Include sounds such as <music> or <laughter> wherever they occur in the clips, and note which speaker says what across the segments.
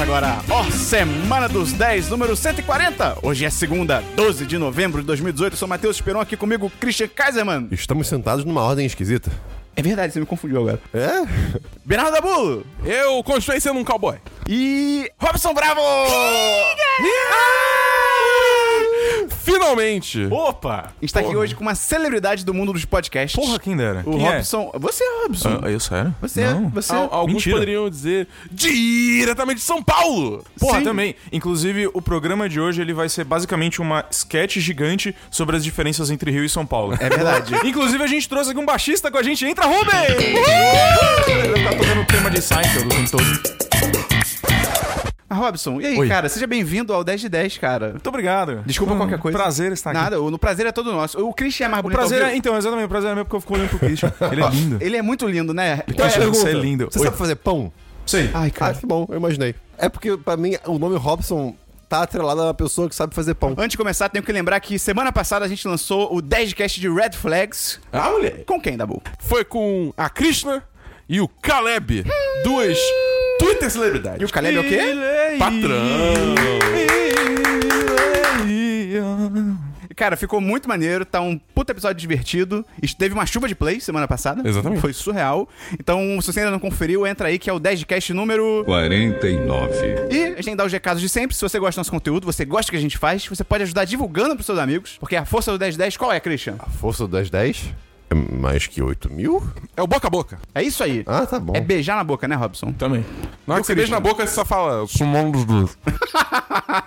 Speaker 1: agora, ó, Semana dos 10, número 140. Hoje é segunda, 12 de novembro de 2018. Eu sou Matheus Esperon, aqui comigo, Christian Kaiserman.
Speaker 2: Estamos sentados numa ordem esquisita.
Speaker 1: É verdade, você me confundiu agora.
Speaker 2: É?
Speaker 1: Bernardo Dabulo
Speaker 3: Eu continuei sendo um cowboy.
Speaker 1: e Robson Bravo!
Speaker 3: Finalmente!
Speaker 1: Opa! A gente tá aqui hoje com uma celebridade do mundo dos podcasts.
Speaker 3: Porra, quem dera.
Speaker 1: O
Speaker 3: Quem é?
Speaker 1: Robson... Você é o Robson.
Speaker 3: Ah, eu, sério?
Speaker 1: Você é-
Speaker 3: Não. Ah,
Speaker 1: você-
Speaker 3: Al- alguns
Speaker 4: Mentira.
Speaker 3: poderiam dizer diretamente de São Paulo.
Speaker 4: Porra,
Speaker 1: Sim.
Speaker 4: também. Inclusive, o programa de hoje ele vai ser basicamente uma sketch gigante sobre as diferenças entre Rio e São Paulo.
Speaker 1: É verdade.
Speaker 4: <laughs> Inclusive, a gente trouxe aqui um baixista com a gente. Entra, Rubem! Ele vai ficar tocando o tema de Seinfeld o tempo todo. Muito
Speaker 1: Ah, Robson, e aí,
Speaker 3: Oi.
Speaker 1: cara? Seja bem-vindo ao 10 de 10, cara.
Speaker 4: obrigado.
Speaker 1: Desculpa
Speaker 4: Foi um
Speaker 1: qualquer coisa.
Speaker 4: Prazer estar aqui.
Speaker 1: Nada, o o prazer é todo nosso. O Christian é mais
Speaker 4: O
Speaker 1: bonito.
Speaker 4: prazer
Speaker 1: ao
Speaker 4: é...
Speaker 1: vivo.
Speaker 4: Então, exatamente. O prazer é meu porque eu fico olhando
Speaker 1: <laughs>
Speaker 4: pro Christian. Ele é lindo.
Speaker 1: Ele é muito lindo, né?
Speaker 4: Eu acho que você é lindo.
Speaker 2: Você
Speaker 4: Oi.
Speaker 2: sabe fazer pão?
Speaker 4: Sei.
Speaker 1: Ai,
Speaker 2: Ah,
Speaker 1: cara.
Speaker 2: que bom, eu imaginei. É porque, pra mim, o nome Robson tá atrelado a uma pessoa que sabe fazer pão.
Speaker 1: Antes de começar, tenho que lembrar que semana passada a gente lançou o 10cast de Red Flags.
Speaker 3: Ah, mulher.
Speaker 1: Com quem, Dabu?
Speaker 3: Foi com a Krishna e o Caleb. Duas Twitter
Speaker 1: E o
Speaker 3: celebridades.
Speaker 1: Caleb é o quê? Cara, ficou muito maneiro, tá um puta episódio divertido. Isso Teve uma chuva de play semana passada.
Speaker 3: Exatamente.
Speaker 1: Foi surreal. Então, se você ainda não conferiu, entra aí que é o 10cast número...
Speaker 5: 49.
Speaker 1: E a gente dá os recados de sempre. Se você gosta do nosso conteúdo, você gosta do que a gente faz, você pode ajudar divulgando pros seus amigos. Porque a força do 1010 qual é, Christian?
Speaker 2: A Ah, força das 10 é mais que 8 mil?
Speaker 3: É o boca a boca.
Speaker 1: É isso aí.
Speaker 2: Ah, tá bom.
Speaker 1: É beijar na boca, né, Robson?
Speaker 4: Também.
Speaker 3: Na hora que você beija na boca, você só fala sumando dos dois.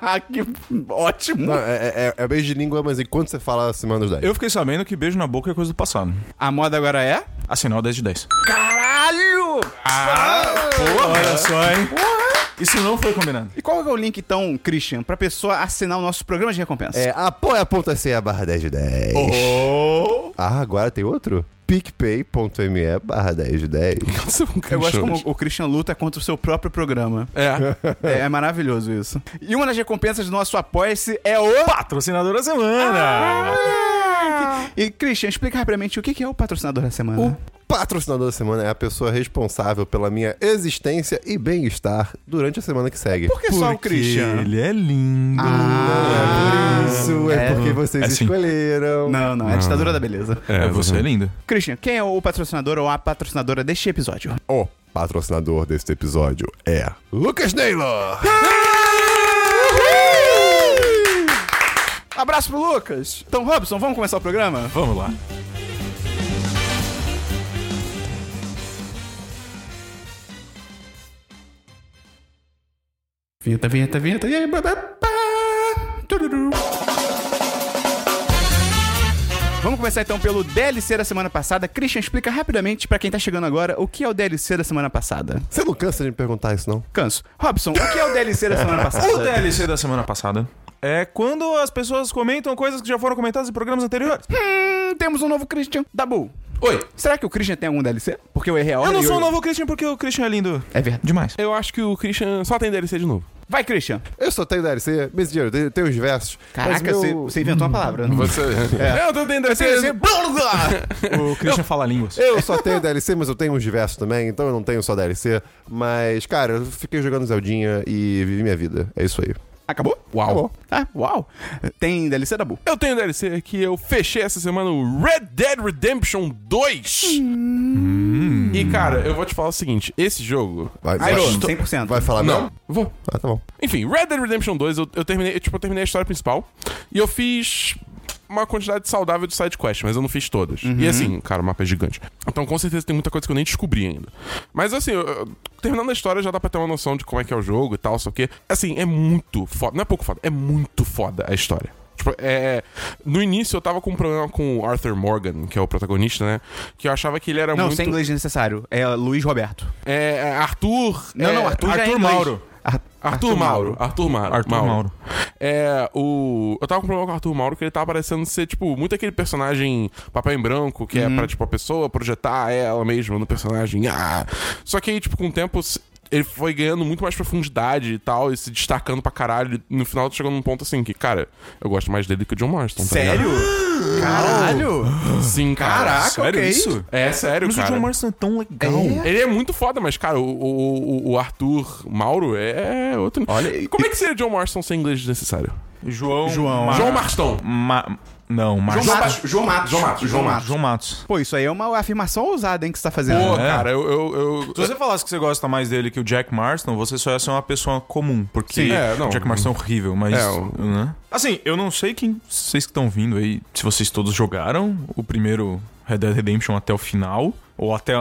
Speaker 1: Ah, que ótimo.
Speaker 2: Não, é, é, é beijo de língua, mas enquanto você fala semana dos 10?
Speaker 4: Eu fiquei sabendo que beijo na boca é coisa do passado.
Speaker 1: A moda agora é.
Speaker 4: Assinar o 10 de 10.
Speaker 1: Caralho!
Speaker 4: Ah, Olha só, hein? Isso não foi combinado.
Speaker 1: E qual é o link, então, Christian, pra pessoa assinar o nosso programa de recompensa?
Speaker 2: É apoia.se barra 10 de 10. Ah, agora tem outro? picpay.me barra 10 de 10.
Speaker 1: Eu gosto como o Christian luta contra o seu próprio programa.
Speaker 3: É.
Speaker 1: É, é maravilhoso isso. E uma das recompensas do nosso apoia-se é o.
Speaker 4: Patrocinador da semana!
Speaker 1: E, Christian, explica rapidamente o que que é o patrocinador da semana.
Speaker 2: Patrocinador da semana é a pessoa responsável pela minha existência e bem-estar durante a semana que segue.
Speaker 1: Por que só o Christian?
Speaker 4: Ele é lindo.
Speaker 2: Não é por isso, é, porque vocês
Speaker 4: é sim.
Speaker 2: escolheram.
Speaker 1: Não, não, é a ditadura da beleza.
Speaker 4: É, você é lindo.
Speaker 1: Christian, quem é o patrocinador ou a patrocinadora deste episódio?
Speaker 2: O patrocinador deste episódio é Lucas Naylor.
Speaker 1: Abraço pro Lucas. Então, Robson, vamos começar o programa?
Speaker 4: Vamos lá.
Speaker 1: Vinheta, vinheta, vinheta. E aí, blá, blá, pá. Tururu. Vamos começar então pelo DLC da semana passada. Christian, explica rapidamente pra quem tá chegando agora o que é o DLC da semana passada.
Speaker 2: Você não cansa de me perguntar isso, não?
Speaker 1: Canso. Robson, o que é o DLC da semana
Speaker 4: O
Speaker 1: passada?
Speaker 4: DLC da semana passada é quando as pessoas comentam coisas que já foram comentadas em programas
Speaker 1: <laughs>
Speaker 4: anteriores.
Speaker 1: hum, temos um novo Christian. Dabu.
Speaker 3: Oi.
Speaker 1: Será que o Christian tem algum DLC? Porque eu errei a
Speaker 4: É, Eu
Speaker 1: ordem.
Speaker 4: não
Speaker 1: e
Speaker 4: sou o novo Christian porque o Christian é lindo
Speaker 1: É verdade.
Speaker 4: demais.
Speaker 3: Eu acho que o Christian só tem DLC de novo.
Speaker 1: Vai, Christian.
Speaker 2: Eu só tenho DLC, mês de dinheiro, tem, tem os versos.
Speaker 1: Caraca,
Speaker 2: mas
Speaker 1: você,
Speaker 2: meu-
Speaker 1: você inventou uma palavra. né? Não
Speaker 3: Você. É. Eu tô tendo DLC.
Speaker 4: O Christian fala línguas.
Speaker 2: Eu só tenho DLC, mas eu tenho uns diversos também, então eu não tenho só DLC. Mas, cara, eu fiquei jogando Zeldinha e vivi minha vida. É isso aí.
Speaker 1: Acabou?
Speaker 3: Uau.
Speaker 1: Ah, uau. Tem DLC, Dabu?
Speaker 3: Eu tenho DLC que eu fechei essa semana o Red Dead Redemption 2. E cara, eu vou te falar o seguinte, esse jogo.
Speaker 2: Vai,
Speaker 1: Ah,
Speaker 2: vai,
Speaker 1: eu
Speaker 3: Iron,
Speaker 1: tô- 100%.
Speaker 2: vai falar
Speaker 3: Não,
Speaker 2: mesmo?
Speaker 3: vou.
Speaker 2: Ah, tá bom.
Speaker 3: Enfim, Red Dead Redemption 2, eu, eu terminei, eu, tipo, eu terminei a história principal e eu fiz uma quantidade saudável de side quest, mas eu não fiz todas.
Speaker 1: Uhum.
Speaker 3: E assim, cara, o mapa é gigante. Então, com certeza tem muita coisa que eu nem descobri ainda. Mas assim, eu- eu- terminando a história já dá pra ter uma noção de como é que é o jogo e tal, só que assim, é muito foda, não é pouco foda, é muito foda a história. Tipo, é, é- no início eu tava com um problema com o Arthur Morgan, que é o protagonista, né? Que eu achava que ele era
Speaker 1: Não,
Speaker 3: muito.
Speaker 1: sem inglês necessário. É Luiz Roberto.
Speaker 3: É, é Arthur.
Speaker 1: Não,
Speaker 3: é,
Speaker 1: não, Arthur, já é
Speaker 4: Arthur
Speaker 1: inglês.
Speaker 4: Mauro.
Speaker 1: Ar-
Speaker 3: Arthur, Mauro. Arthur Mauro.
Speaker 4: Arthur Mauro.
Speaker 3: É, o. Eu tava com problema com o Arthur Mauro, que ele tava parecendo ser, tipo, muito aquele personagem papel em branco,
Speaker 4: Uhum.
Speaker 3: que é pra, tipo, a pessoa projetar ela mesma no personagem. Ah! Só que aí, tipo, com o tempo. se- ele foi ganhando muito mais profundidade e tal, e se destacando pra caralho. E no final tu chegou num ponto assim que, cara, eu gosto mais dele que o John Marston. tá ligado?
Speaker 4: Sério?
Speaker 1: Caralho!
Speaker 3: Sim, cara.
Speaker 4: Caraca,
Speaker 3: sério
Speaker 4: ok.
Speaker 3: isso? É sério,
Speaker 4: Mas
Speaker 3: cara.
Speaker 4: o John Marston é tão legal.
Speaker 3: Ele é muito foda, mas, cara, o, o, o- o Arthur Mauro é outro.
Speaker 4: Olha,
Speaker 3: Como é que seria John Marston sem inglês desnecessário?
Speaker 4: João.
Speaker 1: João.
Speaker 4: Ma-
Speaker 3: João Marston.
Speaker 4: Ma- Não, Marston.
Speaker 1: João Matos. João Matos. João Matos. João Matos.
Speaker 4: João É? Matos.
Speaker 1: Pô, isso aí é uma afirmação ousada, hein, que você tá fazendo.
Speaker 3: Pô,
Speaker 1: né?
Speaker 3: cara, eu. eu,
Speaker 4: Se você falasse que você gosta mais dele que o Jack Marston, você só ia ser uma pessoa comum, porque
Speaker 3: Sim, é, não.
Speaker 4: o Jack Marston é horrível, mas...
Speaker 3: É, o-
Speaker 4: né? Assim, eu não sei quem vocês que estão vindo aí, se vocês todos jogaram o primeiro Red Dead Redemption até o final, ou até,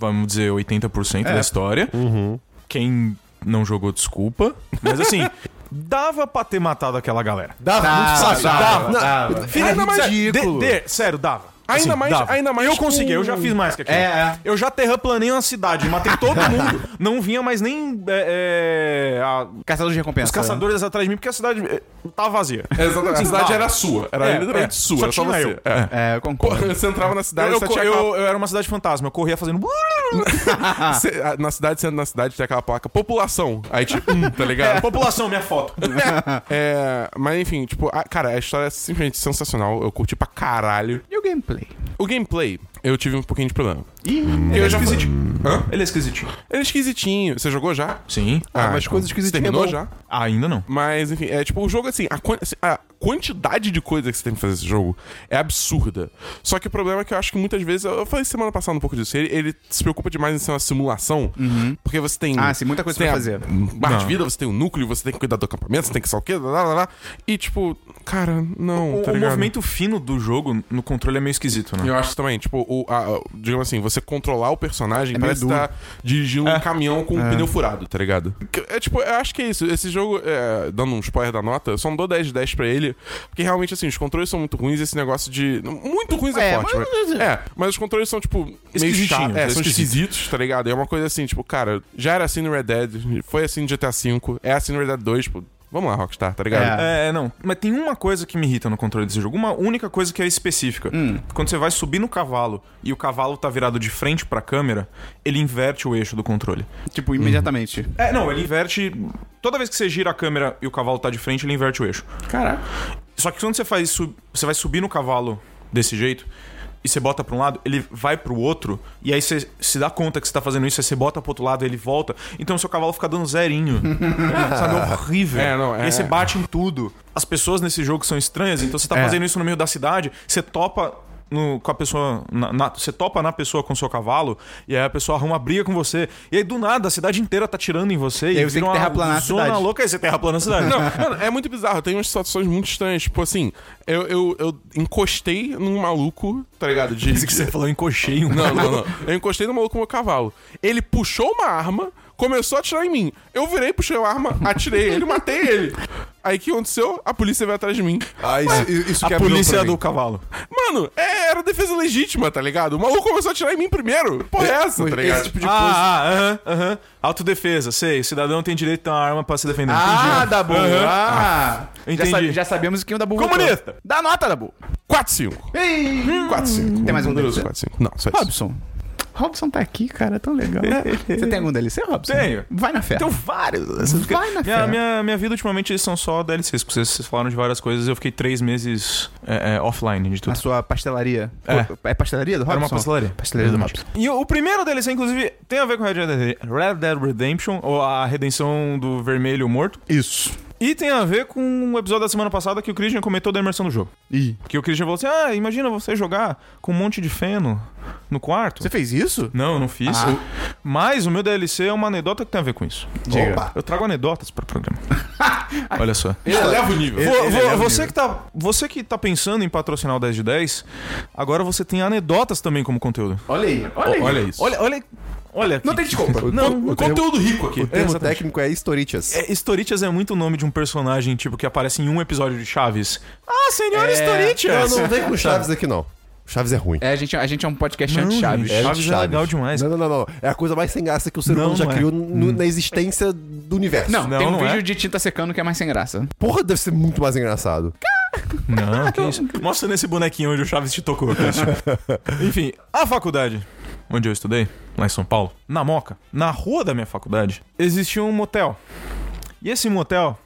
Speaker 4: vamos dizer, 80%
Speaker 3: É.
Speaker 4: da história.
Speaker 3: Uhum.
Speaker 4: Quem não jogou, desculpa.
Speaker 3: <laughs>
Speaker 4: Mas assim, dava pra ter matado aquela galera.
Speaker 2: Dava,
Speaker 1: sabe, dava,
Speaker 3: Filha da mais-
Speaker 4: Sério, de- de- sério, dava. Assim,
Speaker 3: Ainda mais-
Speaker 4: dava.
Speaker 3: ainda mais
Speaker 4: Eu
Speaker 3: com-
Speaker 4: consegui, eu já fiz mais que aquilo.
Speaker 1: Tipo, É, é.
Speaker 4: Eu já terraplanei uma cidade,
Speaker 1: <laughs>
Speaker 4: matei todo mundo. Não vinha mais nem é, é, a-
Speaker 1: Caçador de recompensa.
Speaker 4: os caçadores atrás de mim, porque a cidade é, tava vazia.
Speaker 3: Exatamente. A cidade
Speaker 4: Tá.
Speaker 3: era sua. Era
Speaker 4: É,
Speaker 3: literalmente
Speaker 4: é.
Speaker 3: sua.
Speaker 4: Só
Speaker 3: era só
Speaker 4: tinha
Speaker 3: você.
Speaker 4: eu.
Speaker 3: É.
Speaker 1: É, eu concordo.
Speaker 3: <laughs> Você entrava na cidade,
Speaker 4: Eu,
Speaker 3: só tinha
Speaker 4: eu-
Speaker 3: aquela-
Speaker 4: eu era uma cidade fantasma, eu corria fazendo.
Speaker 3: Cê- a- na cidade, sendo na cidade, tem aquela placa população. Aí, tipo, hum, tá
Speaker 4: <laughs>
Speaker 3: ligado?
Speaker 4: População, minha foto.
Speaker 3: É, mas enfim, tipo, a- cara, a história é simplesmente sensacional. Eu curti pra caralho.
Speaker 1: E o gameplay? Hum.
Speaker 3: O gameplay, eu tive um pouquinho de problema.
Speaker 1: Ih,
Speaker 4: Ele é esquisitinho.
Speaker 3: Hã?
Speaker 4: Ele é esquisitinho.
Speaker 3: Ele é esquisitinho. Você jogou já?
Speaker 4: Sim.
Speaker 3: Ah,
Speaker 2: mas coisa esquisitinha
Speaker 3: Terminou
Speaker 2: é bom.
Speaker 3: já?
Speaker 4: Ainda não.
Speaker 3: Mas, enfim, é tipo, o jogo, assim, a, quan- assim, a quantidade de coisa que você tem que fazer nesse jogo é absurda. Só que o problema é que eu acho que muitas vezes, eu eu falei semana passada um pouco disso, ele, ele se preocupa demais em ser uma simulação, porque você tem.
Speaker 1: Ah, sim, muita coisa
Speaker 3: você
Speaker 1: pra
Speaker 3: tem a
Speaker 1: fazer.
Speaker 3: Barra de vida, você tem o núcleo, você tem que cuidar do acampamento, você tem que salquear, lá, lá, lá. E, tipo, cara, não.
Speaker 4: O,
Speaker 3: tá
Speaker 4: o
Speaker 3: ligado?
Speaker 4: movimento fino do jogo no controle é meio esquisito, né?
Speaker 3: Eu acho também, tipo, o, a- a- digamos assim, você controlar o personagem
Speaker 1: É meio
Speaker 3: parece
Speaker 1: duro. É.
Speaker 3: estar dirigindo um caminhão com um pneu furado, tá ligado? Que- É tipo, eu acho que é isso. Esse jogo, é, dando um spoiler da nota, eu só não dou 10 de 10 pra ele, porque realmente, assim, os controles são muito ruins, esse negócio de. Muito ruins é,
Speaker 1: É,
Speaker 3: forte,
Speaker 1: mas-
Speaker 3: mas... É, mas os controles são, tipo, meio
Speaker 4: Esquisitinhos,
Speaker 3: chatos. É,
Speaker 4: é
Speaker 3: são
Speaker 4: esquisito.
Speaker 3: esquisitos, tá ligado? É uma coisa assim, tipo, cara, já era assim no Red Dead, foi assim no GTA V, é assim no Red Dead 2, tipo, vamos lá, Rockstar, tá ligado?
Speaker 1: É.
Speaker 4: É, não. Mas tem uma coisa que me irrita no controle desse jogo. Uma única coisa que é específica. Quando você vai subir no cavalo e o cavalo tá virado de frente pra câmera, ele inverte o eixo do controle.
Speaker 1: Tipo, imediatamente.
Speaker 4: É, não, ele inverte. Toda vez que você gira a câmera e o cavalo tá de frente, ele inverte o eixo.
Speaker 1: Caraca.
Speaker 4: Só que quando você faz su- você vai subir no cavalo desse jeito e você bota pra um lado, ele vai pro outro e aí você se dá conta que você tá fazendo isso, aí você bota pro outro lado, ele volta. Então o seu cavalo fica
Speaker 1: <laughs>
Speaker 4: dando zerinho. sabe, é horrível.
Speaker 3: É, não, é.
Speaker 4: E aí você bate em tudo. As pessoas nesse jogo são estranhas, então
Speaker 1: É.
Speaker 4: você tá fazendo isso no meio da cidade, você topa no- com a pessoa. na- na- você topa na pessoa com o seu cavalo, e aí a pessoa arruma uma briga com você. E aí, do nada, a cidade inteira tá tirando em você. E
Speaker 1: aí você tem
Speaker 4: vira
Speaker 1: que
Speaker 4: uma
Speaker 1: terraplanar a
Speaker 4: zona
Speaker 1: cidade.
Speaker 4: louca, aí você terraplana
Speaker 1: <laughs>
Speaker 4: a cidade.
Speaker 3: Não, mano, é muito bizarro. Tem umas situações muito estranhas. Tipo assim, eu, eu, eu encostei num maluco, tá ligado? De,
Speaker 4: Isso que você falou, encochei um.
Speaker 3: <laughs> Não, não, não. Eu encostei no maluco com o meu cavalo. Ele puxou uma arma, começou a atirar em mim. Eu virei, puxei a arma, atirei ele, matei ele. Aí o que aconteceu? A polícia veio atrás de mim.
Speaker 2: Ah, isso, isso
Speaker 4: A
Speaker 2: quebra o jogo
Speaker 4: polícia
Speaker 2: pra
Speaker 4: do
Speaker 2: mim.
Speaker 4: cavalo.
Speaker 3: Mano, é, era defesa legítima, tá ligado? O maluco começou a atirar em mim primeiro. Porra, é essa, tá ligado?
Speaker 2: Esse tipo de coisa.
Speaker 4: Ah, ah, aham, aham. Autodefesa, sei. O cidadão tem direito a uma arma pra se defender.
Speaker 1: Ah,
Speaker 4: Entendi.
Speaker 1: Dabu.
Speaker 4: Aham.
Speaker 1: Ah,
Speaker 4: Entendi.
Speaker 1: Já, sabe- já sabemos que o Dabu votou.
Speaker 4: Comunista.
Speaker 1: Dá nota, Dabu.
Speaker 3: 4-5.
Speaker 1: Ei.
Speaker 3: 4-5.
Speaker 1: Tem mais um
Speaker 3: Poderoso
Speaker 1: DLC?
Speaker 3: 4-5. Não, só isso.
Speaker 1: Robson. Robson tá aqui, cara, é tão <laughs> legal. Você tem
Speaker 4: um-
Speaker 1: algum DLC, Robson?
Speaker 4: Tenho.
Speaker 1: Vai na fé.
Speaker 4: Tem vários.
Speaker 1: Vai na fé.
Speaker 4: Minha, minha, minha vida ultimamente eles são só DLCs, porque vocês, vocês falaram de várias coisas eu fiquei três meses é, é, offline de
Speaker 1: Na
Speaker 4: tudo.
Speaker 1: sua pastelaria.
Speaker 4: É.
Speaker 1: Pô, É pastelaria do Robson?
Speaker 4: Era uma pastelaria.
Speaker 1: Pastelaria do Robson.
Speaker 4: E o, o primeiro DLC, inclusive, tem a ver com Red Dead, Red Dead Redemption, ou a redenção do vermelho morto.
Speaker 1: Isso.
Speaker 4: E tem a ver com um episódio da semana passada que o Christian comentou da imersão do jogo.
Speaker 1: Ih.
Speaker 4: Que o Christian falou assim: Ah, imagina você jogar com um monte de feno no quarto.
Speaker 1: Você fez isso?
Speaker 4: Não, eu não fiz. Mas o meu DLC é uma anedota que tem a ver com isso.
Speaker 1: Diga.
Speaker 4: Eu trago anedotas para o programa. Olha só.
Speaker 3: Ele eleva o nível.
Speaker 4: Vo- vo- você, que tá, você que tá pensando em patrocinar o 10 de 10, agora você tem anedotas também como conteúdo.
Speaker 1: Olha aí. Olha aí.
Speaker 3: Olha isso.
Speaker 4: Olha, olha. Olha.
Speaker 1: Não tem desculpa.
Speaker 4: Não,
Speaker 3: o conteúdo rico aqui.
Speaker 2: O termo
Speaker 4: exatamente.
Speaker 2: técnico é historitias.
Speaker 4: É, Storitias é muito o nome de um personagem, tipo, que aparece em um episódio de Chaves. Ah, senhor
Speaker 1: É.
Speaker 4: Storitias!
Speaker 2: Não, não vem com Chaves aqui, não. Chaves é ruim.
Speaker 1: É, a gente, a gente é um podcast anti-chaves.
Speaker 2: gente.
Speaker 4: Chaves,
Speaker 2: É
Speaker 4: Chaves é
Speaker 2: Chaves.
Speaker 4: legal demais.
Speaker 2: Não, não, não, não. É a coisa mais sem graça que o ser
Speaker 4: Não,
Speaker 2: humano já
Speaker 4: não é.
Speaker 2: criou no- na existência do universo.
Speaker 1: Não,
Speaker 4: Não,
Speaker 1: tem um
Speaker 4: não é.
Speaker 1: vídeo de tinta secando que é mais sem graça.
Speaker 2: Porra, deve ser muito mais engraçado.
Speaker 4: Ah, <laughs> Não, que isso. Mostra nesse bonequinho onde o Chaves te tocou, Christian. Enfim, a faculdade. onde eu estudei, lá em São Paulo, na Moca, na rua da minha faculdade, existia um motel. E esse motel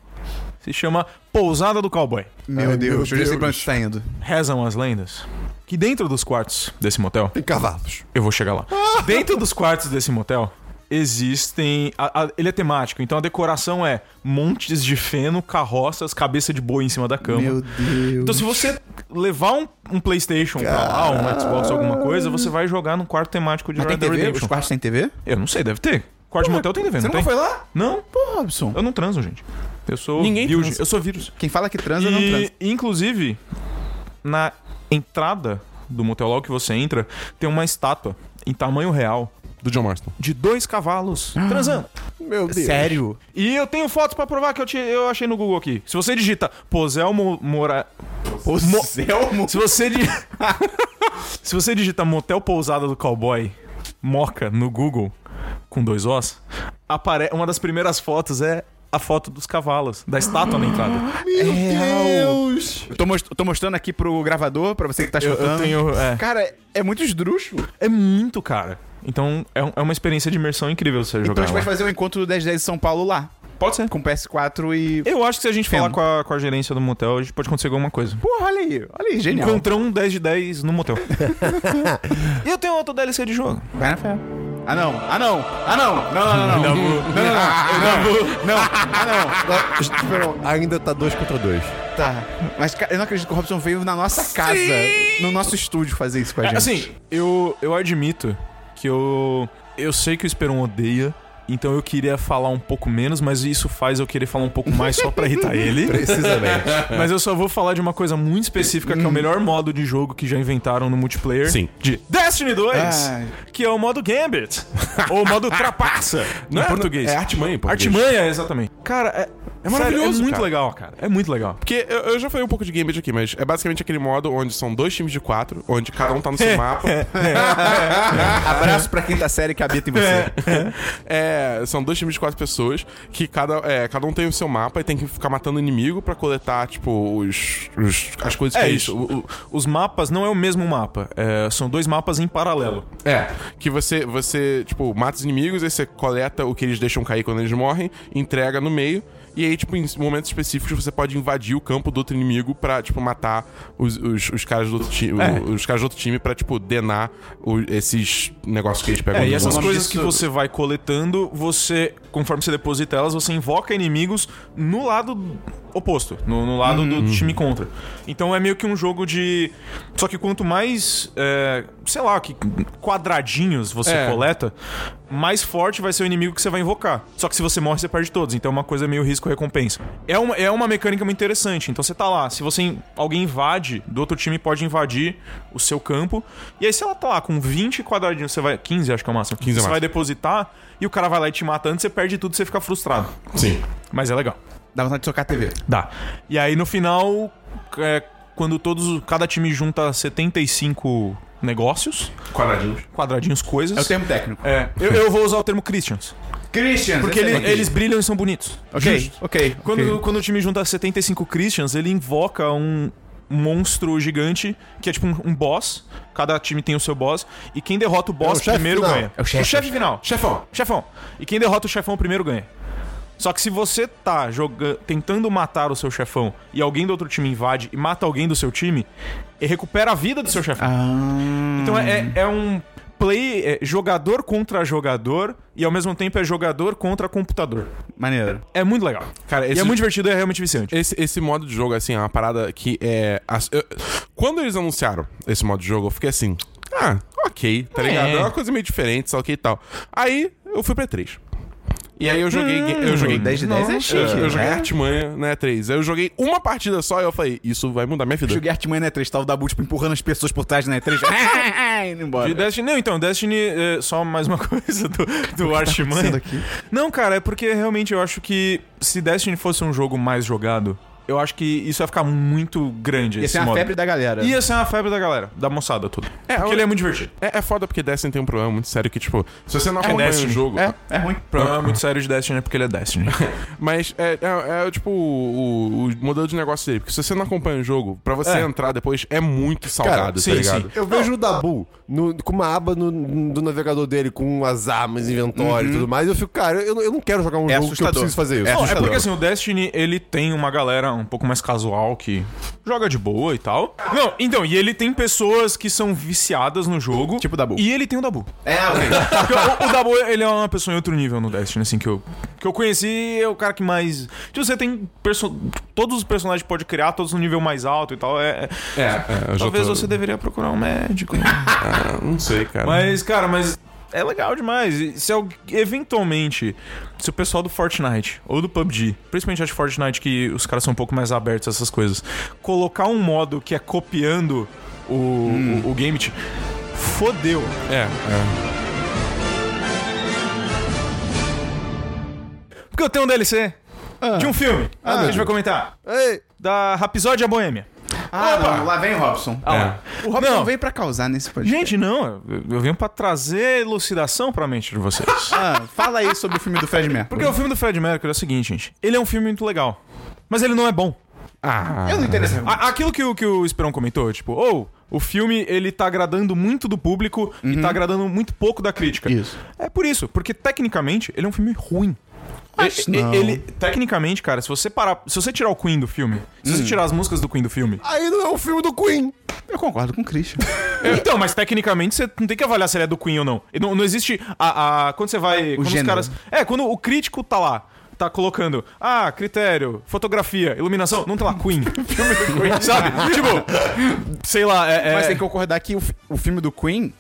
Speaker 4: se chama Pousada do Cowboy.
Speaker 1: Meu
Speaker 2: Ai,
Speaker 1: Deus,
Speaker 2: meu
Speaker 1: eu já sei
Speaker 2: Deus.
Speaker 1: pra onde tá indo.
Speaker 4: Rezam as lendas que dentro dos quartos desse motel
Speaker 2: Tem cavalos.
Speaker 4: eu vou chegar lá. Dentro dos quartos desse motel, existem. a- a- ele é temático, então a decoração é montes de feno, carroças, cabeça de boi em cima da cama.
Speaker 1: Meu Deus.
Speaker 4: Então, se você levar um, um PlayStation pra lá, um Xbox, alguma coisa, você vai jogar num quarto temático de
Speaker 1: Mas tem
Speaker 4: Red Dead
Speaker 1: TV? Os
Speaker 4: Redemption.
Speaker 1: quartos têm TV?
Speaker 4: Eu não sei, deve ter. Quarto de motel tem TV, não
Speaker 1: Você
Speaker 4: tem?
Speaker 1: não foi lá?
Speaker 4: Não,
Speaker 1: Pô, Robson.
Speaker 4: eu não transo, gente. Eu sou.
Speaker 3: Ninguém
Speaker 4: virgem,
Speaker 3: transa.
Speaker 4: Eu sou vírus.
Speaker 1: Quem fala que transa, não transa.
Speaker 4: E, inclusive, na entrada do motel lá que você entra, tem uma estátua em tamanho real
Speaker 3: Do John Marston.
Speaker 4: de dois cavalos
Speaker 1: Ah.
Speaker 4: transando.
Speaker 2: Meu Deus.
Speaker 1: Sério?
Speaker 4: E eu tenho fotos pra provar que eu, te- eu achei no Google aqui. Se você digita Poselmo Mora.
Speaker 1: O
Speaker 4: Mo-
Speaker 1: Selmo?
Speaker 4: Se você. di- <laughs> Se você digita Motel Pousada do Cowboy Moca no Google com dois Os, apare... uma das primeiras fotos é a foto dos cavalos, da estátua na entrada.
Speaker 2: Meu Deus.
Speaker 1: Eu tô, most- eu tô mostrando aqui pro gravador, pra você que tá
Speaker 4: Eu,
Speaker 1: escutando.
Speaker 4: eu tenho. É,
Speaker 1: Cara, é muito esdrúxulo.
Speaker 4: é muito cara. Então é, um- é uma experiência de imersão incrível você
Speaker 1: Então a
Speaker 4: jogar.
Speaker 1: gente
Speaker 4: lá.
Speaker 1: vai fazer o encontro do 1010 de São Paulo lá.
Speaker 4: Pode ser.
Speaker 1: Com PS4 e.
Speaker 4: Eu acho que se a gente falar
Speaker 1: Feno.
Speaker 4: com a, com a gerência do motel, a gente pode conseguir alguma coisa.
Speaker 1: Porra, olha aí. Olha aí, genial.
Speaker 4: Encontrou um 10 de 10 no
Speaker 1: <laughs>
Speaker 4: motel. e eu tenho outro DLC de jogo.
Speaker 1: Vai na fé. Ah não, ah não, ah não, não, não, não, não, não, não, não, não, não, ah
Speaker 2: Ah, espera, ainda tá dois contra dois.
Speaker 1: não, tá. Mas cara, eu não acredito que o Robson veio na nossa casa, no nosso estúdio fazer isso com a
Speaker 4: É,
Speaker 1: gente.
Speaker 4: assim, eu, eu admito que eu. Eu sei que o Esperon odeia. Então eu queria falar um pouco menos, mas isso faz eu querer falar um pouco mais só pra irritar <laughs> ele.
Speaker 2: Precisamente.
Speaker 4: mas eu só vou falar de uma coisa muito específica, que é o melhor modo de jogo que já inventaram no multiplayer.
Speaker 3: Sim.
Speaker 4: De Destiny 2,
Speaker 1: Ai.
Speaker 4: que é o modo <laughs> Gambit. ou o modo Trapaça, em
Speaker 3: Não é-
Speaker 4: português.
Speaker 3: É artimanha em português.
Speaker 4: Artimanha, exatamente. Cara, é, é
Speaker 3: maravilhoso,
Speaker 4: é muito
Speaker 3: cara.
Speaker 4: legal, cara. É muito legal.
Speaker 3: Porque eu, eu já falei um pouco de Gambit aqui, mas é basicamente aquele modo onde são dois times de quatro, onde cada um tá no
Speaker 4: <laughs>
Speaker 3: seu mapa. <laughs>
Speaker 1: Abraço pra quinta série que habita em você.
Speaker 3: É, são dois times de quatro pessoas que cada, é, cada um tem o seu mapa e tem que ficar matando inimigo pra coletar, tipo, os, os- as coisas
Speaker 4: É
Speaker 3: que
Speaker 4: isso. o- o- os mapas não é o mesmo mapa. é, são dois mapas em paralelo.
Speaker 3: É, que você, você, tipo, mata os inimigos, aí você coleta o que eles deixam cair quando eles morrem, entrega no meio, e aí, tipo, em momentos específicos você pode invadir o campo do outro inimigo pra, tipo, matar os, os, os caras do outro time,
Speaker 4: É.
Speaker 3: os caras do outro time pra, tipo, denar o- esses negócios que eles pegam.
Speaker 4: É, e
Speaker 3: do
Speaker 4: essas
Speaker 3: outro.
Speaker 1: nome
Speaker 4: coisas
Speaker 1: disso-
Speaker 4: que você vai coletando, você, conforme você deposita elas, você invoca inimigos no lado oposto, no, no lado
Speaker 3: Uhum.
Speaker 4: do time contra. Então é meio que um jogo de. Só que quanto mais, é, sei lá, que quadradinhos você
Speaker 3: É.
Speaker 4: coleta, mais forte vai ser o inimigo que você vai invocar. Só que se você morre, você perde todos. Então é uma coisa meio risco-recompensa. É uma, é uma mecânica muito interessante. Então você tá lá, se você alguém invade, do outro time pode invadir o seu campo. E aí, se ela tá lá com 20 quadradinhos, você vai. 15, acho que é o máximo.
Speaker 3: 15 é o
Speaker 4: você
Speaker 3: máximo.
Speaker 4: vai depositar e o cara vai lá e te mata antes, você perde tudo, você fica frustrado.
Speaker 3: Sim.
Speaker 4: Mas é legal.
Speaker 1: Dá vontade de socar a TV.
Speaker 4: Dá. E aí no final, é, quando todos. Cada time junta 75 negócios,
Speaker 3: Quadradinhos.
Speaker 4: quadradinhos, coisas.
Speaker 1: É o termo técnico.
Speaker 4: É, eu, eu vou usar o termo Christians.
Speaker 1: Christian,
Speaker 4: Porque ele- eles brilham e são bonitos.
Speaker 1: Ok,
Speaker 4: Justo.
Speaker 1: ok.
Speaker 4: Quando, quando o time junta 75 Christians, ele invoca um monstro gigante, que é tipo um, um boss. Cada time tem o seu boss. E quem derrota o
Speaker 2: É o
Speaker 4: boss
Speaker 2: chefe
Speaker 4: primeiro
Speaker 2: final.
Speaker 4: ganha.
Speaker 1: É o chefe.
Speaker 4: final.
Speaker 3: Chefão.
Speaker 4: Chefão. E quem derrota o chefão primeiro ganha. Só que se você tá joga- tentando matar o seu chefão e alguém do outro time invade e mata alguém do seu time, e recupera a vida do seu chefão. Então é, é- é um play é jogador contra jogador e ao mesmo tempo é jogador contra computador.
Speaker 1: Maneiro.
Speaker 4: É muito legal.
Speaker 3: Cara,
Speaker 4: E
Speaker 3: esse,
Speaker 4: é muito divertido e é realmente viciante.
Speaker 3: Esse, esse modo de jogo, assim, é uma parada que é. as- eu- quando eles anunciaram esse modo de jogo, eu fiquei assim. Ah, ok, tá ligado? É uma coisa meio diferente, só que e tal. Aí eu fui pra E3. E aí eu joguei. eu joguei.
Speaker 4: Hum.
Speaker 1: 10 de 10 é
Speaker 4: Nossa.
Speaker 1: chique.
Speaker 3: Eu joguei
Speaker 1: né?
Speaker 3: Artimanha na E3. Aí eu joguei uma partida só e eu falei, isso vai mudar minha vida.
Speaker 1: Joguei Artimanha na E3, tava o Dabu, tipo, empurrando as pessoas por trás né, na <laughs> E3. Ah, Indo embora.
Speaker 4: E Destiny, não, então, Destiny, é, só mais uma <laughs> coisa do, do Artimanha.
Speaker 1: tá acontecendo aqui?
Speaker 4: Não, cara, é porque realmente eu acho que se Destiny fosse um jogo mais jogado, eu acho que isso ia ficar muito grande.
Speaker 1: Ia
Speaker 4: esse
Speaker 1: ser uma
Speaker 4: modo.
Speaker 1: é febre da galera.
Speaker 4: Ia ser uma febre da galera, da moçada tudo.
Speaker 3: É,
Speaker 4: Porque
Speaker 3: eu-
Speaker 4: ele é muito divertido.
Speaker 3: É, é foda porque Destiny tem um problema muito sério que, tipo, se você não
Speaker 4: É
Speaker 3: acompanha o
Speaker 4: Destiny.
Speaker 3: jogo.
Speaker 1: É, é ruim.
Speaker 4: O problema é muito sério de Destiny é porque ele é Destiny.
Speaker 3: Mas é, é- é, tipo o, o modelo de negócio dele. Porque se você não acompanha o jogo, pra você entrar depois é muito salgado,
Speaker 4: sim,
Speaker 3: tá ligado?
Speaker 4: sim.
Speaker 2: Eu vejo o Dabu no- com uma aba no- do navegador dele com as armas, inventório e tudo mais. Eu fico, cara, eu, eu não quero jogar um
Speaker 1: É
Speaker 2: jogo que eu
Speaker 1: assustador.
Speaker 2: preciso fazer isso.
Speaker 1: É
Speaker 4: Não, é
Speaker 1: assustador.
Speaker 4: porque assim, o Destiny, ele tem uma galera um pouco mais casual que joga de boa e tal. Não, então, e ele tem pessoas que são viciadas no jogo.
Speaker 1: Tipo o Dabu.
Speaker 4: E ele tem o Dabu.
Speaker 1: É, ok.
Speaker 4: <laughs> Porque o, o Dabu, ele é uma pessoa em outro nível no Destiny, assim, que eu, que eu conheci, é o cara que mais... Tipo, você tem... perso- Todos os personagens que pode criar, todos no nível mais alto e tal. É, é-
Speaker 3: eu já
Speaker 4: Talvez
Speaker 3: tô-
Speaker 4: você deveria procurar um médico.
Speaker 3: Ah, não sei, cara.
Speaker 4: Mas, cara, mas é legal demais. E Se algu- eventualmente, se o pessoal do Fortnite ou do PUBG, principalmente acho que Fortnite que os caras são um pouco mais abertos a essas coisas, colocar um modo que é copiando o, o, o Gambit, fodeu.
Speaker 3: É, é.
Speaker 4: Porque eu tenho um DLC de um filme que a gente vai comentar.
Speaker 2: Ei,
Speaker 4: Da Rapisódia Boêmia.
Speaker 1: Ah, não, lá vem o Robson. Ah, O Robson
Speaker 4: É. Não.
Speaker 1: veio pra causar nesse podcast.
Speaker 4: Gente, não, eu, eu venho pra trazer elucidação pra mente de vocês.
Speaker 1: Ah, fala aí sobre o filme do Fred Mercury.
Speaker 4: Porque o filme do Fred Mercury é o seguinte, gente. Ele é um filme muito legal, mas ele não é bom.
Speaker 1: Eu não entendo esse argumento.
Speaker 4: A- Aquilo que, o- que o Esperão comentou, tipo, ou o filme ele tá agradando muito do público e tá agradando muito pouco da crítica.
Speaker 1: Uhum. Isso.
Speaker 4: É por isso, porque tecnicamente ele é um filme ruim.
Speaker 1: Acho
Speaker 4: E- e-
Speaker 1: não.
Speaker 4: ele tecnicamente, cara, se você parar, se você tirar o Queen do filme, se
Speaker 1: Hum.
Speaker 4: você tirar as músicas do Queen do filme.
Speaker 2: aí não é o filme do Queen.
Speaker 1: Eu concordo com o Christian.
Speaker 4: Então, mas tecnicamente você não tem que avaliar se ele é do Queen ou não. E Não, não existe a, a- quando você vai, quando os
Speaker 1: gênero. né?
Speaker 4: caras, é, quando o crítico tá lá, tá colocando, ah, critério, fotografia, iluminação, não tá lá
Speaker 1: <laughs>
Speaker 4: Queen. filme do Queen, sabe? tipo, sei lá, é, é-
Speaker 1: Mas tem que concordar que o, fi- o filme do Queen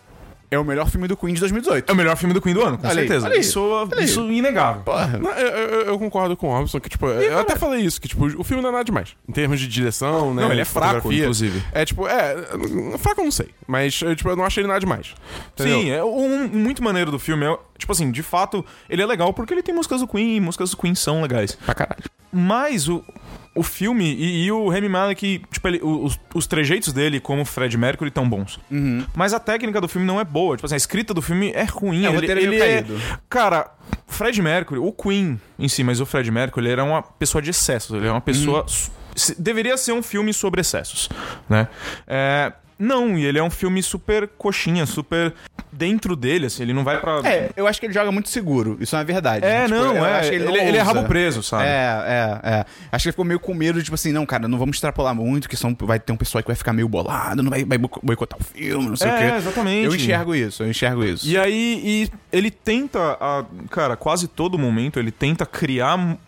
Speaker 1: é o melhor filme do Queen de 2018.
Speaker 4: É o melhor filme do Queen do ano, com
Speaker 1: Olha aí,
Speaker 4: certeza.
Speaker 1: olha aí,
Speaker 4: isso, isso é inegável.
Speaker 3: Não, eu, eu- eu concordo com o Robson que, tipo, eu até falei isso, que, tipo, o filme não é nada demais. Em termos de direção, né?
Speaker 4: Não, ele é fraco,
Speaker 3: fotografia.
Speaker 4: inclusive.
Speaker 3: É, tipo, é. n- Fraco eu não sei. Mas, eu, tipo, eu não achei ele nada demais. Entendeu?
Speaker 4: Sim, é um, um muito maneiro do filme. É, tipo assim, de fato, ele é legal porque ele tem músicas do Queen e músicas do Queen são legais.
Speaker 3: Pra caralho.
Speaker 4: Mas o, o filme e, e o Remy Malek, tipo, ele- o- os, os trejeitos dele como Fred Mercury tão bons. Mas a técnica do filme não é boa. Tipo assim, a escrita do filme é ruim.
Speaker 1: É, o
Speaker 4: ele,
Speaker 1: roteiro é meio
Speaker 4: ele é-
Speaker 1: caído.
Speaker 4: Cara, Fred Mercury, o Queen em si, mas o Fred Mercury, ele era uma pessoa de excessos. Ele é uma
Speaker 1: Hum.
Speaker 4: pessoa... su- se- Deveria ser um filme sobre excessos, né? É, Não, e ele é um filme super coxinha, super dentro dele, assim, ele não vai pra...
Speaker 1: É, eu acho que ele joga muito seguro. Isso é uma verdade.
Speaker 4: É,
Speaker 1: Tipo,
Speaker 4: não,
Speaker 1: eu
Speaker 4: é.
Speaker 1: acho que
Speaker 4: Ele,
Speaker 1: não
Speaker 4: ele é
Speaker 1: ousa.
Speaker 4: rabo preso, sabe?
Speaker 1: É, é, é. Acho que ele ficou meio com medo, de, tipo assim, não, cara, não vamos extrapolar muito, que são, vai ter um pessoal que vai ficar meio bolado, não vai, vai boicotar o filme, não sei
Speaker 4: É,
Speaker 1: o quê.
Speaker 4: exatamente.
Speaker 1: Eu enxergo isso, eu enxergo isso.
Speaker 4: E aí, e ele tenta, a- cara, quase todo momento, ele tenta criar m-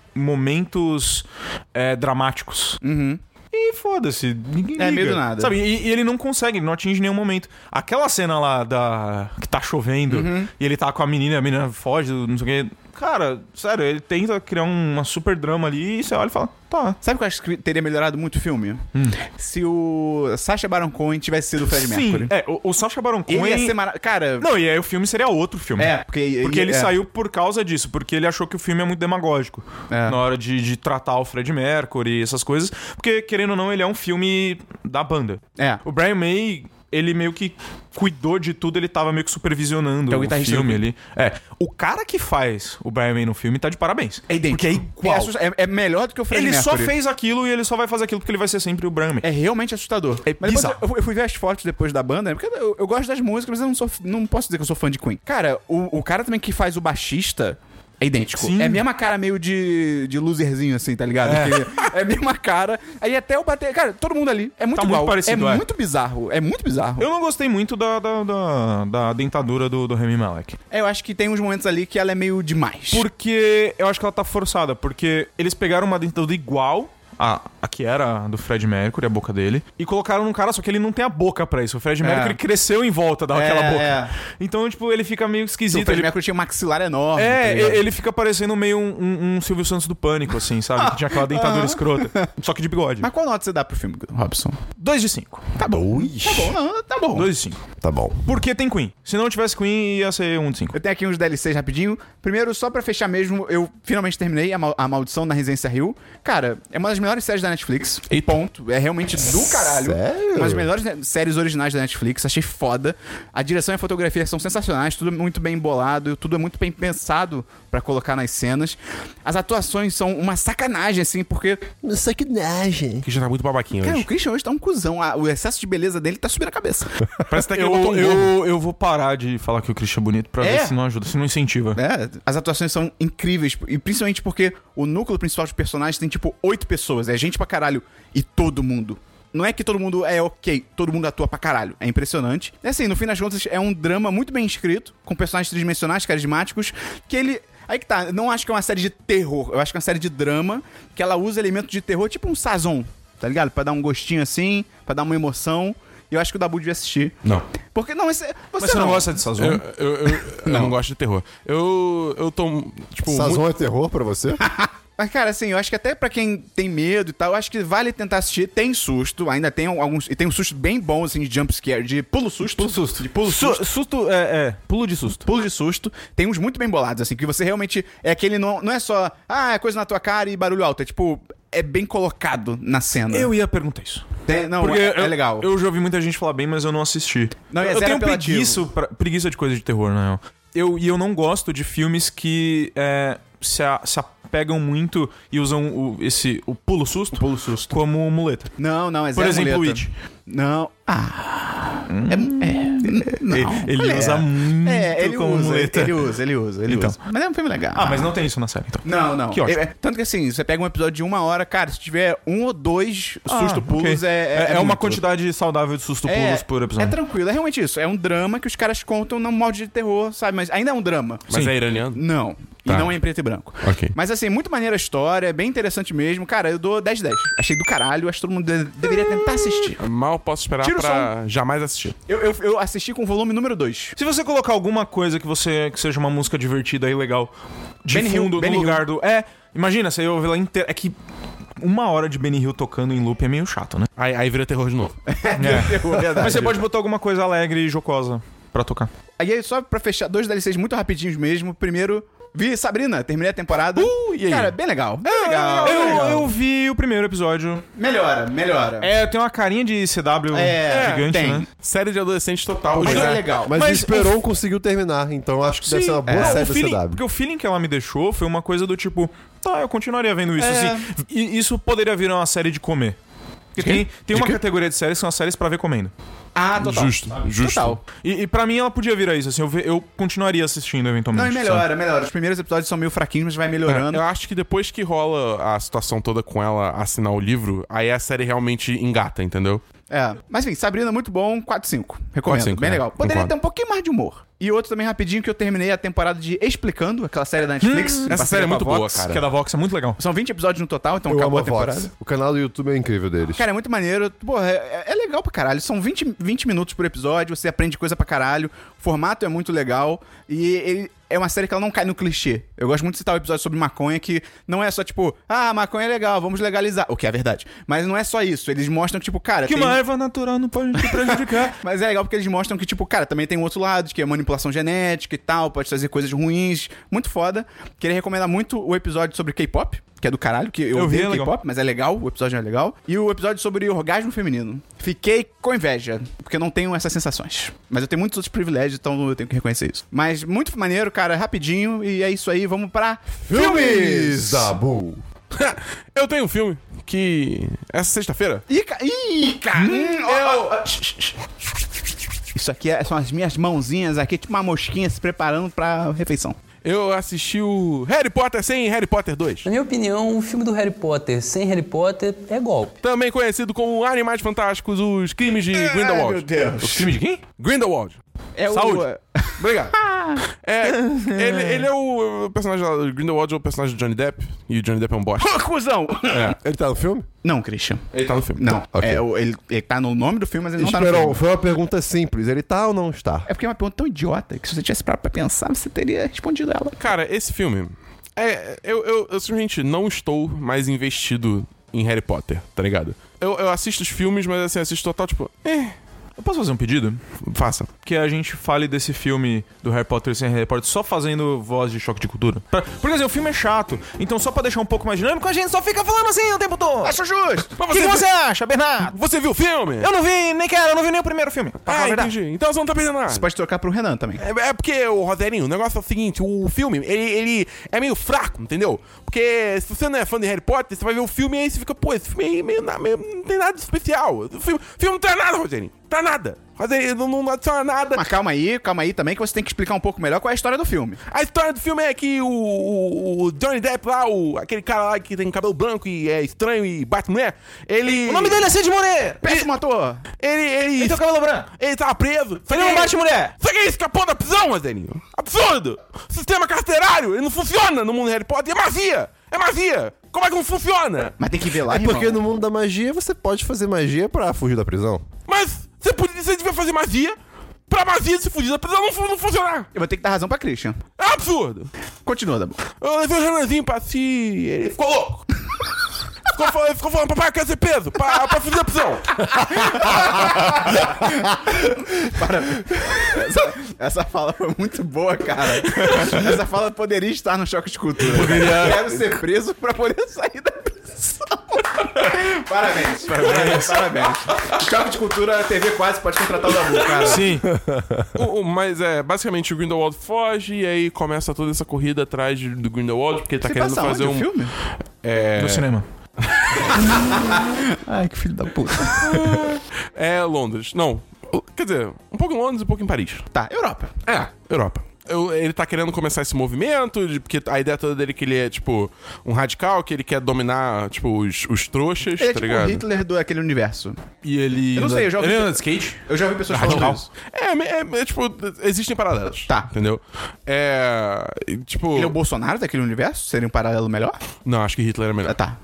Speaker 4: momentos é, dramáticos.
Speaker 1: Uhum.
Speaker 4: E foda-se, ninguém
Speaker 1: É,
Speaker 4: liga.
Speaker 1: meio do nada.
Speaker 4: Sabe, e, e ele não consegue, ele não atinge nenhum momento. Aquela cena lá da que tá chovendo
Speaker 1: Uhum.
Speaker 4: e ele tá com a menina, a menina foge, não sei o quê. Cara, sério, ele tenta criar um, uma super drama ali e você olha e fala, tá.
Speaker 1: Sabe o que eu acho que teria melhorado muito o filme?
Speaker 4: Hum.
Speaker 1: Se o Sacha Baron Cohen tivesse sido o Fred Mercury.
Speaker 4: é, o, o Sacha Baron Cohen...
Speaker 1: Ele ia ser mara... Cara,
Speaker 4: Não, e aí o filme seria outro filme.
Speaker 1: É, porque-
Speaker 4: porque ele
Speaker 1: é.
Speaker 4: saiu por causa disso, porque ele achou que o filme é muito demagógico
Speaker 1: É.
Speaker 4: na hora de, de tratar o Fred Mercury e essas coisas, porque querendo ou não, ele é um filme da banda.
Speaker 1: é.
Speaker 4: O Brian May, ele meio que cuidou de tudo, ele tava meio que supervisionando
Speaker 1: Que é o
Speaker 4: o
Speaker 1: guitarrista do
Speaker 4: filme
Speaker 1: Queen.
Speaker 4: ali. É, o cara que faz o Brian May no filme tá de parabéns.
Speaker 1: É idêntico.
Speaker 4: Porque é igual.
Speaker 1: É, assust- é- é melhor do que o Fred
Speaker 4: Ele só
Speaker 1: Mercury.
Speaker 4: fez aquilo e ele só vai fazer aquilo porque ele vai ser sempre o Brian May.
Speaker 1: É realmente assustador. mas depois
Speaker 4: É bizarro.
Speaker 1: eu, eu fui ver as fotos depois da banda, né? porque eu, eu gosto das músicas, mas eu não, sou, não posso dizer que eu sou fã de Queen. Cara, o, o cara também que faz o baixista é idêntico.
Speaker 4: Sim.
Speaker 1: É a mesma cara meio de, de loserzinho, assim, tá ligado? Que É. a mesma cara. Aí até o bater. Cara, todo mundo ali é muito
Speaker 4: Tá muito
Speaker 1: igual.
Speaker 4: parecido,
Speaker 1: é,
Speaker 4: é.
Speaker 1: muito bizarro. É muito bizarro.
Speaker 4: Eu não gostei muito da, da, da, da dentadura do, do Remy Malek.
Speaker 1: É, eu acho que tem uns momentos ali que ela é meio demais.
Speaker 4: Porque eu acho que ela tá forçada, porque eles pegaram uma dentadura igual a, a que era a do Fred Mercury, a boca dele, e colocaram num cara, só que ele não tem a boca pra isso. O Fred Mercury cresceu em volta daquela
Speaker 1: É,
Speaker 4: boca.
Speaker 1: é.
Speaker 4: Então, tipo, ele fica meio esquisito.
Speaker 1: o Fred
Speaker 4: ele-
Speaker 1: Mercury tinha um maxilar enorme. tá
Speaker 4: É,
Speaker 1: ligado?
Speaker 4: e- ele fica parecendo meio um, um- um Silvio Santos do Pânico, assim, sabe? Que tinha
Speaker 1: <laughs>
Speaker 4: aquela dentadura escrota. Só que de bigode.
Speaker 1: Ah. Mas qual nota você dá pro filme, Robson?
Speaker 4: 2 de 5.
Speaker 2: Tá bom. Ixi.
Speaker 1: Bom, não, tá bom.
Speaker 4: 2 de 5.
Speaker 2: Tá bom.
Speaker 4: Porque tem Queen. Se não tivesse Queen, ia ser 1 de 5.
Speaker 1: Eu tenho aqui uns DLCs rapidinho. Primeiro, só pra fechar mesmo, eu finalmente terminei a, Mal- a Maldição na Residência Rio. Cara, é uma das melhores séries da Netflix.
Speaker 3: Eita.
Speaker 1: Ponto. É realmente do caralho.
Speaker 2: Sério?
Speaker 1: Uma das melhores ne- séries originais da Netflix. Achei foda. A direção e a fotografia são sensacionais. Tudo é muito bem embolado. Tudo é muito bem pensado pra colocar nas cenas. As atuações são uma sacanagem, assim, porque...
Speaker 2: Sacanagem.
Speaker 3: Que já tá muito babaquinho
Speaker 1: Cara, o
Speaker 3: hoje.
Speaker 1: Christian hoje tá um cuzão. Ah, O excesso de beleza dele tá subindo a cabeça.
Speaker 3: Parece até que eu,
Speaker 4: Eu,
Speaker 3: eu,
Speaker 4: eu, eu vou parar de falar que o Christian é bonito pra
Speaker 1: um É?
Speaker 4: ver se não ajuda, se não incentiva.
Speaker 1: É, as atuações são incríveis, e principalmente porque o núcleo principal de personagens tem tipo oito pessoas, é gente pra caralho, e todo mundo. Não é que todo mundo é ok, todo mundo atua pra caralho. É impressionante. É assim, no fim das contas, é um drama muito bem escrito, com personagens tridimensionais, carismáticos, que ele. Aí que tá, não acho que é uma série de terror, eu acho que é uma série de drama, que ela usa elementos de terror, tipo um sazon, tá ligado? Pra dar um gostinho assim, pra dar uma emoção. E eu acho que o Dabu devia assistir.
Speaker 3: Não.
Speaker 1: Porque não, esse, você,
Speaker 4: Mas você não gosta de Sazon?
Speaker 3: Eu, eu, eu, eu não gosto de terror. Eu, eu tô, tipo...
Speaker 2: Sazon
Speaker 3: muito-
Speaker 2: é terror pra você?
Speaker 1: Mas, cara, assim, eu acho que até pra quem tem medo e tal, eu acho que vale tentar assistir. Tem susto, ainda tem alguns. E tem um susto bem bom, assim, de jump scare, de pulo susto. Pulo susto. De pulo susto.
Speaker 4: Su- susto, é, é, pulo de susto.
Speaker 1: Pulo de susto. Tem uns muito bem bolados, assim, que você realmente. É aquele. Não, não é só. Ah, é coisa na tua cara e barulho alto. É tipo. É bem colocado na cena.
Speaker 4: Eu ia perguntar isso.
Speaker 1: Tem- não,
Speaker 4: Porque
Speaker 1: é, é
Speaker 4: eu-
Speaker 1: legal.
Speaker 4: Eu já ouvi muita gente falar bem, mas eu não assisti.
Speaker 1: Não, é
Speaker 4: eu
Speaker 1: zero
Speaker 4: tenho
Speaker 1: apelativo.
Speaker 4: preguiça, pra- preguiça de coisa de terror, na real. Eu, e eu não gosto de filmes que é, se, a- se apegam muito e usam o, esse, o pulo susto como muleta.
Speaker 1: Não, não, é
Speaker 4: Por
Speaker 1: zero
Speaker 4: exemplo,
Speaker 1: muleta.
Speaker 4: It.
Speaker 1: Não. Ah. É. é não.
Speaker 4: Ele- ele usa muito
Speaker 1: É, ele
Speaker 4: como
Speaker 1: usa,
Speaker 4: muleta.
Speaker 1: Ele usa, ele usa, ele
Speaker 4: Então.
Speaker 1: usa. Mas é um filme legal.
Speaker 4: Ah, mas não tem isso na série, então.
Speaker 1: Não, não.
Speaker 4: Que ótimo.
Speaker 1: É, é, tanto que assim, você pega um episódio de uma hora, cara, se tiver um ou dois susto pulos,
Speaker 4: Ah, ok.
Speaker 1: é,
Speaker 4: é, uma
Speaker 1: muito.
Speaker 4: quantidade saudável de susto
Speaker 1: É,
Speaker 4: pulos por
Speaker 1: É
Speaker 4: episódio.
Speaker 1: tranquilo, é realmente isso. É um drama que os caras contam num modo de terror, sabe? Mas ainda é um drama.
Speaker 3: Mas é iraniano?
Speaker 1: Não. E
Speaker 3: Tá.
Speaker 1: não é em preto e branco.
Speaker 3: Ok.
Speaker 1: Mas assim, muito maneira a história, é bem interessante mesmo. Cara, eu dou 10 10. Achei do caralho, acho que todo mundo de- deveria tentar assistir.
Speaker 3: Mal posso esperar
Speaker 1: Tira o
Speaker 3: pra jamais assistir.
Speaker 1: Eu, eu, eu assisti com o volume número 2.
Speaker 4: Se você colocar alguma coisa que você que seja uma música divertida e legal de
Speaker 1: Benny Hill,
Speaker 4: fundo
Speaker 1: Benny
Speaker 4: no
Speaker 1: Hill.
Speaker 4: lugar do é, imagina você ouve lá inteira, é que uma hora de Benny Hill tocando em loop é meio
Speaker 1: <laughs>
Speaker 4: chato, né?
Speaker 3: Aí, aí vira terror de novo.
Speaker 4: É.
Speaker 1: verdade.
Speaker 4: Mas você pode botar alguma coisa alegre e jocosa pra tocar.
Speaker 1: Aí aí, só pra fechar, dois DLCs muito rapidinhos mesmo. Primeiro, vi Sabrina, terminei a temporada. Uh,
Speaker 3: e aí?
Speaker 1: Cara, bem legal.
Speaker 4: Ah.
Speaker 1: Bem legal. bem
Speaker 4: eu,
Speaker 1: legal.
Speaker 4: eu vi o primeiro episódio.
Speaker 1: Melhora, melhora.
Speaker 4: É, tem uma carinha de CW
Speaker 1: É,
Speaker 4: gigante,
Speaker 1: tem.
Speaker 4: né?
Speaker 3: Série de adolescente total.
Speaker 1: mas
Speaker 3: já.
Speaker 1: é legal.
Speaker 2: Mas,
Speaker 4: Mas
Speaker 2: o Esperon conseguiu terminar, então acho que deve ser uma boa
Speaker 4: Não, é, o
Speaker 2: série
Speaker 4: feeling,
Speaker 2: da CW.
Speaker 4: porque o feeling que ela me deixou foi uma coisa do tipo, tá, eu continuaria vendo isso.
Speaker 1: É.
Speaker 4: assim. E isso poderia virar uma série de comer. Porque tem, tem uma categoria de séries que são as séries pra ver comendo.
Speaker 1: Ah, total.
Speaker 3: Justo, justo.
Speaker 1: Total.
Speaker 4: E, e para mim ela podia virar isso, assim, eu, ve- eu continuaria assistindo
Speaker 1: Não,
Speaker 4: eventualmente.
Speaker 1: e
Speaker 4: sabe?
Speaker 1: melhora, melhora. Os primeiros episódios são meio fraquinhos, mas vai melhorando.
Speaker 3: É, Eu acho que depois que rola a situação toda com ela assinar o livro, aí a série realmente engata, entendeu? <laughs>
Speaker 1: É. Mas enfim, Sabrina, muito bom. 4-5. Recomendo.
Speaker 3: 4-5,
Speaker 1: Bem
Speaker 3: é.
Speaker 1: legal. Poderia
Speaker 3: Concordo.
Speaker 1: ter um pouquinho mais de humor. E outro também rapidinho que eu terminei a temporada de Explicando, aquela série da
Speaker 4: Hum.
Speaker 1: Netflix. em
Speaker 3: Essa série
Speaker 1: parceria com a
Speaker 3: é muito boa,
Speaker 1: Vox.
Speaker 3: cara.
Speaker 4: Que é da Vox, é muito legal.
Speaker 1: São 20 episódios no total, então
Speaker 2: Eu amo
Speaker 1: acabou
Speaker 2: a
Speaker 1: a temporada.
Speaker 2: Vox. O canal do YouTube é incrível deles.
Speaker 1: Cara, é muito maneiro. Porra, é, é legal pra caralho. São 20, 20 minutos por episódio, você aprende coisa pra caralho. O formato é muito legal. E ele- é uma série que ela não cai no clichê. Eu gosto muito de citar o episódio sobre maconha, que não é só tipo, ah, maconha é legal, vamos legalizar. O que é verdade. Mas não é só isso. Eles mostram que, tipo, cara.
Speaker 4: Que
Speaker 1: tem-
Speaker 4: uma erva natural não pode te prejudicar.
Speaker 1: Mas é legal porque eles mostram que, tipo, cara, também tem um outro lado, que é manipulação genética e tal, pode trazer coisas ruins. Muito foda. Queria recomendar muito o episódio sobre K-pop, que é do caralho, que eu,
Speaker 4: Eu vi,
Speaker 1: odeio
Speaker 4: é legal.
Speaker 1: K-pop, mas é legal, o episódio é legal. E o episódio sobre orgasmo feminino. Fiquei com inveja, porque eu não tenho essas sensações. Mas eu tenho muitos outros privilégios, então eu tenho que reconhecer isso. Mas muito maneiro, cara, rapidinho. E é isso aí, vamos pra
Speaker 2: Filmes da Bull.
Speaker 3: Eu tenho um filme que. Essa sexta-feira.
Speaker 1: Ih, ca... Ih, cara! Hum, ó, ó, ó. Isso aqui é- são as minhas mãozinhas aqui, tipo uma mosquinha se preparando pra refeição.
Speaker 3: Eu assisti o Harry Potter sem Harry Potter 2.
Speaker 6: Na minha opinião, o filme do Harry Potter sem Harry Potter é golpe.
Speaker 3: Também conhecido como Animais Fantásticos, os crimes de Grindelwald.
Speaker 1: Deus.
Speaker 4: Filme de quem?
Speaker 3: Grindelwald.
Speaker 1: É <laughs>
Speaker 3: Saúde.
Speaker 1: o...
Speaker 3: Obrigado. É, ele, ele é o personagem lá, o Grindelwald é o personagem do Johnny Depp. E o Johnny Depp é
Speaker 1: <laughs>
Speaker 3: um bosta.
Speaker 1: Ah, cuzão!
Speaker 2: Ele tá no filme?
Speaker 1: Não, Christian.
Speaker 3: Ele tá no filme.
Speaker 1: Não.
Speaker 2: ok.
Speaker 1: É, o- ele, ele tá no nome do filme, mas ele não tá no
Speaker 2: Esperon,
Speaker 1: filme.
Speaker 2: foi uma pergunta simples. Ele tá ou não está?
Speaker 1: É porque é uma pergunta tão idiota que se você tivesse parado pra pensar, você teria respondido ela.
Speaker 3: Cara, esse filme. É, eu, eu, eu simplesmente não estou mais investido em Harry Potter, tá ligado? Eu, eu assisto os filmes, mas assim, assisto total, tipo, eh,
Speaker 4: <laughs> Eu posso fazer um pedido?
Speaker 3: Faça.
Speaker 4: Que a gente fale desse filme do Harry Potter sem Harry Potter só fazendo voz de choque de cultura. Pra- Porque assim, o filme é chato. Então, só pra deixar um pouco mais dinâmico, a gente só fica falando assim o tempo todo.
Speaker 1: Acho justo!
Speaker 4: O que, que você acha, Bernardo?
Speaker 3: Você viu o filme?
Speaker 4: Eu não vi, nem quero, eu não vi nem o primeiro filme. Pra falar a
Speaker 3: Ah,
Speaker 4: verdade.
Speaker 3: entendi. Então você não tá perdendo nada.
Speaker 1: Você pode trocar pro Renan também.
Speaker 3: É, é porque, ô, Rogerinho, o negócio é o seguinte, o filme, ele, ele é meio fraco, entendeu? Porque se você não é fã de Harry Potter, você vai ver o filme e aí você fica, pô, esse filme aí meio, na- meio- não tem nada de especial. O filme, o filme não traz nada, Rogerinho. Não Traz nada. Rogerinho, não, não adiciona nada.
Speaker 1: Mas calma aí, calma aí também, que você tem que explicar um pouco melhor qual é a história do filme.
Speaker 3: A história do filme é que o, o- o Johnny Depp lá, o, aquele cara lá que tem cabelo branco e é estranho e bate mulher, ele...
Speaker 4: O nome dele é Cid Moreira.
Speaker 1: Péssimo ator!
Speaker 3: Ele, ele,
Speaker 4: Ele tem o cabelo branco.
Speaker 3: ele tava preso. Só
Speaker 4: Ele
Speaker 3: que
Speaker 4: não bate mulher.
Speaker 3: Só que ele escapou da prisão, Rogerinho. Absurdo! Sistema carcerário, ele não funciona no mundo de Harry Potter. É magia! É magia! Como é que não funciona?
Speaker 1: Mas tem que ver lá,
Speaker 2: É
Speaker 1: irmão.
Speaker 2: porque no mundo da magia você pode fazer magia pra fugir da prisão.
Speaker 3: Mas você, podia, você devia fazer magia pra magia se fugir da prisão não, fu- não funcionar.
Speaker 1: Eu vou ter que dar razão pra Christian.
Speaker 3: É um absurdo!
Speaker 1: Continua, Dabu.
Speaker 3: Eu levei o Renanzinho pra si. Ele ficou louco! Ficou, fal- ficou falando, papai, eu quero ser preso, pra, pra fugir da prisão.
Speaker 1: Essa, <laughs> essa fala foi muito boa, cara. Essa fala poderia estar no choque de cultura. Quero ser preso pra poder sair da prisão. parabéns, parabéns, parabéns. Choque de cultura, a TV quase pode contratar o Dabu, cara.
Speaker 4: Sim.
Speaker 3: O- o- mas é, basicamente o Grindelwald foge e aí começa toda essa corrida atrás de- do Grindelwald, porque ele tá
Speaker 1: Você
Speaker 3: querendo
Speaker 1: passa onde
Speaker 3: fazer
Speaker 1: o
Speaker 3: um.
Speaker 1: filme?
Speaker 3: É,
Speaker 4: No cinema.
Speaker 1: Ai, que filho da puta.
Speaker 3: é Londres. Não. o- Quer dizer, um pouco em Londres e um pouco em Paris.
Speaker 1: Tá, Europa.
Speaker 3: É, Europa. Eu- ele tá querendo começar esse movimento, de- porque a ideia toda dele é que ele é, tipo, um radical, que ele quer dominar, tipo, os, os trouxas,
Speaker 1: Ele é
Speaker 3: tá
Speaker 1: tipo o
Speaker 3: ligado?
Speaker 1: Hitler do aquele universo.
Speaker 4: E ele.
Speaker 1: Eu não sei, eu já ouvi-
Speaker 4: Ele anda de skate?
Speaker 1: Eu já ouvi pessoas
Speaker 4: Radical.
Speaker 1: falando isso.
Speaker 3: É, é, é, tipo, existem paralelos.
Speaker 1: Tá.
Speaker 3: Entendeu? É. e, Tipo.
Speaker 1: Ele é o Bolsonaro daquele universo? Seria um paralelo melhor?
Speaker 3: Não, acho que Hitler é melhor.
Speaker 1: Ah, tá.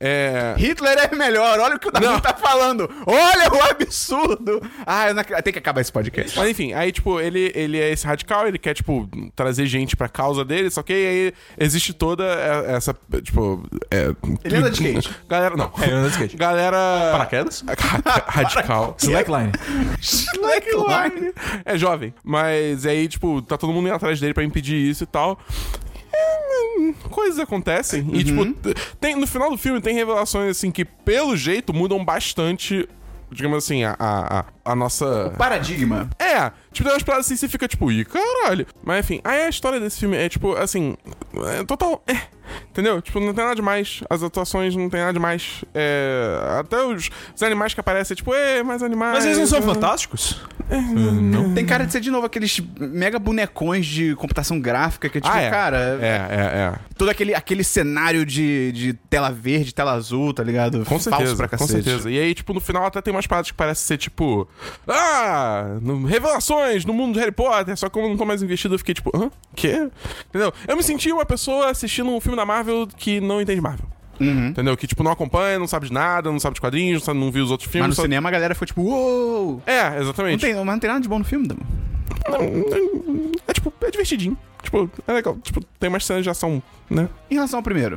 Speaker 3: É.
Speaker 1: Hitler é melhor, olha o que o Dabu
Speaker 3: Não.
Speaker 1: tá falando. Olha o absurdo. Ah, eu não... acredito. tem que acabar esse podcast.
Speaker 3: Mas enfim, aí, tipo, ele, ele é esse radical, ele quer, tipo, trazer gente pra causa dele, só que aí existe toda e- essa, tipo. É,
Speaker 1: Ele anda
Speaker 3: <laughs>
Speaker 1: de skate.
Speaker 3: Galera, não.
Speaker 4: É, ele anda de skate.
Speaker 3: Galera.
Speaker 4: Paraquedas?
Speaker 3: <laughs> Radical.
Speaker 4: Slackline.
Speaker 1: Slackline.
Speaker 3: É jovem. Mas aí, tipo, tá todo mundo indo atrás dele pra impedir isso e tal. É, hum, Coisas acontecem. E,
Speaker 4: Uhum.
Speaker 3: tipo, t- tem, no final do filme tem revelações, assim, que pelo jeito mudam bastante, digamos assim, a, a, a- a nossa.
Speaker 1: Paradigma.
Speaker 3: É, tipo, tem umas paradas assim, você fica tipo, ih, caralho. Mas enfim, aí a história desse filme é tipo, assim, é total. É, entendeu? Tipo, não tem nada demais. As atuações não tem nada demais. É, até os, os animais que aparecem, é tipo, é, mais animais.
Speaker 4: Mas eles não são
Speaker 3: é.
Speaker 4: fantásticos? Não.
Speaker 1: Tem cara de ser de novo aqueles mega bonecões de computação gráfica que é tipo,
Speaker 3: Ah, é.
Speaker 1: cara,
Speaker 3: É, é, é.
Speaker 1: todo aquele, aquele cenário de, de tela verde, tela azul, tá ligado?
Speaker 3: Com certeza.
Speaker 1: Falso pra
Speaker 3: com
Speaker 1: cacete.
Speaker 3: certeza. E aí, tipo, no final até tem umas paradas que parecem ser tipo. Ah! no- revelações no mundo de Harry Potter. Só que como eu não tô mais investido, eu fiquei tipo, hã? Quê? Entendeu? Eu me senti uma pessoa assistindo um filme da Marvel que não entende Marvel.
Speaker 1: Uhum.
Speaker 3: Entendeu? Que, tipo, não acompanha, não sabe de nada, não sabe de quadrinhos, não, sabe- não viu os outros
Speaker 1: Mas no
Speaker 3: filmes. só-
Speaker 1: cinema a galera ficou tipo, uou!
Speaker 3: É,
Speaker 1: Não
Speaker 3: exatamente.
Speaker 1: tem, mas não tem nada de bom no filme, Dabu.
Speaker 3: Não, é, tipo, é divertidinho. Tipo, é legal. Tipo, tem umas cenas de ação, né?
Speaker 1: Em relação ao primeiro.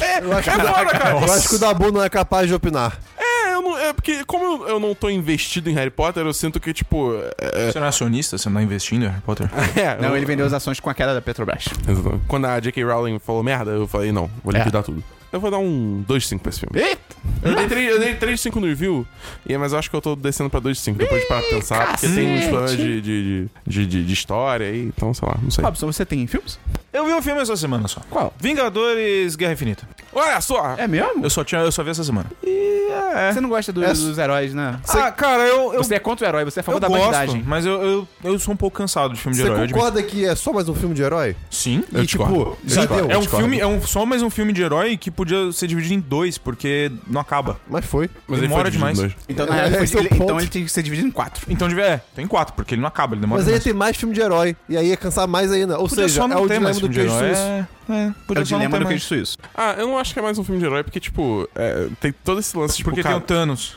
Speaker 3: É, eu acho é foda, cara.
Speaker 2: Eu acho que o Dabu não é capaz de opinar.
Speaker 3: É, eu não, é porque como eu, eu não tô investido em Harry Potter, eu sinto que, tipo. É,
Speaker 4: Você não é acionista? Você não tá investindo em Harry Potter?
Speaker 3: é,
Speaker 1: Não,
Speaker 3: eu-
Speaker 1: ele vendeu as ações com a queda da Petrobras.
Speaker 3: Exatamente. Quando a J.K. Rowling falou merda, eu falei, não, vou
Speaker 1: É.
Speaker 3: liquidar tudo. Eu vou dar um 2,5 pra esse filme.
Speaker 1: Eita!
Speaker 3: Eu dei três- eu dei 3,5 no review, e- é, mas eu acho que eu tô descendo pra 2,5 depois para pensar, porque tem uns fãs de, de, de, de, de história aí, então sei lá, não sei.
Speaker 1: Robson, você tem filmes?
Speaker 4: Eu vi um filme essa semana só.
Speaker 1: Qual?
Speaker 4: Vingadores Guerra Infinita.
Speaker 3: Olha só!
Speaker 1: É mesmo?
Speaker 4: Eu só, tinha, eu só vi essa semana.
Speaker 1: Você não gosta do-
Speaker 2: É-
Speaker 1: dos heróis, né?
Speaker 4: Ah, cara, eu. eu...
Speaker 1: Você é contra o herói, você é a favor
Speaker 4: Eu
Speaker 1: da
Speaker 4: gosto,
Speaker 1: bandidagem.
Speaker 4: mas eu, eu, eu sou um pouco cansado de filme de
Speaker 2: Você
Speaker 4: herói. eu admito.
Speaker 2: concorda que é só mais um filme de herói?
Speaker 4: Sim.
Speaker 3: Eu
Speaker 2: e
Speaker 3: discordo.
Speaker 2: tipo, já
Speaker 4: Sim.
Speaker 2: deu.
Speaker 4: é um filme, é um, só mais um filme de herói que podia ser dividido em dois, porque não acaba.
Speaker 2: Mas foi.
Speaker 3: Mas ele foi
Speaker 4: demora
Speaker 3: dividido em
Speaker 4: demais.
Speaker 3: dois.
Speaker 1: Então, na real,
Speaker 2: É,
Speaker 1: ele foi-
Speaker 2: esse é o
Speaker 1: ele- então
Speaker 2: ponto.
Speaker 1: ele tem que ser dividido em quatro.
Speaker 4: Então, de- é, tem quatro, porque ele não acaba, ele demora
Speaker 2: Mas aí ia
Speaker 4: demais.
Speaker 2: ter mais filme de herói. E aí ia cansar mais ainda. Ou
Speaker 4: Podia
Speaker 2: seja,
Speaker 4: só
Speaker 2: é o
Speaker 4: não ter
Speaker 2: dilema
Speaker 4: mais
Speaker 2: do
Speaker 4: filme de
Speaker 2: queijo
Speaker 4: herói.
Speaker 2: suíço.
Speaker 4: É, é,
Speaker 1: É
Speaker 4: podia
Speaker 1: o
Speaker 4: só não
Speaker 1: dilema
Speaker 4: ter
Speaker 1: do
Speaker 4: mais.
Speaker 1: queijo suíço.
Speaker 3: Ah, eu não acho que é mais um filme de herói, porque, tipo, é, tem todo esse lance, tipo,
Speaker 4: Porque
Speaker 3: cara-
Speaker 4: tem um o Thanos.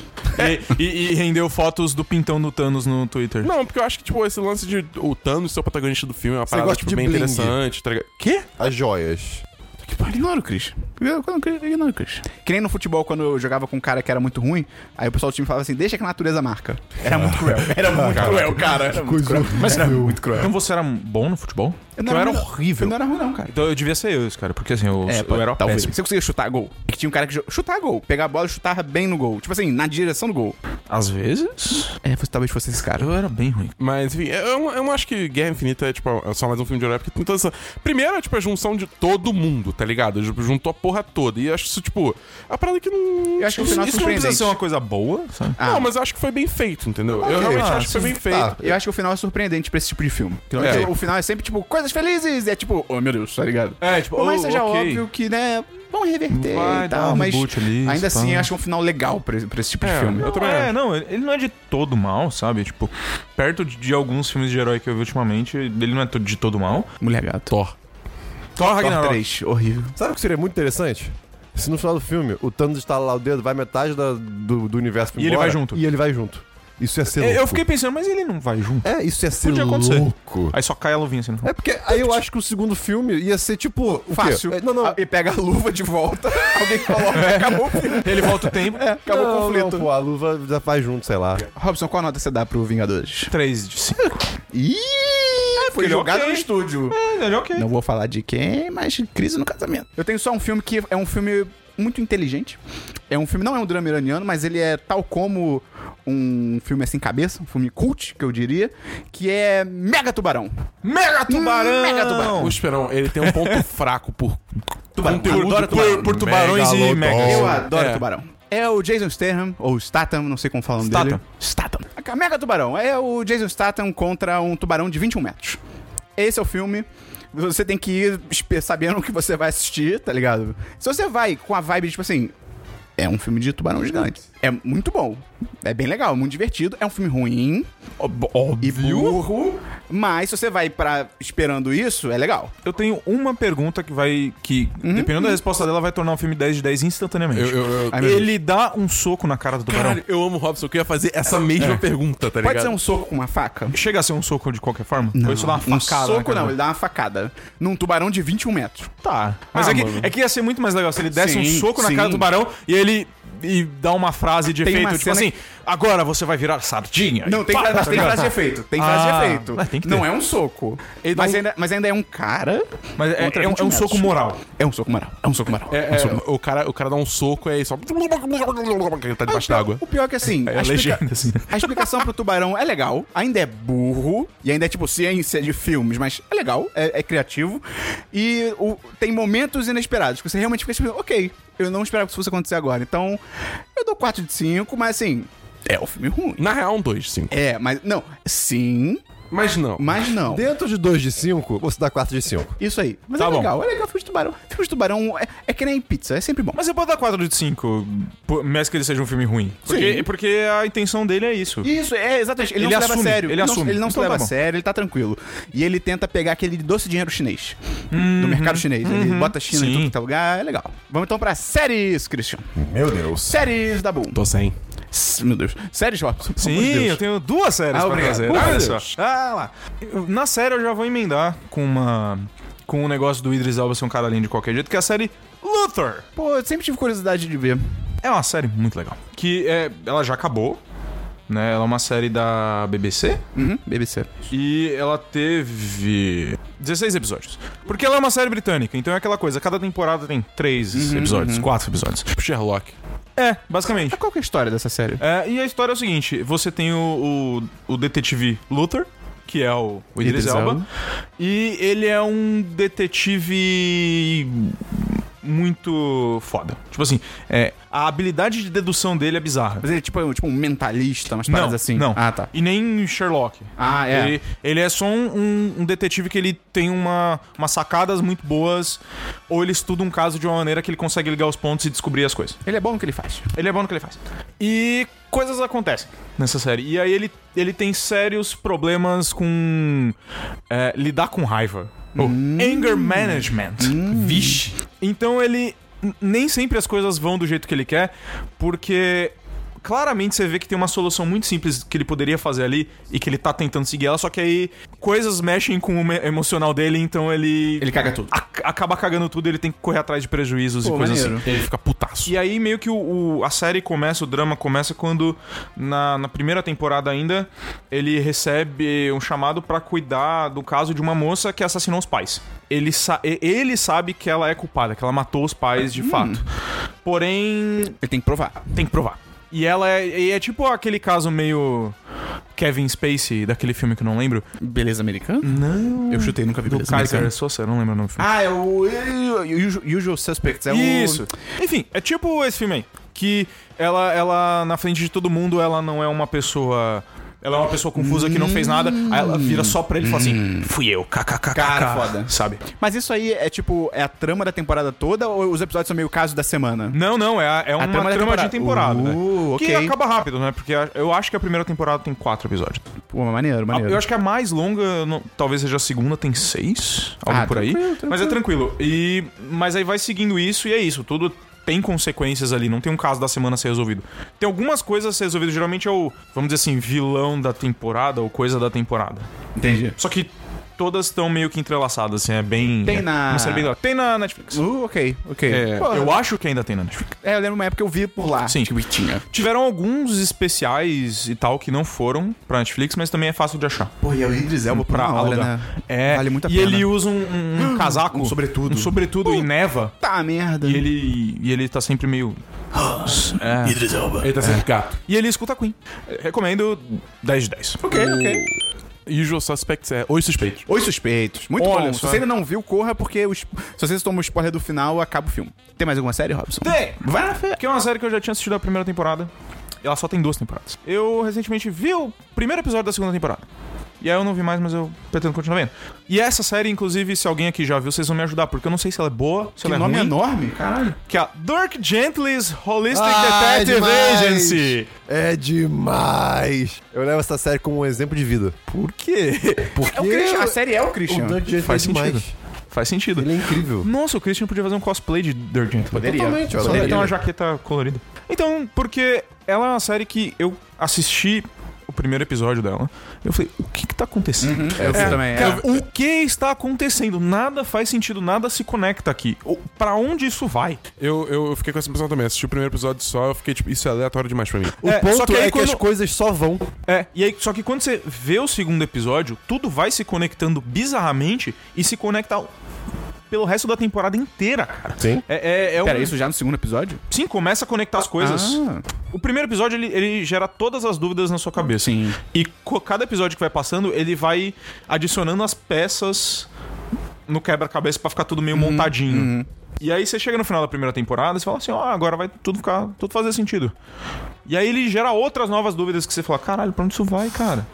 Speaker 4: E, e- e rendeu fotos do pintão do Thanos no Twitter.
Speaker 3: Não, porque eu acho que, tipo, esse lance de o Thanos ser o protagonista do filme é uma parada,
Speaker 2: gosta
Speaker 3: tipo,
Speaker 2: de
Speaker 3: bem
Speaker 2: bling.
Speaker 4: é.
Speaker 3: interessante, tá ligado? Quê?
Speaker 2: As joias.
Speaker 1: Ignora o Chris. Eu- quando eu- eu não, Chris. Que nem no futebol, quando eu jogava com um cara que era muito ruim, aí o pessoal do time falava assim, deixa que a natureza marca. Era muito cruel. <laughs> Era muito cruel, cara. Era muito cruel. Mas era muito cruel.
Speaker 4: Então você era bom no futebol?
Speaker 1: Eu
Speaker 4: eu era um
Speaker 1: ruim,
Speaker 4: horrível.
Speaker 1: Eu não era um ruim, não, cara.
Speaker 4: Então eu devia ser eu, esse cara, porque assim, eu,
Speaker 1: É,
Speaker 4: eu era
Speaker 1: talvez.
Speaker 4: péssimo.
Speaker 1: Você conseguia chutar gol? É que tinha um cara que jo- chutar gol, pegar a bola e chutava bem no gol. Tipo assim, na direção do gol.
Speaker 4: Às vezes,
Speaker 1: É, você- talvez fosse esse cara.
Speaker 4: eu era bem ruim.
Speaker 3: Mas, enfim, eu, eu- eu não acho que Guerra Infinita é, tipo, é só mais um filme de herói, porque tem toda essa... Primeiro, é, tipo, a junção de todo mundo, tá ligado? Tipo, Juntou a porra toda. E eu acho isso, tipo, a parada que não...
Speaker 1: Eu acho que o
Speaker 3: isso,
Speaker 1: final é
Speaker 3: isso não precisa
Speaker 1: surpreendente.
Speaker 3: ser
Speaker 4: Isso é uma coisa boa, sabe?
Speaker 1: Ah.
Speaker 3: Não, mas eu acho que foi bem feito, entendeu? eu realmente
Speaker 4: ah,
Speaker 3: acho que foi bem feito.
Speaker 2: tá.
Speaker 1: Eu acho que o final é surpreendente pra esse tipo de filme. Que não-
Speaker 3: É.
Speaker 1: O final é sempre tipo, coisas felizes! E é tipo, oh meu Deus, tá ligado?
Speaker 4: É, tipo,
Speaker 1: Por mais
Speaker 4: oh,
Speaker 1: que seja
Speaker 4: ok.
Speaker 1: óbvio que, né, vão reverter
Speaker 4: Vai
Speaker 1: e
Speaker 4: dar
Speaker 1: tal,
Speaker 4: um
Speaker 1: mas
Speaker 4: reboot ali,
Speaker 1: ainda
Speaker 4: isso,
Speaker 1: assim
Speaker 4: pá.
Speaker 1: eu acho um final legal pra, esse- pra esse tipo de
Speaker 3: É,
Speaker 1: filme.
Speaker 3: eu também
Speaker 4: É, não, ele não é de todo mal, sabe? Tipo, perto de, de alguns filmes de herói que eu vi ultimamente, ele não é to- de todo mal.
Speaker 1: Mulher gato.
Speaker 3: Thor.
Speaker 4: Thor
Speaker 1: Thor
Speaker 4: Ragnarok.
Speaker 1: 3, horrível.
Speaker 2: Sabe o que seria muito interessante? Se no final do filme o Thanos estala lá o dedo, vai metade da- do, do universo pra
Speaker 4: E ele
Speaker 2: embora,
Speaker 4: vai junto. É,
Speaker 2: E ele vai junto. Isso ia ser
Speaker 4: Eu,
Speaker 2: louco.
Speaker 4: eu fiquei pensando, mas ele não vai junto.
Speaker 2: É, isso ia ser
Speaker 4: Podia acontecer.
Speaker 2: louco.
Speaker 4: Aí só cai a luvinha assim.
Speaker 2: É porque aí eu acho que o segundo filme ia ser tipo. o quê?
Speaker 1: Fácil.
Speaker 2: É, Não, não.
Speaker 1: Ah, E pega a luva de volta, <laughs> alguém coloca, acabou o filme.
Speaker 4: Ele volta o tempo. <laughs> É.
Speaker 1: Acabou
Speaker 2: não,
Speaker 1: o conflito.
Speaker 2: Não, pô, a luva já vai junto, sei lá.
Speaker 1: Robson, qual nota você dá pro Vingadores?
Speaker 4: 3 de 5.
Speaker 1: Ih! foi
Speaker 4: ele é
Speaker 1: jogado
Speaker 4: ok.
Speaker 1: no estúdio.
Speaker 4: É, ele é ok.
Speaker 1: Não vou falar de quem, mas crise no casamento. Eu tenho só um filme que é um filme muito inteligente. É um filme, não é um drama iraniano, mas ele é tal como um filme assim cabeça, um filme cult, que eu diria, que é Mega Tubarão.
Speaker 4: Mega tubarão!
Speaker 1: Hum, Mega tubarão.
Speaker 3: O Esperão, ele tem
Speaker 1: <laughs>
Speaker 3: um ponto fraco por
Speaker 1: Tubarão.
Speaker 3: conteúdo
Speaker 1: Adoro
Speaker 3: por,
Speaker 1: tubarão.
Speaker 3: por tubarões
Speaker 2: Megalodon.
Speaker 3: e megas.
Speaker 1: Eu adoro
Speaker 3: É.
Speaker 1: Tubarão. É o Jason Statham, ou Statham, não sei como falam
Speaker 4: Statham.
Speaker 1: dele. Statham. A Mega Tubarão. É o Jason Statham contra um tubarão de 21 metros. Esse é o filme. Você tem que ir espe- sabendo o que você vai assistir, tá ligado? Se você vai com a vibe, tipo assim... É um filme de tubarão gigante. É muito bom. É bem legal, muito divertido. É um filme ruim e burro. Mas se você vai pra esperando isso, é legal.
Speaker 4: Eu tenho uma pergunta que vai. que,
Speaker 1: Uhum,
Speaker 4: dependendo da resposta dela, vai tornar o filme 10 de 10 instantaneamente.
Speaker 3: Eu, eu, eu-
Speaker 1: Ai, meu Deus.
Speaker 4: Ele dá um soco na cara do tubarão.
Speaker 3: Caralho, eu amo o Robson, que eu ia fazer essa mesma pergunta, tá ligado?
Speaker 1: É. Pode ser um soco com uma faca?
Speaker 4: Chega a ser um soco de qualquer forma? Ou isso dá uma facada?
Speaker 1: um
Speaker 4: na
Speaker 1: soco
Speaker 4: cara
Speaker 1: não,
Speaker 4: dele?
Speaker 1: ele dá uma facada. Num tubarão de 21 metros.
Speaker 4: Tá. Mas
Speaker 1: Ah,
Speaker 4: é, que,
Speaker 1: mano.
Speaker 4: é que ia ser muito mais legal se ele desse um
Speaker 1: Sim,
Speaker 4: soco na
Speaker 1: sim. Ah,
Speaker 4: cara do tubarão e ele e dá uma frase de
Speaker 1: Tem uma
Speaker 4: efeito, tipo
Speaker 1: cena
Speaker 4: assim, agora você vai virar sardinha.
Speaker 1: Não,
Speaker 4: E
Speaker 1: tem,
Speaker 4: pá,
Speaker 1: fra- mas
Speaker 4: tá
Speaker 1: tem
Speaker 4: ligado?
Speaker 1: frase de efeito. Tem frase
Speaker 4: Ah,
Speaker 1: de efeito.
Speaker 4: mas tem que ter.
Speaker 1: não é um soco.
Speaker 4: dá
Speaker 1: Mas,
Speaker 4: um-
Speaker 1: ainda, mas ainda é um cara.
Speaker 4: Mas é,
Speaker 1: contra
Speaker 4: é um,
Speaker 1: 20
Speaker 4: é um
Speaker 1: metros.
Speaker 4: soco moral.
Speaker 1: É um soco moral. É um soco moral.
Speaker 3: É, é, o, cara, o cara dá um soco e aí só. <laughs> Ele tá debaixo d'água.
Speaker 1: O pior é que assim,
Speaker 4: <laughs> É
Speaker 1: a,
Speaker 4: a
Speaker 1: explica-
Speaker 4: legenda, assim.
Speaker 1: <laughs> a explicação pro tubarão é legal, ainda é burro, e ainda é tipo ciência de filmes, mas é legal, é, é criativo. E o- tem momentos inesperados que você realmente fica tipo, ok, eu não esperava que isso fosse acontecer agora. Então, eu dou 4 de 5, mas assim, é um filme ruim.
Speaker 3: Na real, um 2, sim.
Speaker 1: É, mas. Não, sim,
Speaker 3: Mas não.
Speaker 1: mas não.
Speaker 2: Dentro de 2 de 5, você dá 4 de 5.
Speaker 1: Isso aí. Mas
Speaker 4: Tá
Speaker 1: é
Speaker 4: bom.
Speaker 1: legal, é legal filme de tubarão. Filme de tubarão é, é que nem pizza, é sempre bom.
Speaker 4: Mas você pode dar 4 de 5, por- mesmo que ele seja um filme ruim. Porque, porque a intenção dele é isso.
Speaker 1: Isso, é exatamente. Ele,
Speaker 4: Ele
Speaker 1: não se
Speaker 4: assume,
Speaker 1: leva a sério.
Speaker 4: ele
Speaker 1: não,
Speaker 4: assume.
Speaker 1: Ele não
Speaker 4: Então
Speaker 1: se
Speaker 4: tá
Speaker 1: leva
Speaker 4: bom.
Speaker 1: a sério, ele tá tranquilo. E ele tenta pegar aquele doce dinheiro chinês. do mercado chinês. Ele bota China em
Speaker 4: Uhum. sim.
Speaker 1: tudo que é lugar, é legal. Vamos então pra séries, Christian.
Speaker 2: Meu Deus.
Speaker 1: Séries da Boom.
Speaker 3: Tô sem.
Speaker 1: S- Meu Deus. Séries, Robson. pelo amor de
Speaker 4: Sim,
Speaker 1: Deus.
Speaker 4: eu tenho duas séries
Speaker 1: Ah,
Speaker 4: pra
Speaker 1: obrigado.
Speaker 4: fazer.
Speaker 1: Por
Speaker 4: Olha só.
Speaker 1: Deus.
Speaker 4: Ah, lá. Eu- Na série eu já vou emendar com uma. Com o negócio do Idris Elba ser um cara lindo de qualquer jeito, que é a série Luthor.
Speaker 1: Pô, eu sempre tive curiosidade de ver.
Speaker 4: É uma série muito legal. Que é, ela já acabou. Né? Ela é uma série da BBC.
Speaker 1: Uhum, BBC.
Speaker 4: E ela teve 16 episódios. Porque ela é uma série britânica, então é aquela coisa, cada temporada tem
Speaker 1: Uhum,
Speaker 4: 3 episódios, 4 episódios.
Speaker 3: Tipo Sherlock.
Speaker 4: É, basicamente.
Speaker 1: Qual que é a história dessa série?
Speaker 4: É, e a história é o seguinte: você tem o, o, o detetive Luthor, que é o, o Idris,
Speaker 1: Idris
Speaker 4: Elba,
Speaker 1: Elba.
Speaker 4: e ele é um detetive muito foda. Tipo assim, é, a habilidade de dedução dele é bizarra.
Speaker 1: Mas ele é tipo, um- tipo um mentalista, umas paradas assim.
Speaker 4: não.
Speaker 1: Ah, tá.
Speaker 4: E nem Sherlock.
Speaker 1: Ah, é.
Speaker 4: Ele, ele é só um, um- um detetive que ele tem uma, umas sacadas muito boas, ou ele estuda um caso de uma maneira que ele consegue ligar os pontos e descobrir as coisas.
Speaker 1: Ele é bom no que ele faz.
Speaker 4: Ele é bom no que ele faz. E coisas acontecem nessa série. E aí ele, ele tem sérios problemas com é, lidar com raiva. Ou
Speaker 1: Hum.
Speaker 4: anger management. Vixe. Então ele. n- Nem sempre as coisas vão do jeito que ele quer, porque. claramente você vê que tem uma solução muito simples que ele poderia fazer ali e que ele tá tentando seguir ela, só que aí coisas mexem com o me- emocional dele, então ele.
Speaker 1: Ele caga tudo.
Speaker 4: ac- acaba cagando tudo, ele tem que correr atrás de prejuízos
Speaker 1: Pô,
Speaker 4: e coisas
Speaker 1: maneiro.
Speaker 4: assim.
Speaker 3: Ele fica putaço.
Speaker 4: E aí meio que o, o- a série começa, o drama começa quando na, na primeira temporada ainda ele recebe um chamado pra cuidar do caso de uma moça que assassinou os pais. Ele, sa e- ele sabe que ela é culpada, que ela matou os pais de fato. Porém,
Speaker 1: Ele tem que provar.
Speaker 4: tem que provar. E ela é, e é tipo aquele caso meio Kevin Spacey, daquele filme que eu não lembro.
Speaker 1: Beleza americana?
Speaker 4: Não.
Speaker 1: Eu chutei, nunca vi
Speaker 4: Do
Speaker 1: beleza é. americana.
Speaker 4: Kaiser Sosa, eu não lembro o nome do filme.
Speaker 1: Ah, é o Usual, Usual Suspects. É
Speaker 4: Isso.
Speaker 1: o...
Speaker 4: Enfim, é tipo esse filme aí. Que ela, ela, na frente de todo mundo, ela não é uma pessoa. Ela é uma pessoa confusa que não fez nada. Aí ela vira só pra ele e fala assim: fui eu, kkkk.
Speaker 1: Hum. Cara, foda.
Speaker 4: Sabe?
Speaker 1: Mas isso aí é tipo, é a trama da temporada toda ou os episódios são meio caso da semana?
Speaker 4: Não, não, é, a- é uma
Speaker 1: trama
Speaker 4: trama,
Speaker 1: da
Speaker 4: de temporada.
Speaker 1: Uh,
Speaker 4: né? Que
Speaker 1: ok.
Speaker 4: acaba rápido, né? Porque a- eu acho que a primeira temporada tem quatro episódios.
Speaker 1: Pô, maneiro,
Speaker 4: A-
Speaker 1: Ah, maneiro.
Speaker 4: Ah, Eu acho que a mais longa, eu não- talvez seja a segunda, tem seis, algo
Speaker 1: Ah,
Speaker 4: por aí.
Speaker 1: tranquilo, tranquilo.
Speaker 4: Mas é tranquilo. E, mas aí vai seguindo isso e é isso. Tudo tem consequências ali, não tem um caso da semana a ser resolvido. Tem algumas coisas a ser resolvidas, geralmente é o, vamos dizer assim, vilão da temporada ou coisa da temporada.
Speaker 1: Entendi.
Speaker 4: Só que todas estão meio que entrelaçadas, assim, é bem.
Speaker 1: Tem
Speaker 4: é
Speaker 1: na-
Speaker 4: uma série bem legal. Tem na Netflix.
Speaker 1: Uh, ok, ok.
Speaker 4: É,
Speaker 1: Pô,
Speaker 4: eu acho que ainda tem na Netflix.
Speaker 1: é, eu lembro uma época que eu vi por lá.
Speaker 4: Sim.
Speaker 1: que tinha.
Speaker 4: Tiveram alguns especiais e tal que não foram pra Netflix, mas também é fácil de achar.
Speaker 1: Pô, e é o Idris Elba por
Speaker 4: pra
Speaker 1: uma hora,
Speaker 4: alugar.
Speaker 1: né?
Speaker 4: É,
Speaker 1: Vale muito a
Speaker 4: e
Speaker 1: pena.
Speaker 4: ele usa um,
Speaker 1: <gasps>
Speaker 4: um- um casaco.
Speaker 1: um sobretudo.
Speaker 4: Um sobretudo e neva.
Speaker 1: Tá, merda.
Speaker 4: E ele, e ele tá sempre meio. É.
Speaker 3: Ele tá sempre gato.
Speaker 4: E ele escuta Queen. Eh, Recomendo 10 de 10.
Speaker 1: Ok, ok.
Speaker 3: Usual Suspects é Os Suspeitos.
Speaker 1: Os Suspeitos. Muito
Speaker 4: Olha
Speaker 1: bom. Se
Speaker 4: só.
Speaker 1: você ainda não viu, corra, porque os- se você toma o spoiler do final, acaba o filme. Tem mais alguma série, Robson?
Speaker 4: Tem!
Speaker 1: Vai na fé.
Speaker 4: Que é uma série que eu já tinha assistido a primeira temporada. Ela só tem duas temporadas. Eu recentemente vi o primeiro episódio da segunda temporada. E aí eu não vi mais, mas eu pretendo continuar vendo. E essa série, inclusive, se alguém aqui já viu, vocês vão me ajudar, porque eu não sei se ela é boa, se
Speaker 1: Que
Speaker 4: ela é
Speaker 1: nome
Speaker 4: ruim.
Speaker 1: enorme, caralho.
Speaker 4: Que é a Dirk Gently's Holistic
Speaker 2: Ah, é
Speaker 4: Detective
Speaker 2: demais.
Speaker 4: Agency.
Speaker 2: É demais! Eu levo essa série como um exemplo de vida.
Speaker 4: Por quê?
Speaker 2: Porque
Speaker 1: É o Christian, a série é o Christian.
Speaker 2: o Dante Dias
Speaker 4: um Faz
Speaker 2: faz demais.
Speaker 4: sentido. Faz sentido.
Speaker 2: Ele é incrível.
Speaker 4: Nossa, o Christian podia fazer um cosplay de Dirk Gently.
Speaker 1: Poderia.
Speaker 2: Totalmente, eu
Speaker 4: Só deve
Speaker 2: adorei.
Speaker 4: ter uma jaqueta colorida. Então, porque ela é uma série que eu assisti o primeiro episódio dela. Eu falei, o que que tá acontecendo?
Speaker 1: Eu
Speaker 2: É,
Speaker 1: também.
Speaker 4: Cara, o que está acontecendo? Nada faz sentido, nada se conecta aqui. O- Pra onde isso vai?
Speaker 3: Eu, eu, eu fiquei com essa impressão também. Assisti o primeiro episódio só, eu fiquei tipo, isso é aleatório demais pra mim.
Speaker 2: O
Speaker 4: É,
Speaker 2: ponto
Speaker 4: só que
Speaker 2: é
Speaker 4: aí
Speaker 2: que as
Speaker 4: quando-
Speaker 2: coisas só vão.
Speaker 4: É, e aí, só que quando você vê o segundo episódio, tudo vai se conectando bizarramente e se conecta ao- pelo resto da temporada inteira, cara.
Speaker 2: Sim.
Speaker 4: É, é, é um-
Speaker 1: Pera, isso já no segundo episódio?
Speaker 4: Sim, começa a conectar as coisas.
Speaker 1: Ah.
Speaker 4: O primeiro episódio, ele, ele gera todas as dúvidas na sua cabeça.
Speaker 1: Sim.
Speaker 4: E co- cada episódio que vai passando, ele vai adicionando as peças no quebra-cabeça pra ficar tudo meio montadinho. E aí você chega no final da primeira temporada e fala assim, ó, agora vai tudo ficar, tudo fazer sentido. E aí ele gera outras novas dúvidas que você fala, caralho, pra onde isso vai, cara?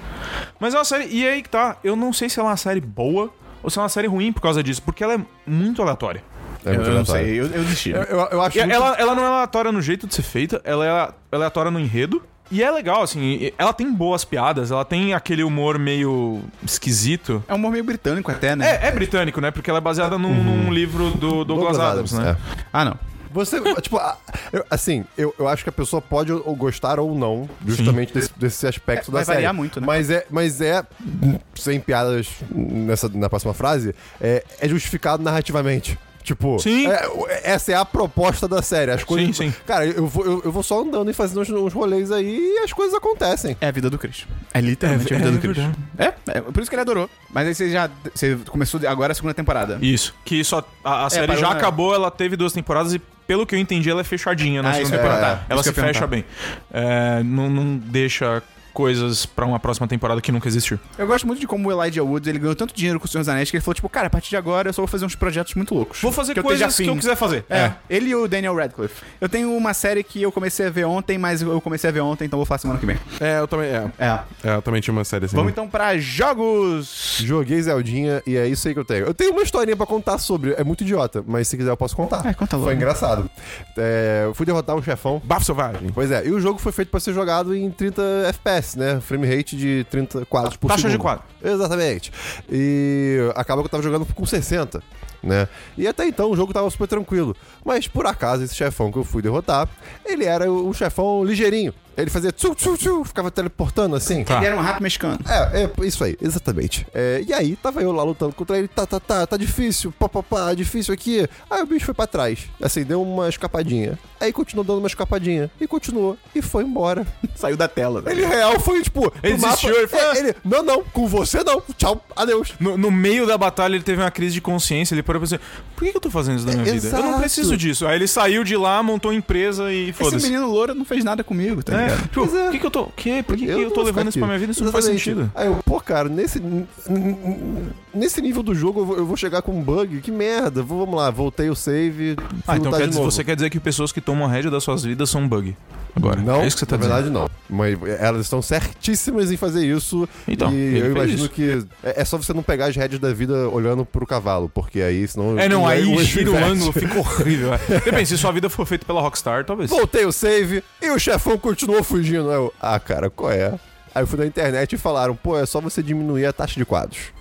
Speaker 4: Mas é uma série, e aí que tá, eu não sei se ela é uma série boa ou se é uma série ruim por causa disso, porque ela é muito aleatória.
Speaker 2: É muito
Speaker 1: eu não
Speaker 2: aleatório.
Speaker 1: sei, eu, eu desisti.
Speaker 2: Eu, eu- eu acho
Speaker 4: E
Speaker 2: muito-
Speaker 4: ela, ela não é aleatória no jeito de ser feita, ela é ela é aleatória no enredo. E é legal, assim, e- ela tem boas piadas, ela tem aquele humor meio esquisito.
Speaker 1: É um humor meio britânico até, né?
Speaker 4: É, é britânico, né? Porque ela é baseada
Speaker 1: Uhum.
Speaker 4: num, num livro do Douglas, Adams, né?
Speaker 2: é.
Speaker 1: Ah, não.
Speaker 2: Você, tipo, a- eu- assim, eu, eu acho que a pessoa pode ou gostar ou não, justamente desse, desse
Speaker 1: É,
Speaker 2: aspecto da
Speaker 1: vai
Speaker 2: série.
Speaker 1: variar muito, né?
Speaker 2: Mas é, mas é hum, sem piadas nessa, na próxima frase, é, é justificado narrativamente. Tipo,
Speaker 4: Sim.
Speaker 2: é- essa é a proposta da série. As coisas.
Speaker 4: sim.
Speaker 2: Cara, eu vou, eu, eu vou só andando e fazendo uns, uns rolês aí e as coisas acontecem.
Speaker 1: É a vida do Chris. É literalmente a vida
Speaker 4: é
Speaker 1: do Chris. É, é, por isso que ele adorou. Mas aí você já. Você começou de- agora a segunda temporada.
Speaker 4: Isso. Que só. A, a série
Speaker 1: parou
Speaker 4: já
Speaker 1: na-
Speaker 4: acabou, ela teve duas temporadas e. Pelo que eu entendi, ela é fechadinha na
Speaker 1: Ah, isso que
Speaker 4: segunda
Speaker 1: eu ia
Speaker 4: temporada.
Speaker 1: perguntar.
Speaker 4: Ela
Speaker 1: Isso
Speaker 4: se
Speaker 1: que eu ia
Speaker 4: fecha bem. É, não, não deixa coisas pra uma próxima temporada que nunca existiu.
Speaker 1: Eu gosto muito de como o Elijah Woods ele ganhou tanto dinheiro com o Senhor dos Anéis que ele falou, tipo, cara, a partir de agora eu só vou fazer uns projetos muito loucos.
Speaker 4: Vou fazer
Speaker 1: Que eu
Speaker 4: coisas
Speaker 1: esteja
Speaker 4: que eu
Speaker 1: afim.
Speaker 4: quiser fazer.
Speaker 1: É. ele e o Daniel Radcliffe. Eu tenho uma série que eu comecei a ver ontem, mas eu comecei a ver ontem, então vou falar semana que vem.
Speaker 3: É, eu também. É,
Speaker 1: É.
Speaker 3: é eu também tinha uma série assim.
Speaker 1: Vamos então pra jogos!
Speaker 2: Joguei Zeldinha e é isso aí que eu tenho. Eu tenho uma historinha pra contar sobre. É muito idiota, mas se quiser eu posso contar.
Speaker 1: É, conta logo.
Speaker 2: Foi engraçado. É, eu fui derrotar um chefão
Speaker 3: Bafo Selvagem.
Speaker 2: Pois é, e o jogo foi feito pra ser jogado em 30 FPS, né? Frame rate de 30 quadros por
Speaker 4: Taxa
Speaker 2: segundo.
Speaker 4: de quadro.
Speaker 2: Exatamente. E acaba que eu tava jogando com 60, né? E até então o jogo tava super tranquilo. Mas por acaso esse chefão que eu fui derrotar, ele era o chefão ligeirinho. Ele fazia tchu, tchu, tchu, ficava teleportando assim.
Speaker 1: Ele era um rato mexicano.
Speaker 2: É, é, isso aí, exatamente. É, e aí, tava eu lá lutando contra ele, tá, tá, tá, tá difícil, pá, pá, pá, difícil aqui. Aí o bicho foi pra trás, assim, deu uma escapadinha. Aí continuou dando uma escapadinha, e continuou, e foi embora.
Speaker 1: Saiu da tela. velho.
Speaker 2: Ele real foi, tipo,
Speaker 4: Ele
Speaker 2: pro mapa-
Speaker 4: desistiu, ele falou,
Speaker 2: É, ele, não, não, com você não, tchau, adeus.
Speaker 4: No, no meio da batalha ele teve uma crise de consciência, ele parou e pensou, por que, que eu tô fazendo isso da minha vida? Eu não
Speaker 2: É, exato.
Speaker 4: preciso disso. Aí ele saiu de lá, montou empresa e
Speaker 1: Esse
Speaker 4: foda-se.
Speaker 1: menino louro não fez nada comigo, tá
Speaker 4: É,
Speaker 1: ligado?
Speaker 4: tipo,
Speaker 2: Pois é.
Speaker 4: por que, que eu tô. Que? Por que, que eu,
Speaker 2: não
Speaker 4: tô
Speaker 2: vou ficar
Speaker 4: levando isso
Speaker 2: aqui.
Speaker 4: pra minha vida? Isso não faz
Speaker 2: Exatamente.
Speaker 4: sentido.
Speaker 2: Aí eu, pô, cara, nesse. n- n- n- Nesse nível do jogo eu vou, eu vou chegar com um bug, que merda. Vou- Vamos lá, voltei o save. fui
Speaker 4: Ah, então
Speaker 2: lutar
Speaker 4: quer
Speaker 2: de
Speaker 4: dizer,
Speaker 2: novo.
Speaker 4: você quer dizer que pessoas que tomam a rédea das suas vidas são um bug. Agora.
Speaker 2: Não,
Speaker 4: é isso que você tá
Speaker 2: na
Speaker 4: dizendo.
Speaker 2: verdade não. Mas elas estão certíssimas em fazer isso.
Speaker 4: Então,
Speaker 2: e
Speaker 4: ele
Speaker 2: eu
Speaker 4: fez
Speaker 2: imagino
Speaker 4: isso.
Speaker 2: que é é só você não pegar as rédeas da vida olhando pro cavalo, porque aí senão.
Speaker 4: É, não, aí
Speaker 2: o eixo
Speaker 4: gira o
Speaker 2: inverte.
Speaker 4: ângulo, fica horrível. é. Depende, se sua vida for feita pela Rockstar, talvez.
Speaker 2: Voltei o save e o chefão continuou fugindo. Aí Eu, ah, cara, qual é? Aí eu fui na internet e falaram, pô, é só você diminuir a taxa de quadros.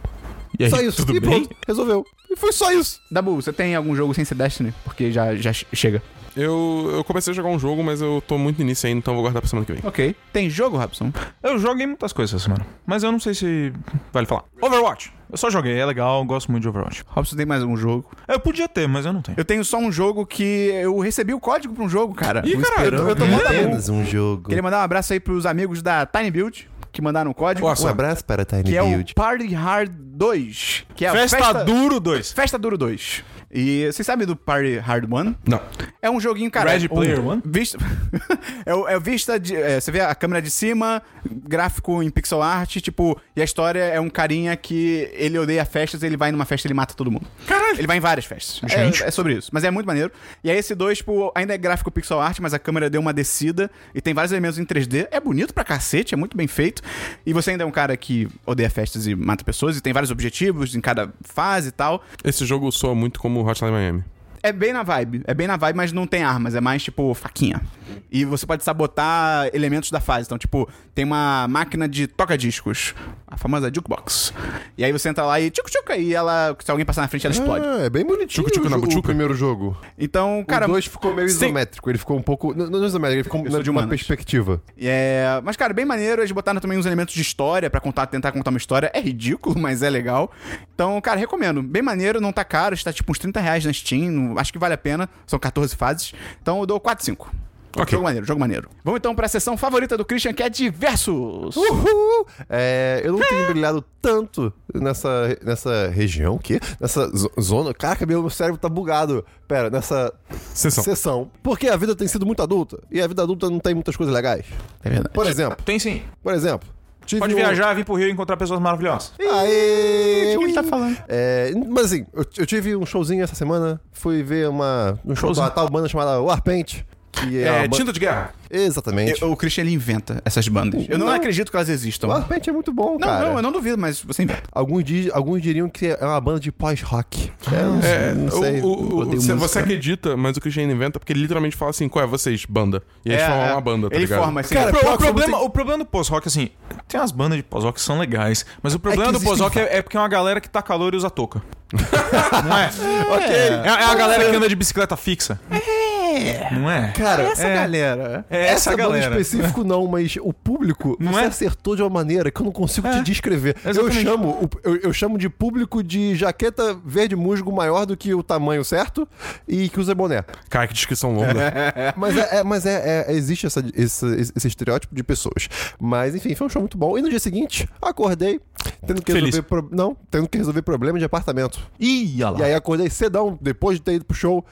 Speaker 4: E aí,
Speaker 2: só isso.
Speaker 4: tudo
Speaker 2: e
Speaker 4: bem?
Speaker 2: pronto, resolveu. E foi só isso.
Speaker 1: Dabu, você tem algum jogo sem ser Destiny? Porque já, já che- chega.
Speaker 3: Eu, eu comecei a jogar um jogo, mas eu tô muito no início ainda, então eu vou guardar pra semana que vem.
Speaker 1: Ok. Tem jogo, Robson?
Speaker 4: Eu joguei muitas coisas essa semana, mas eu não sei se vale falar. Overwatch. Eu só joguei, é legal, gosto muito de Overwatch.
Speaker 1: Robson tem mais um jogo.
Speaker 4: Eu podia ter, mas eu não tenho.
Speaker 1: Eu tenho só um jogo que eu recebi o código pra um jogo, cara.
Speaker 3: Ih, caralho,
Speaker 2: Eu tô
Speaker 4: É.
Speaker 1: apenas
Speaker 2: um jogo.
Speaker 1: Queria mandar um abraço aí pros amigos da Tiny Build, que mandaram o código.
Speaker 3: Nossa,
Speaker 2: Um abraço para Tiny
Speaker 1: que é o Party Hard 2. Que é a
Speaker 4: Festa,
Speaker 1: festa,
Speaker 4: Duro 2.
Speaker 1: Festa Duro 2. E vocês sabem do Party Hard 1?
Speaker 3: Não.
Speaker 1: É um joguinho, cara.
Speaker 4: Red Player One?
Speaker 1: Vista... <laughs> é, o- é vista de. é, você vê a câmera de cima, gráfico em pixel art, tipo. E a história é um carinha que ele odeia festas, ele vai numa festa e ele mata todo mundo. Caralho! Ele vai em várias festas. É, é sobre isso. Mas é muito maneiro. E aí esse 2, tipo, ainda é gráfico pixel art, mas a câmera deu uma descida e tem vários elementos em 3D. É bonito pra cacete, é muito bem feito. E você ainda é um cara que odeia festas e mata pessoas, e tem vários objetivos em cada fase e tal.
Speaker 3: Esse jogo soa muito como Hotline Miami.
Speaker 1: É bem na vibe. É bem na vibe, mas não tem armas. É mais, tipo, faquinha. E você pode sabotar elementos da fase. Então, tipo, tem uma máquina de toca-discos. A famosa jukebox. E aí você entra lá e tchuc-tchuca. E ela, se alguém passar na frente, ela explode.
Speaker 2: Ah, é bem bonitinho
Speaker 3: Tchucu, tchucu,
Speaker 2: o, jo-
Speaker 3: nabuchuca.
Speaker 2: o primeiro jogo.
Speaker 1: Então, cara...
Speaker 2: o 2 ficou meio
Speaker 1: sim.
Speaker 2: isométrico. Ele ficou um pouco... Não, não isométrico, ele ficou
Speaker 1: sou
Speaker 2: na,
Speaker 1: de
Speaker 2: de uma
Speaker 1: humanas.
Speaker 2: perspectiva.
Speaker 1: É, mas, cara, bem maneiro. Eles botaram também uns elementos de história pra contar, tentar contar uma história. É ridículo, <laughs> mas é legal. Então, cara, recomendo. Bem maneiro, não tá caro. Está tipo uns 30 reais na Steam. não- Acho que vale a pena. São 14 fases. Então eu dou 4, 5.
Speaker 3: Ok.
Speaker 1: Jogo maneiro, jogo maneiro. Vamos então pra sessão favorita do Christian, que é diversos.
Speaker 2: Uh! Uhul! É, eu não tenho brilhado tanto nessa, nessa região, que Nessa zo- zona. Caraca, meu cérebro tá bugado. Pera, nessa
Speaker 3: Sessão.
Speaker 2: sessão. Porque a vida tem sido muito adulta. E a vida adulta não tem muitas coisas legais.
Speaker 1: É verdade.
Speaker 2: Por exemplo,
Speaker 4: Tem sim.
Speaker 2: por exemplo. tive
Speaker 4: Pode
Speaker 2: um-
Speaker 4: viajar, vir pro Rio e encontrar pessoas maravilhosas.
Speaker 2: Aê!
Speaker 1: O que ele tá falando?
Speaker 2: É, mas assim, eu, eu tive um showzinho essa semana, fui ver uma, um show de
Speaker 4: Showzinho.
Speaker 2: uma tal banda chamada Warpaint. Que é,
Speaker 3: É,
Speaker 2: uma ba-
Speaker 3: Tinta de Guerra.
Speaker 2: Exatamente.
Speaker 1: Eu- o Christian, ele inventa essas bandas. Eu não,
Speaker 2: Não.
Speaker 1: acredito que elas existam.
Speaker 2: Warpaint é muito bom,
Speaker 1: Não,
Speaker 2: cara.
Speaker 1: não, eu não duvido, mas você inventa.
Speaker 2: Alguns, di- alguns diriam que é uma banda de pós-rock. É, não,
Speaker 3: É,
Speaker 2: não sei.
Speaker 3: o- o- o-
Speaker 2: odeio
Speaker 3: você,
Speaker 2: música.
Speaker 3: você acredita, mas o Christian inventa porque ele literalmente fala assim: qual é vocês? Banda. E eles formam uma banda, tá
Speaker 1: É, Ele
Speaker 3: ligado?
Speaker 1: forma, assim,
Speaker 4: Cara,
Speaker 1: pro-
Speaker 4: o,
Speaker 1: pro-
Speaker 4: problema, o problema do pós-rock, assim, tem umas bandas de pós-rock que são legais, mas o problema do
Speaker 1: existem
Speaker 4: pós-rock é, é porque é uma galera que tá calor e usa touca. Não é? Ok. É, é a galera que anda de bicicleta fixa. É. Não é?
Speaker 2: Cara,
Speaker 4: é,
Speaker 1: galera.
Speaker 4: é
Speaker 2: essa,
Speaker 4: essa,
Speaker 2: banda
Speaker 4: galera.
Speaker 2: em específico não, mas o público
Speaker 4: Não
Speaker 2: você
Speaker 4: é?
Speaker 2: acertou de uma maneira que eu não consigo te descrever. Eu
Speaker 4: exatamente.
Speaker 2: chamo, o- eu, eu chamo de público de jaqueta verde musgo maior do que o tamanho certo e que usa boné.
Speaker 3: Cara, que descrição longa.
Speaker 2: Mas, é, é- mas é, é- existe essa- esse, esse estereótipo de pessoas. Mas, enfim, foi um show muito bom. E no dia seguinte, acordei, tendo que
Speaker 4: Feliz.
Speaker 2: resolver. pro- Não, tendo que resolver problema de apartamento.
Speaker 4: Ih, olha
Speaker 2: E
Speaker 4: lá.
Speaker 2: aí acordei cedão, depois de ter ido pro show,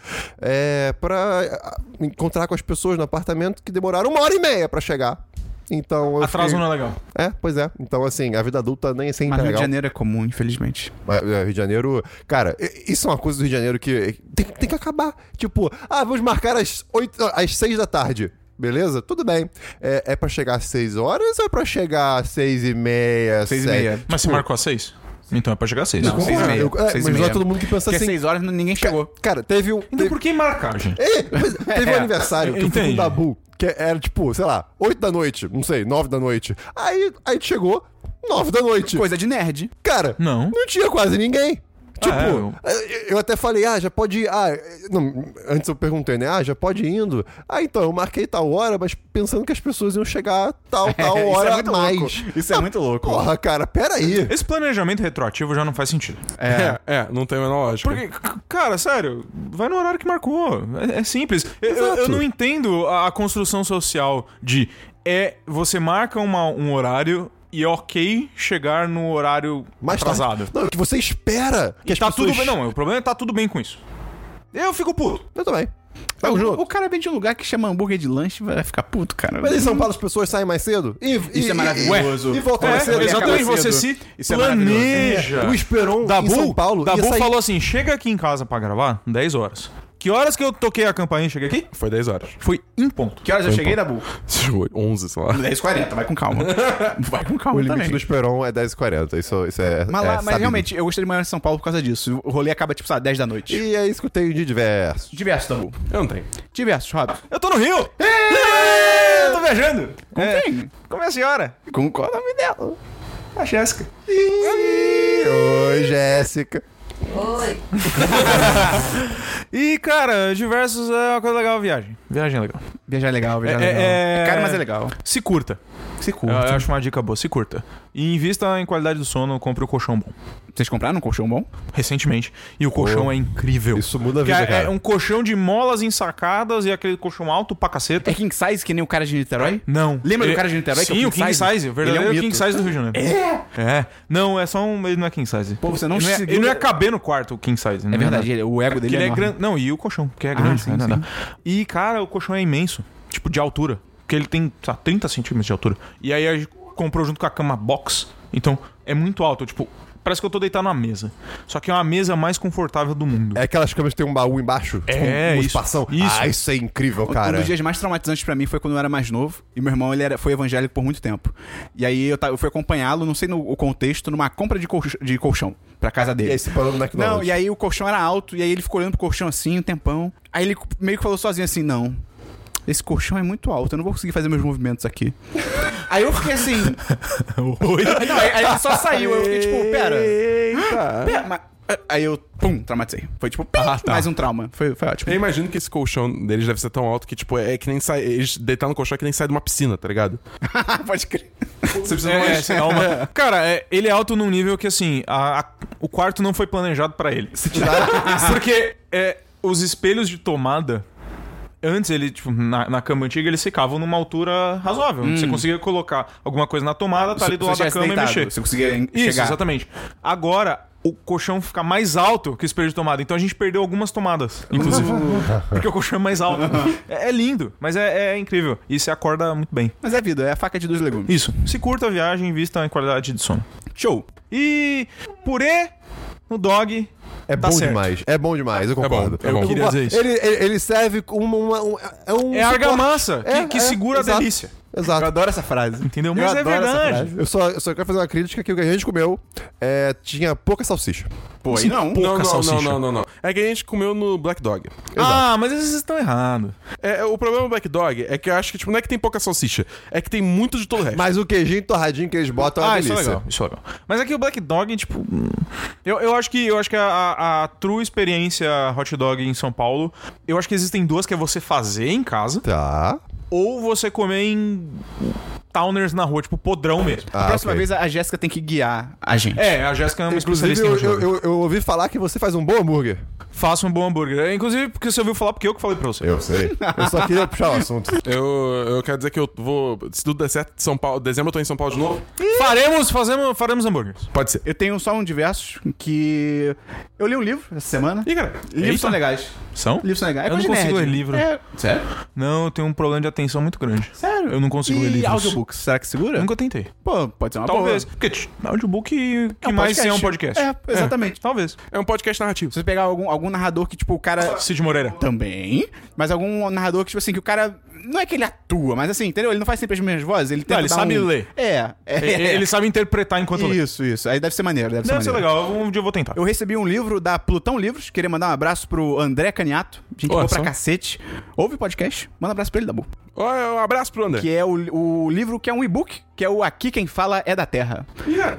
Speaker 2: é, pra ah, encontrar com as pessoas no apartamento que demoraram uma hora e meia pra chegar. Então eu
Speaker 4: Atraso
Speaker 2: fiquei-
Speaker 4: não é legal.
Speaker 2: É, pois é. Então, assim, a vida adulta nem sempre
Speaker 1: Mas
Speaker 2: é
Speaker 1: Rio de
Speaker 2: legal.
Speaker 1: Janeiro é comum, infelizmente.
Speaker 2: Mas, é, Rio de Janeiro... Cara, i- isso é uma coisa do Rio de Janeiro que tem, tem que acabar. Tipo, ah, vamos marcar às, oito às seis da tarde. Beleza? Tudo bem. É, é pra chegar às seis horas ou é pra chegar às seis e meia?
Speaker 1: Seis e
Speaker 2: sete?
Speaker 1: meia.
Speaker 4: Mas você marcou a seis? Então é pra chegar a seis.
Speaker 2: Concordo.
Speaker 1: seis e meia.
Speaker 2: Eu- é,
Speaker 1: Seis e
Speaker 2: mas não é
Speaker 1: meia.
Speaker 2: todo mundo que pensa
Speaker 1: Porque às
Speaker 2: assim.
Speaker 1: 6 horas ninguém chegou.
Speaker 2: Cara, teve um...
Speaker 4: Então
Speaker 2: teve-
Speaker 4: por que marcar, gente?
Speaker 2: É,
Speaker 1: <laughs>
Speaker 2: mas teve um
Speaker 4: É,
Speaker 2: aniversário que eu fui com o
Speaker 4: entendi.
Speaker 2: Dabu, que era tipo, sei lá, 8 da noite, não sei, 9 da noite. Aí, aí chegou 9 da noite.
Speaker 1: Coisa de nerd.
Speaker 2: Cara,
Speaker 4: Não.
Speaker 2: não tinha quase ninguém. Tipo,
Speaker 4: é, eu-
Speaker 2: eu- eu até falei, ah, já pode ir. Ah, não, antes eu perguntei, né? Ah, já pode ir indo. Ah, então, eu marquei tal hora, mas pensando que as pessoas iam chegar tal, tal
Speaker 1: Isso é
Speaker 2: hora a
Speaker 1: muito
Speaker 2: mais.
Speaker 1: louco. Isso é
Speaker 2: Ah,
Speaker 1: muito louco.
Speaker 2: Porra, cara, peraí.
Speaker 4: Esse planejamento retroativo já não faz sentido.
Speaker 3: É, é, não tem a menor lógica.
Speaker 4: Porque, c- cara, sério, vai no horário que marcou. É, é simples. Eu, eu- eu não entendo a, a construção social de é você marca uma- um horário e é ok chegar no horário
Speaker 2: Mais
Speaker 4: atrasado.
Speaker 2: tarde. tá. Não, que você espera que as
Speaker 4: Tá
Speaker 2: pessoas...
Speaker 4: tudo bem. Não, o problema é que tá tudo bem com isso. Eu fico puto.
Speaker 2: Eu também.
Speaker 1: o,
Speaker 2: Tamo junto.
Speaker 1: o cara vem de um lugar que chama hambúrguer de lanche, vai ficar puto, cara.
Speaker 2: Mas em São Paulo as pessoas saem mais cedo? E, Isso
Speaker 1: é maravilhoso.
Speaker 2: E, voltam mais
Speaker 1: É,
Speaker 2: cedo.
Speaker 1: exato.
Speaker 4: exatamente.
Speaker 1: acaba
Speaker 4: Você
Speaker 1: cedo.
Speaker 4: se
Speaker 1: Isso é
Speaker 4: planeja.
Speaker 2: O Esperon
Speaker 4: Dabu,
Speaker 2: em São Paulo
Speaker 4: Dabu
Speaker 2: ia sair...
Speaker 4: falou assim: chega aqui em casa pra gravar, 10 horas. Que horas que eu toquei a campainha e cheguei aqui?
Speaker 3: Foi 10 horas.
Speaker 4: Foi em ponto.
Speaker 1: <laughs> Que horas eu cheguei, Dabu?
Speaker 3: <laughs> Chegou 11, sei lá.
Speaker 1: 10h40, vai com calma. <laughs> Vai com calma
Speaker 2: O limite
Speaker 1: também.
Speaker 2: do Esperon é 10h40. Isso, isso é
Speaker 1: Mas, lá-
Speaker 2: é
Speaker 1: mas
Speaker 2: sabido.
Speaker 1: realmente, eu gostaria de morar em São Paulo por causa disso. O rolê acaba, tipo, sabe, 10 da noite.
Speaker 2: E é isso que eu tenho de diverso.
Speaker 1: Diversos, Dabu.
Speaker 3: Eu não tenho.
Speaker 1: Diversos, Rob.
Speaker 4: Eu tô no Rio! Eu tô viajando!
Speaker 1: Como tem?
Speaker 4: Como é a senhora?
Speaker 1: Com qual é o nome dela?
Speaker 4: A Jéssica.
Speaker 2: Ih, Oi, Jéssica.
Speaker 7: Oi.
Speaker 4: E, cara, diversos é uma coisa legal, viagem. Viagem é legal.
Speaker 1: Viajar é legal, viajar é,
Speaker 4: É-
Speaker 1: legal.
Speaker 4: é-
Speaker 1: É caro, mas é legal.
Speaker 4: Se curta.
Speaker 1: Se
Speaker 4: Eu,
Speaker 1: curta.
Speaker 4: eu acho uma dica boa, se curta. E invista em qualidade do sono, compre o colchão bom.
Speaker 1: Vocês compraram um colchão bom?
Speaker 4: Recentemente. E o colchão é incrível.
Speaker 2: Isso muda a
Speaker 4: Que
Speaker 2: vida,
Speaker 4: é,
Speaker 2: cara.
Speaker 4: é um colchão de molas ensacadas e aquele colchão alto pra caceta.
Speaker 1: É king size que nem o cara de Niterói?
Speaker 4: Não.
Speaker 1: Lembra
Speaker 4: Ele-
Speaker 1: do cara de Niterói? que é
Speaker 4: Sim, o King Size, o
Speaker 1: Ele
Speaker 4: verdadeiro
Speaker 1: é um
Speaker 4: King
Speaker 1: mito.
Speaker 4: Size do Rio de Janeiro. É? É. Não, é só um. Ele não é King Size.
Speaker 1: Pô, você não
Speaker 4: ele, não é,
Speaker 1: seguiu-
Speaker 4: ele não ia caber no quarto, o King Size. né?
Speaker 1: É verdade, ele- o ego dele
Speaker 4: ele
Speaker 1: é,
Speaker 4: é
Speaker 1: enorme. Ah,
Speaker 4: grande. Não, e o colchão, que é grande.
Speaker 1: sim,
Speaker 4: né,
Speaker 1: sim.
Speaker 4: dá. E, cara, o colchão é imenso. Tipo, de altura. Porque ele tem, sei lá, 30 centímetros de altura. E aí a gente comprou junto com a cama box. Então, é muito alto. Tipo, parece que eu tô deitado na mesa. Só que é uma mesa mais confortável do mundo.
Speaker 2: É aquelas câmeras que tem um baú embaixo, tipo,
Speaker 4: É,
Speaker 2: um
Speaker 4: isso,
Speaker 2: espação.
Speaker 4: isso.
Speaker 2: Ah, isso é incrível,
Speaker 1: Um
Speaker 2: cara.
Speaker 1: dos dias mais traumatizantes pra mim foi quando eu era mais novo. E meu irmão, ele era, foi evangélico por muito tempo. E aí eu, ta- eu fui acompanhá-lo, não sei no o contexto, numa compra de, colch- de colchão pra casa dele.
Speaker 2: E aí, se parou no McDonald's.
Speaker 1: Não,
Speaker 4: é-
Speaker 1: e aí o colchão era alto, e aí ele ficou olhando pro colchão assim um tempão. Aí ele meio que falou sozinho assim, não... Esse colchão é muito alto, eu não vou conseguir fazer meus movimentos aqui.
Speaker 2: <laughs>
Speaker 1: aí eu fiquei assim. <laughs> Não, aí, aí ele só saiu, eu fiquei tipo, pera. pera mas- aí eu, pum, traumatizei. Foi tipo, pim,
Speaker 2: Ah, tá.
Speaker 1: mais um trauma. Foi, foi ótimo.
Speaker 3: Eu imagino que esse colchão deles deve ser tão alto que, tipo, é que nem sai. Eles deitar no colchão é que nem sai de uma piscina, tá ligado?
Speaker 1: <laughs> Pode crer.
Speaker 3: Você precisa de uma
Speaker 4: É, é, é uma- Cara, é- ele é alto num nível que, assim, a- a- o quarto não foi planejado pra ele. Porque é, os espelhos de tomada. Antes, ele, tipo, na, na cama antiga, eles ficavam numa altura razoável. onde Você conseguia colocar alguma coisa na tomada, tá ali do lado da cama e mexer.
Speaker 1: Se eu conseguia en-
Speaker 4: Isso,
Speaker 1: chegar.
Speaker 4: exatamente. Agora, o colchão fica mais alto que o espelho de tomada. Então a gente perdeu algumas tomadas, inclusive. porque o colchão é mais alto. é, é lindo, mas é, é incrível. E você acorda muito bem.
Speaker 1: Mas é vida, é a faca de dois legumes.
Speaker 4: Isso. Se curta a viagem, invista em qualidade de sono.
Speaker 1: Show.
Speaker 4: E purê no dog.
Speaker 2: É
Speaker 4: Tá
Speaker 2: bom
Speaker 4: certo.
Speaker 2: demais. É bom demais, eu concordo.
Speaker 3: é bom.
Speaker 2: Eu
Speaker 3: Eu
Speaker 4: queria
Speaker 2: concordo.
Speaker 4: dizer isso.
Speaker 2: Ele, ele- ele serve como uma, um- é um
Speaker 4: É a
Speaker 2: suporte.
Speaker 4: argamassa que,
Speaker 2: É,
Speaker 4: que
Speaker 2: é,
Speaker 4: segura a
Speaker 2: exato.
Speaker 4: delícia.
Speaker 2: Exato.
Speaker 1: adoro essa frase.
Speaker 4: Entendeu? Mas é
Speaker 2: adoro essa
Speaker 4: verdade.
Speaker 2: frase. Eu só, eu só quero fazer uma crítica que o que a gente comeu é, tinha pouca salsicha.
Speaker 1: Pô, aí não.
Speaker 3: Não, não,
Speaker 4: salsicha.
Speaker 3: não, não, não, não. É que a gente comeu no Black Dog.
Speaker 4: Ah, mas vocês estão errados.
Speaker 3: É, é, o problema do Black Dog é que eu acho que, tipo, não é que tem pouca salsicha, é que tem muito de todo o resto.
Speaker 2: Mas o queijinho torradinho que eles botam é uma
Speaker 4: Ah, isso é
Speaker 2: delícia.
Speaker 4: legal, isso é legal. Mas é que o Black Dog, tipo. hum, Eu, eu acho que eu acho que a, a, a true experiência hot dog em São Paulo, eu acho que existem duas que é você fazer em casa
Speaker 2: Tá.
Speaker 4: ou você comer em towners na rua, tipo podrão mesmo.
Speaker 2: Ah,
Speaker 1: Próxima
Speaker 2: ok.
Speaker 1: vez a Jéssica tem que guiar a gente.
Speaker 4: É, a Jéssica é uma
Speaker 2: Inclusive,
Speaker 4: especialista em
Speaker 2: eu,
Speaker 4: hot dog.
Speaker 2: eu, eu- eu ouvi falar que você faz um bom hambúrguer.
Speaker 4: Faça um bom hambúrguer. É, Inclusive, porque você ouviu falar, porque eu que falei pra você.
Speaker 2: Eu sei. Eu só queria puxar o <laughs> assunto.
Speaker 3: Eu, eu quero dizer que eu vou. Se tudo der certo, São Paulo, dezembro eu tô em São Paulo de novo.
Speaker 4: Faremos, fazemos, faremos hambúrgueres.
Speaker 3: Pode ser.
Speaker 1: Eu tenho só um diverso que. Eu li um livro essa semana.
Speaker 3: Ih, cara.
Speaker 1: Livros
Speaker 4: eita.
Speaker 1: são legais.
Speaker 4: É São?
Speaker 1: Livros são legais. É
Speaker 4: Eu não
Speaker 1: coisa de
Speaker 4: consigo
Speaker 1: nerd.
Speaker 4: ler livro.
Speaker 1: É... Sério?
Speaker 4: Não, eu tenho um problema de atenção muito grande.
Speaker 1: Sério?
Speaker 4: Eu não consigo ler
Speaker 1: E
Speaker 4: livros.
Speaker 1: audiobooks, será que segura?
Speaker 4: Nunca tentei.
Speaker 1: Ah, Pô, pode ser uma
Speaker 4: Talvez.
Speaker 1: boa.
Speaker 4: Porque tch, audiobook que
Speaker 1: É um
Speaker 4: mais
Speaker 1: podcast.
Speaker 4: é um podcast.
Speaker 1: É, exatamente.
Speaker 4: Talvez.
Speaker 3: É um podcast narrativo.
Speaker 1: Se você pegar algum, algum narrador que, tipo, o cara.
Speaker 4: Cid Moreira.
Speaker 1: Também. Mas algum narrador que, tipo assim, que o cara. Não é que ele atua, mas assim, entendeu? Ele não faz sempre as mesmas vozes. Ele tenta
Speaker 4: ele
Speaker 1: dar
Speaker 4: sabe
Speaker 1: um-
Speaker 4: ler.
Speaker 1: É. é.
Speaker 4: E- e- Ele sabe interpretar enquanto lê.
Speaker 1: Isso, isso. Aí deve ser maneiro, deve,
Speaker 4: Deve ser
Speaker 1: maneiro.
Speaker 4: legal. Um dia eu vou tentar.
Speaker 1: Eu recebi um livro da Plutão Livros. Queria mandar um abraço pro André Caniato. Gente boa
Speaker 3: Olha
Speaker 1: pra
Speaker 3: só.
Speaker 1: cacete. Ouve o podcast. Manda um abraço pra ele, Dabu.
Speaker 3: Ó, um é, abraço pro André.
Speaker 1: Que é o, o livro que é um e-book que é o Aqui Quem Fala é da Terra.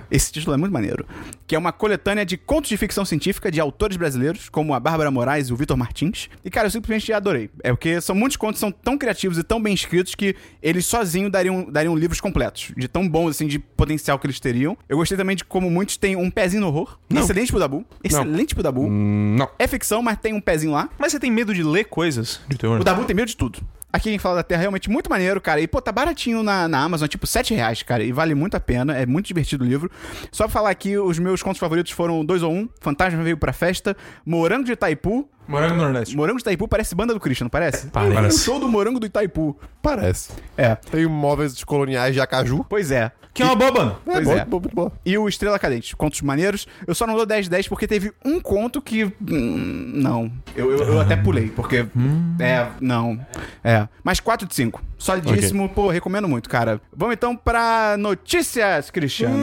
Speaker 1: Esse título é muito maneiro. Que é uma coletânea de contos de ficção científica de autores brasileiros, como a Bárbara Moraes e o Vitor Martins. E, cara, eu simplesmente adorei. É porque são muitos contos que são tão criativos e tão bem escritos que eles sozinhos dariam, dariam livros completos. De tão bons, assim, de potencial que eles teriam. Eu gostei também de como muitos têm um pezinho no horror. Excelente pro Dabu. Excelente pro Dabu.
Speaker 3: Não.
Speaker 1: É ficção, mas tem um pezinho lá.
Speaker 4: Mas você tem medo de ler coisas de terror?
Speaker 1: O Dabu tem medo de tudo. Aqui quem fala da Terra é realmente muito maneiro, cara. E, pô, tá baratinho na, na Amazon, tipo R$ 7 reais, cara. E vale muito a pena. É muito divertido o livro. Só pra falar aqui, os meus contos favoritos foram 2 ou 1, um, Fantasma Veio Pra Festa, Morango de Itaipu.
Speaker 4: Morango no Nordeste.
Speaker 1: Morango de Itaipu parece banda do Christian, não parece?
Speaker 4: Parece.
Speaker 1: O show do Morango do Itaipu.
Speaker 2: Parece.
Speaker 1: É.
Speaker 2: Tem móveis coloniais de acaju.
Speaker 1: Pois é.
Speaker 4: Que é uma boba.
Speaker 2: É,
Speaker 1: Pois
Speaker 2: bom,
Speaker 1: é.
Speaker 2: bom, muito bom.
Speaker 1: E o Estrela Cadente, contos maneiros. Eu só não dou 10 10 porque teve um conto que. hum, não. Eu, eu, eu até pulei, porque.
Speaker 2: Hum.
Speaker 1: É, não. É. Mas 4 de 5. Solidíssimo, pô, recomendo muito, cara. Vamos então pra notícias, Cristiano.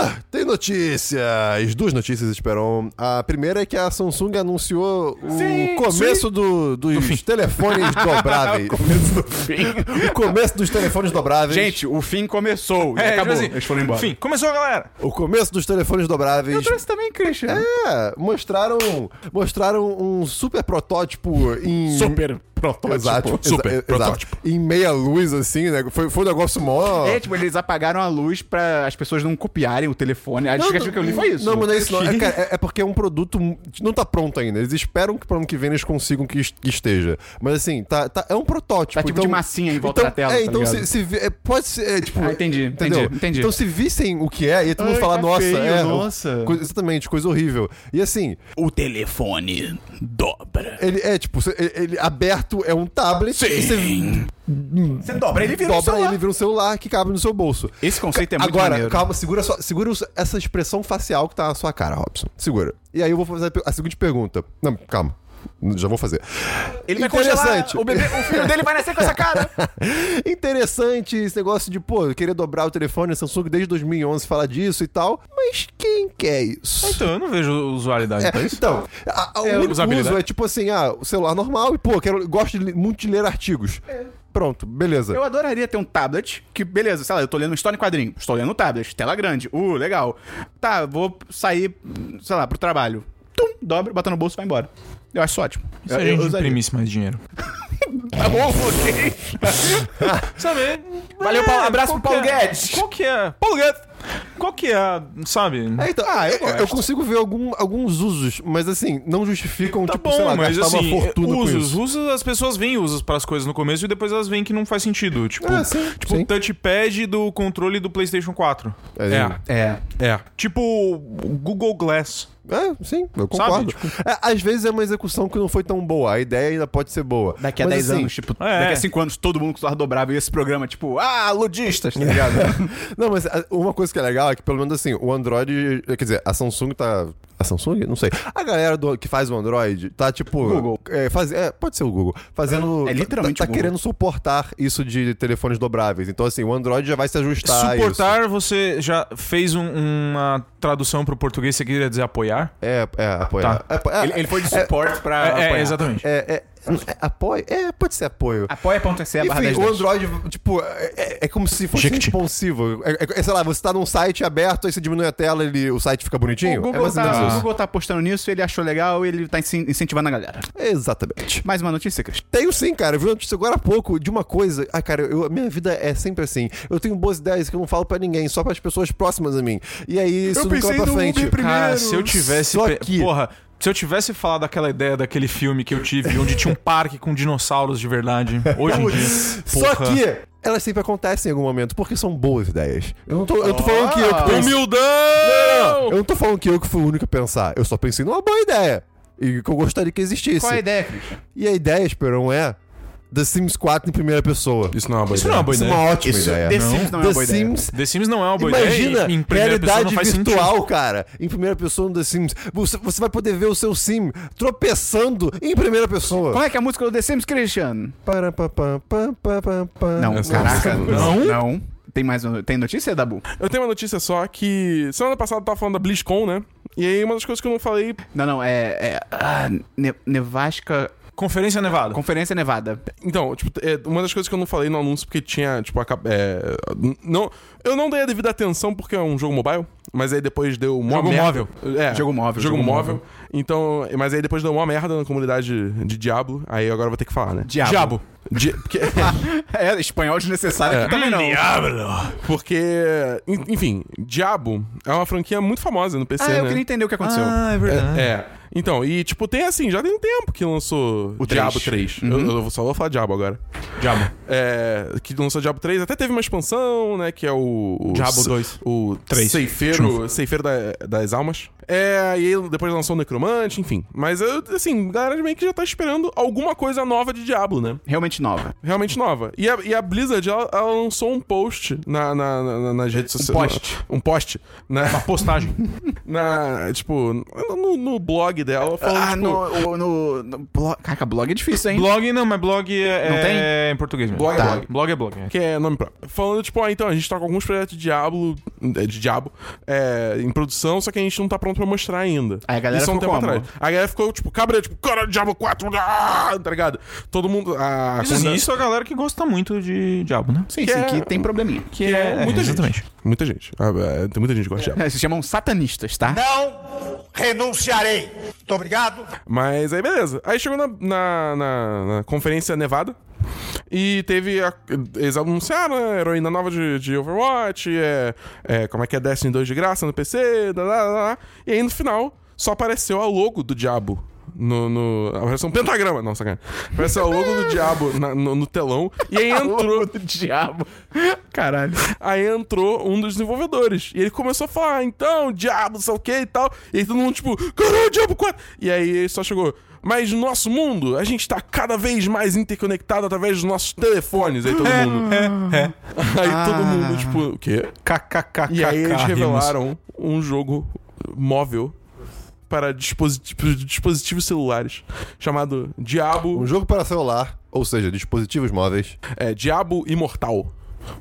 Speaker 2: Ah, Tem notícias, duas notícias esperam. A primeira é que a Samsung anunciou o começo do- dos telefones dobráveis. o começo do fim. o começo dos telefones dobráveis.
Speaker 1: Gente, o fim começou. e
Speaker 4: É,
Speaker 1: acabou.
Speaker 4: tipo assim,
Speaker 1: Eles foram embora.
Speaker 4: Enfim, começou, galera.
Speaker 2: O começo dos telefones dobráveis.
Speaker 1: Eu trouxe também, Christian.
Speaker 2: É, mostraram, mostraram um super protótipo em.
Speaker 3: Super protótipo.
Speaker 2: Exato, exa-
Speaker 3: Super
Speaker 2: exato.
Speaker 3: protótipo.
Speaker 2: Em meia luz, assim, né? Foi, foi um negócio mó.
Speaker 1: É, tipo, eles apagaram a luz pra as pessoas não copiarem o telefone. A
Speaker 2: Não,
Speaker 1: justificativa que eu li foi isso.
Speaker 2: Não, mas não é isso
Speaker 1: <laughs>
Speaker 2: não. É, cara, é- é porque é um produto mu- não tá pronto ainda. Eles esperam que pro ano que vem eles consigam que, es- que esteja. Mas assim, tá, tá- é um protótipo.
Speaker 1: Tá tipo de massinha em volta da
Speaker 2: então,
Speaker 1: tela,
Speaker 2: É,
Speaker 1: tá
Speaker 2: então
Speaker 1: ligado?
Speaker 2: se, se vi- é, pode ser, é, tipo...
Speaker 1: Ah, entendi,
Speaker 2: entendeu?
Speaker 1: entendi, entendi.
Speaker 2: Então se vissem o que é, ia todo mundo
Speaker 1: Ai,
Speaker 2: falar,
Speaker 1: tá
Speaker 2: nossa,
Speaker 1: feio,
Speaker 2: é...
Speaker 1: nossa."
Speaker 2: coisa- exatamente, coisa horrível. E assim,
Speaker 1: O telefone dobra.
Speaker 2: ele é tipo, cê- ele, ele aberto é um tablet e você
Speaker 1: Você dobra, ele vira um
Speaker 2: dobra
Speaker 1: celular.
Speaker 2: ele vira um celular que cabe no seu bolso.
Speaker 1: Esse conceito é muito
Speaker 2: Agora,
Speaker 1: maneiro.
Speaker 2: calma, segura, só, segura o- essa expressão facial que tá na sua cara, Robson. Segura. E aí eu vou fazer a pe- a seguinte pergunta. Não, calma. Já vou fazer.
Speaker 1: Ele vai congelar o bebê, o filho dele vai nascer com essa <laughs> cara.
Speaker 2: <laughs> Interessante esse negócio de, pô, eu queria dobrar o telefone Samsung desde 2011 falar disso e tal. Mas quem quer isso?
Speaker 4: Então, eu não vejo usualidade
Speaker 2: É,
Speaker 4: pra isso.
Speaker 2: então, a, a, o único
Speaker 4: usabilidade.
Speaker 2: uso é tipo assim, ah, o celular normal e, pô, quero, gosto de, li- muito de ler artigos.
Speaker 1: É.
Speaker 2: Pronto, beleza.
Speaker 1: Eu adoraria ter um tablet, que beleza, sei lá, eu tô lendo uma história em quadrinho, estou lendo um tablet, tela grande, uh, legal. Tá, vou sair, sei lá, pro trabalho. Tum, dobra, bota no bolso e vai embora. Eu acho isso ótimo.
Speaker 4: Se
Speaker 1: eu,
Speaker 4: a gente
Speaker 1: eu usaria.
Speaker 4: imprimisse mais dinheiro.
Speaker 1: Tá bom, <laughs> ok.
Speaker 4: Sabe?
Speaker 1: Valeu, Paulo. Abraço pro Paulo
Speaker 4: que é-
Speaker 1: Guedes.
Speaker 4: Qual que é? Paulo Guedes. Qual que é, sabe?
Speaker 2: É, então, ah, eu, eu consigo ver algum- alguns usos, mas assim, não justificam,
Speaker 4: Tá
Speaker 2: tipo,
Speaker 4: bom,
Speaker 2: sei lá,
Speaker 4: mas
Speaker 2: gastar
Speaker 4: assim,
Speaker 2: uma fortuna com
Speaker 4: usos,
Speaker 2: isso.
Speaker 4: usos, as pessoas veem usos para as coisas no começo e depois elas veem que não faz sentido. Tipo,
Speaker 2: É, sim,
Speaker 4: tipo
Speaker 2: sim.
Speaker 4: o touchpad do controle do PlayStation 4.
Speaker 2: É,
Speaker 3: É,
Speaker 1: É.
Speaker 3: é.
Speaker 4: Tipo o Google Glass.
Speaker 2: é, sim, eu concordo.
Speaker 4: tipo-
Speaker 2: É, às vezes é uma execução que não foi tão boa, a ideia ainda pode ser boa.
Speaker 1: Daqui a
Speaker 2: Mas,
Speaker 1: 10
Speaker 2: assim,
Speaker 1: anos, tipo,
Speaker 4: é.
Speaker 1: daqui a 5 anos todo mundo com o celular dobrável e esse programa, tipo, ah, ludistas, tá ligado?
Speaker 2: Não, mas ah, uma coisa que é legal é que, pelo menos assim, o Android. Quer dizer, a Samsung tá. A Samsung? Não sei. A galera do- que faz o Android tá tipo.
Speaker 1: Google.
Speaker 2: É, faz, é, pode ser o Google. Fazendo.
Speaker 1: É literalmente
Speaker 2: Tá,
Speaker 1: o
Speaker 2: tá
Speaker 1: Google.
Speaker 2: querendo suportar isso de telefones dobráveis. Então, assim, o Android já vai se ajustar. a Tá, isso.
Speaker 4: Suportar, você já fez um- uma tradução pro português, você queria dizer apoiar?
Speaker 2: É, é, apoiar.
Speaker 4: Tá.
Speaker 2: É, é,
Speaker 1: <laughs> Ele, ele foi de suporte pra.
Speaker 4: É, é,
Speaker 1: Ah, apoiar.
Speaker 4: exatamente.
Speaker 2: É, é, é apoio? É, pode ser apoio.
Speaker 1: Apoia.se barra
Speaker 2: Enfim,
Speaker 1: 10.
Speaker 2: o Android, tipo, é, é- é como se fosse responsivo. É, é- é, sei lá, você tá num site aberto, aí você diminui a tela e o site fica bonitinho.
Speaker 1: O
Speaker 2: é
Speaker 1: Google,
Speaker 2: mais ou menos
Speaker 1: tá, o
Speaker 2: isso.
Speaker 1: Google tá apostando nisso, ele achou legal, ele tá incen- incentivando a galera.
Speaker 2: É, Exatamente.
Speaker 1: Mais uma notícia, Cris.
Speaker 2: Tenho sim, cara. Eu vi uma notícia agora há pouco de uma coisa. Ah, cara, eu, a minha vida é sempre assim. Eu tenho boas ideias que eu não falo pra ninguém, só pras pessoas próximas a mim. E aí isso nunca vai pra frente.
Speaker 4: Cara, se eu tivesse.
Speaker 2: Só
Speaker 4: pe-
Speaker 2: que-
Speaker 4: Porra, se eu tivesse falado daquela ideia daquele filme que eu tive, onde tinha um parque com dinossauros de verdade, hoje em dia.
Speaker 2: Só
Speaker 4: porra.
Speaker 2: que elas sempre acontecem em algum momento, porque são boas ideias. Eu não tô, eu tô falando que eu que pensei-
Speaker 3: Humildão!
Speaker 2: Eu não tô falando que eu que fui o único a pensar. Eu só pensei numa boa ideia. E que eu gostaria que existisse.
Speaker 1: Qual é a ideia, Cris?
Speaker 2: E a ideia, Esperão, é The Sims 4 em primeira pessoa.
Speaker 3: Isso não é uma boa
Speaker 4: Isso não é uma boa
Speaker 2: Isso é
Speaker 4: ideia.
Speaker 2: uma ótima ideia.
Speaker 1: The Sims não é
Speaker 2: The
Speaker 1: uma boa ideia.
Speaker 2: Sims.
Speaker 4: The Sims não é uma boa
Speaker 2: Imagina,
Speaker 4: ideia. e Em primeira pessoa não
Speaker 2: realidade
Speaker 4: faz
Speaker 2: virtual,
Speaker 4: sentido.
Speaker 2: cara. Em primeira pessoa no The Sims. Você, você vai poder ver o seu Sim tropeçando em primeira pessoa.
Speaker 1: Qual é que é a música do The Sims, Christian?
Speaker 2: Para, pa, pa, pa, pa, pa, pa.
Speaker 1: Não,
Speaker 3: Essa-
Speaker 1: caraca.
Speaker 4: Não?
Speaker 1: Não. Tem mais uma- Tem notícia, Dabu?
Speaker 3: Eu tenho uma notícia só que. Semana passada eu tava falando da BlizzCon, né? E aí uma das coisas que eu não falei.
Speaker 1: Não, não, é. é ah, Ne- Nevasca.
Speaker 4: Conferência Nevada.
Speaker 1: Conferência Nevada. <laughs>
Speaker 3: Então, tipo, é, uma das coisas que eu não falei no anúncio, porque tinha, tipo, a, cap- é, n- não, eu não dei a devida atenção porque é um jogo mobile, mas aí depois deu uma
Speaker 4: Jogo
Speaker 3: merda.
Speaker 4: móvel.
Speaker 3: É,
Speaker 1: Jogo móvel,
Speaker 3: Jogo,
Speaker 1: jogo
Speaker 3: móvel. Então, mas aí depois deu uma merda na comunidade de Diablo, aí agora eu vou ter que falar, né?
Speaker 1: Diabo.
Speaker 4: Diabo.
Speaker 3: Di- porque- <laughs>
Speaker 1: É, espanhol desnecessário
Speaker 3: É.
Speaker 1: aqui também não.
Speaker 4: Diablo.
Speaker 3: porque, en- enfim, Diablo é uma franquia muito famosa no PC,
Speaker 1: Ah,
Speaker 3: né?
Speaker 1: eu queria entender o que aconteceu.
Speaker 4: Ah, é verdade.
Speaker 3: É. Então, e tipo, tem assim, já tem um tempo que lançou o
Speaker 1: três.
Speaker 3: Diablo 3. Eu, eu só vou falar Diablo agora.
Speaker 4: Diabo.
Speaker 3: É, que lançou Diablo 3, até teve uma expansão, né? Que é o. o
Speaker 4: Diablo
Speaker 3: se-
Speaker 4: 2.
Speaker 3: O
Speaker 4: Três.
Speaker 3: Ceifeiro, ceifeiro da- das Almas. É, e aí depois lançou o Necromante, enfim. Mas eu, assim, a galera meio que já tá esperando alguma coisa nova de Diablo, né?
Speaker 1: Realmente nova.
Speaker 3: Realmente nova. E a, e a Blizzard, ela, ela lançou um post na, na- na- nas redes sociais.
Speaker 1: post.
Speaker 3: Um post. Na,
Speaker 4: Postagem.
Speaker 3: <laughs> na, tipo, no, no blog dela, falando,
Speaker 1: Ah, no,
Speaker 3: tipo,
Speaker 1: no, no blog. Caraca, blog é difícil, hein?
Speaker 4: blog não, mas blog é,
Speaker 1: Não
Speaker 4: é
Speaker 1: tem?
Speaker 4: em português mesmo.
Speaker 3: Blog é
Speaker 4: Tá.
Speaker 3: blog.
Speaker 4: Blog é blog. é.
Speaker 3: Que é nome próprio. Falando, tipo, ah, então, a gente tá com alguns projetos de Diablo, de Diabo, é, em produção, só que a gente não tá pronto pra mostrar ainda.
Speaker 1: Aí a galera
Speaker 3: Isso há um
Speaker 1: ficou como?
Speaker 3: A galera ficou, tipo, cabra, tipo, cara, Diablo 4, ah! tá ligado? Todo mundo... A,
Speaker 4: Isso,
Speaker 3: quando-
Speaker 4: isso é a galera que gosta muito de Diabo, né?
Speaker 1: Sim,
Speaker 3: que
Speaker 1: sim,
Speaker 3: é-
Speaker 1: que tem probleminha.
Speaker 3: Que é, muita
Speaker 4: exatamente.
Speaker 3: gente. Muita gente. Ah, é, tem muita gente que gosta de Diablo.
Speaker 1: É, se chamam satanistas, tá? <laughs>
Speaker 7: Não renunciarei. Muito obrigado.
Speaker 3: Mas aí, beleza. Aí chegou na, na, na- na conferência Nevada. E teve. A, eles anunciaram né, a heroína nova de, de Overwatch. É, é, como é que é Destiny 2 de graça no PC. Lá, lá, lá, lá. E aí no final só apareceu a logo do Diabo. No, no, apareceu um pentagrama. Nossa, cara. Apareceu a logo do Diabo na- no, no telão. E
Speaker 1: <laughs>
Speaker 3: aí entrou.
Speaker 1: do diabo. Caralho.
Speaker 3: Aí entrou um dos desenvolvedores. E ele começou a falar, "Ah, então, diabo, não sei o que e tal. E aí todo mundo, tipo, caralho, diabo 4. E aí ele só chegou. Mas no nosso mundo, a gente tá cada vez mais interconectado através dos nossos telefones. Aí todo mundo.
Speaker 4: Ah.
Speaker 3: Aí todo mundo, tipo, o quê?
Speaker 4: KKKK.
Speaker 3: E aí eles
Speaker 4: rimos.
Speaker 3: revelaram um jogo móvel para disposit- dispositivos celulares chamado Diabo,
Speaker 2: Um jogo para celular, ou seja, dispositivos móveis.
Speaker 3: é, Diabo Imortal.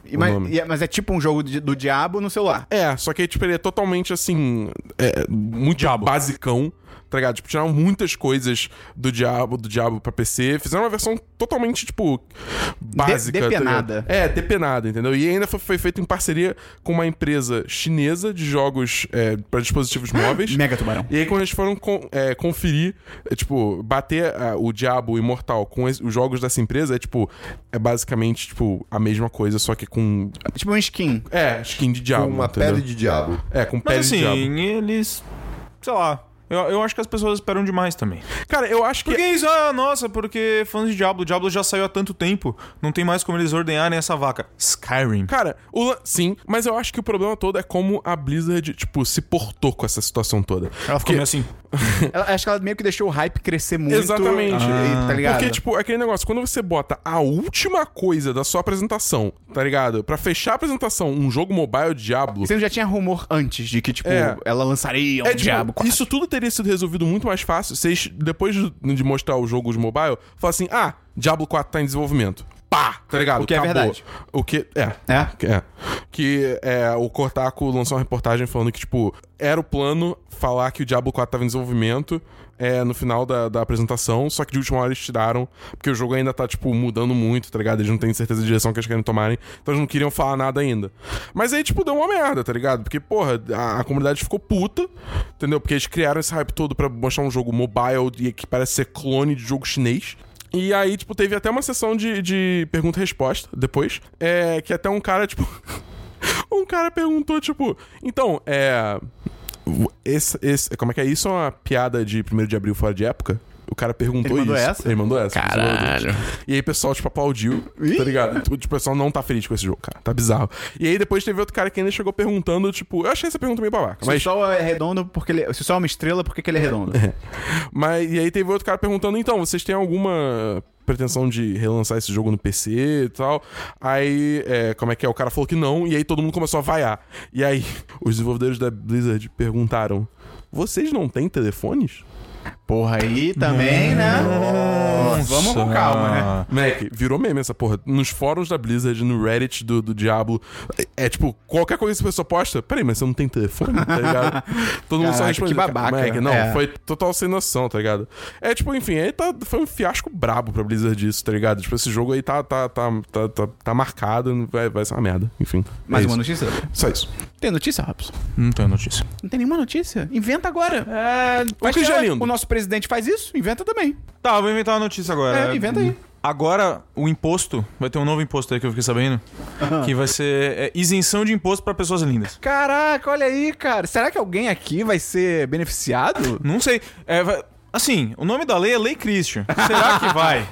Speaker 1: E mas,
Speaker 3: nome.
Speaker 1: e é- mas é tipo um jogo de- do diabo no celular.
Speaker 3: É, só que tipo, ele é totalmente assim. É, muito
Speaker 4: Diabo.
Speaker 3: basicão. Tá ligado? Tipo, tiraram muitas coisas do diabo, do diabo pra PC. Fizeram uma versão totalmente, tipo, básica. tá
Speaker 1: depenada.
Speaker 3: ligado? é, depenada, entendeu? E ainda foi, foi feito em parceria com uma empresa chinesa de jogos é, pra dispositivos móveis.
Speaker 1: Ah, Mega tubarão.
Speaker 3: E aí, quando eles foram con- é, conferir, é, tipo, bater ah, o Diabo Imortal com es- os jogos dessa empresa, é tipo, é basicamente, tipo, a mesma coisa, só que com.
Speaker 1: Tipo um skin.
Speaker 3: É, skin de
Speaker 2: Com
Speaker 3: Diabo.
Speaker 2: uma
Speaker 3: entendeu?
Speaker 2: pele de diabo.
Speaker 3: É, com pele
Speaker 4: Mas
Speaker 3: de diabo.
Speaker 4: assim, eles. Sei lá. Eu, eu acho que as pessoas esperam demais também.
Speaker 3: Cara, eu acho que.
Speaker 4: Porque isso, ah, nossa, porque fãs de Diablo, Diablo já saiu há tanto tempo, não tem mais como eles ordenharem essa vaca. Skyrim.
Speaker 3: Cara, o lan- sim, mas eu acho que o problema todo é como a Blizzard, tipo, se portou com essa situação toda.
Speaker 1: Tá
Speaker 4: Ela ficou meio assim.
Speaker 1: Ela- acho que ela meio que deixou o hype crescer muito.
Speaker 3: Exatamente.
Speaker 1: e- tá ligado?
Speaker 3: Porque, tipo, aquele negócio, quando você bota a última coisa da sua apresentação, tá ligado? Pra fechar a apresentação, um jogo mobile Diablo.
Speaker 1: Tipo, Você já tinha rumor antes de que, tipo,
Speaker 3: É.
Speaker 1: ela lançaria um
Speaker 3: É, tipo,
Speaker 1: diabo. quatro.
Speaker 3: isso tudo teria sido resolvido muito mais fácil se eles, depois de de mostrar o jogo de mobile, falar assim: ah, Diablo 4 tá em desenvolvimento. Pá, tá ligado?
Speaker 1: O que é verdade.
Speaker 3: O que. É.
Speaker 1: É.
Speaker 3: Que é. Que é, o Cortaco lançou uma reportagem falando que, tipo, era o plano falar que o Diablo 4 tava em desenvolvimento é, no final da, da apresentação, só que de última hora eles tiraram, porque o jogo ainda tá, tipo, mudando muito, tá ligado? Eles não têm certeza da direção que eles querem tomarem, então eles não queriam falar nada ainda. Mas aí, tipo, deu uma merda, tá ligado? Porque, porra, a, a comunidade ficou puta, entendeu? Porque eles criaram esse hype todo pra mostrar um jogo mobile e que parece ser clone de jogo chinês. E aí, tipo, teve até uma sessão de, de pergunta e resposta depois. É, que até um cara, <laughs> tipo. um cara perguntou, tipo, então, é. o- Esse, esse, como é que é? Isso é uma piada de 1 de abril fora de época? O cara perguntou
Speaker 1: Ele mandou
Speaker 3: isso.
Speaker 1: essa?
Speaker 3: Ele mandou essa. Caralho. E aí o pessoal, tipo, aplaudiu, tá ligado? Tipo, o pessoal não tá feliz com esse jogo, cara. Tá bizarro. E aí depois teve outro cara que ainda chegou perguntando, tipo... Eu achei essa pergunta meio babaca,
Speaker 1: Se o
Speaker 3: mas...
Speaker 1: sol é redondo, porque ele... Se o sol é uma estrela, por que que ele é redondo?
Speaker 3: Mas e aí teve outro cara perguntando: então, vocês têm alguma pretensão de relançar esse jogo no PC e tal? Aí, é, como é que é? O cara falou que não, e aí todo mundo começou a vaiar. E <laughs> aí, os desenvolvedores da Blizzard perguntaram: vocês não têm telefones?
Speaker 1: Porra, aí também, né? Vamos com calma, né?
Speaker 3: Moleque, virou meme essa porra. Nos fóruns da Blizzard, no Reddit do, do Diablo. É, é, tipo, qualquer coisa que a pessoa posta. Peraí, mas você não tem telefone, tá ligado? Todo mundo só
Speaker 1: Caraca,
Speaker 3: responde.
Speaker 1: que babaca.
Speaker 3: Moleque, não,
Speaker 1: É.
Speaker 3: foi total sem noção, tá ligado? É tipo, enfim, aí tá, foi um fiasco brabo pra Blizzard isso, tá ligado? Tipo, esse jogo aí tá, tá, tá, tá, tá, tá marcado, vai, vai ser uma merda. Enfim.
Speaker 1: Mais
Speaker 3: é
Speaker 1: uma né?
Speaker 3: isso.
Speaker 1: notícia?
Speaker 3: Só isso.
Speaker 1: Tem notícia, Robson?
Speaker 4: Não tenho notícia.
Speaker 1: Não tem nenhuma notícia? Inventa agora.
Speaker 3: O
Speaker 1: Mas
Speaker 3: que
Speaker 1: tem
Speaker 3: já é
Speaker 1: lá,
Speaker 3: lindo.
Speaker 1: O nosso presidente faz isso? Inventa também.
Speaker 4: Tá, eu vou inventar uma notícia agora.
Speaker 1: É, inventa aí.
Speaker 4: Agora, o imposto, vai ter um novo imposto aí que eu fiquei sabendo, que vai ser é, isenção de imposto pra pessoas lindas.
Speaker 1: Caraca, olha aí, cara. Será que alguém aqui vai ser beneficiado?
Speaker 4: Não sei, é, vai- assim, o nome da lei é Lei Christian. Será que <laughs> vai?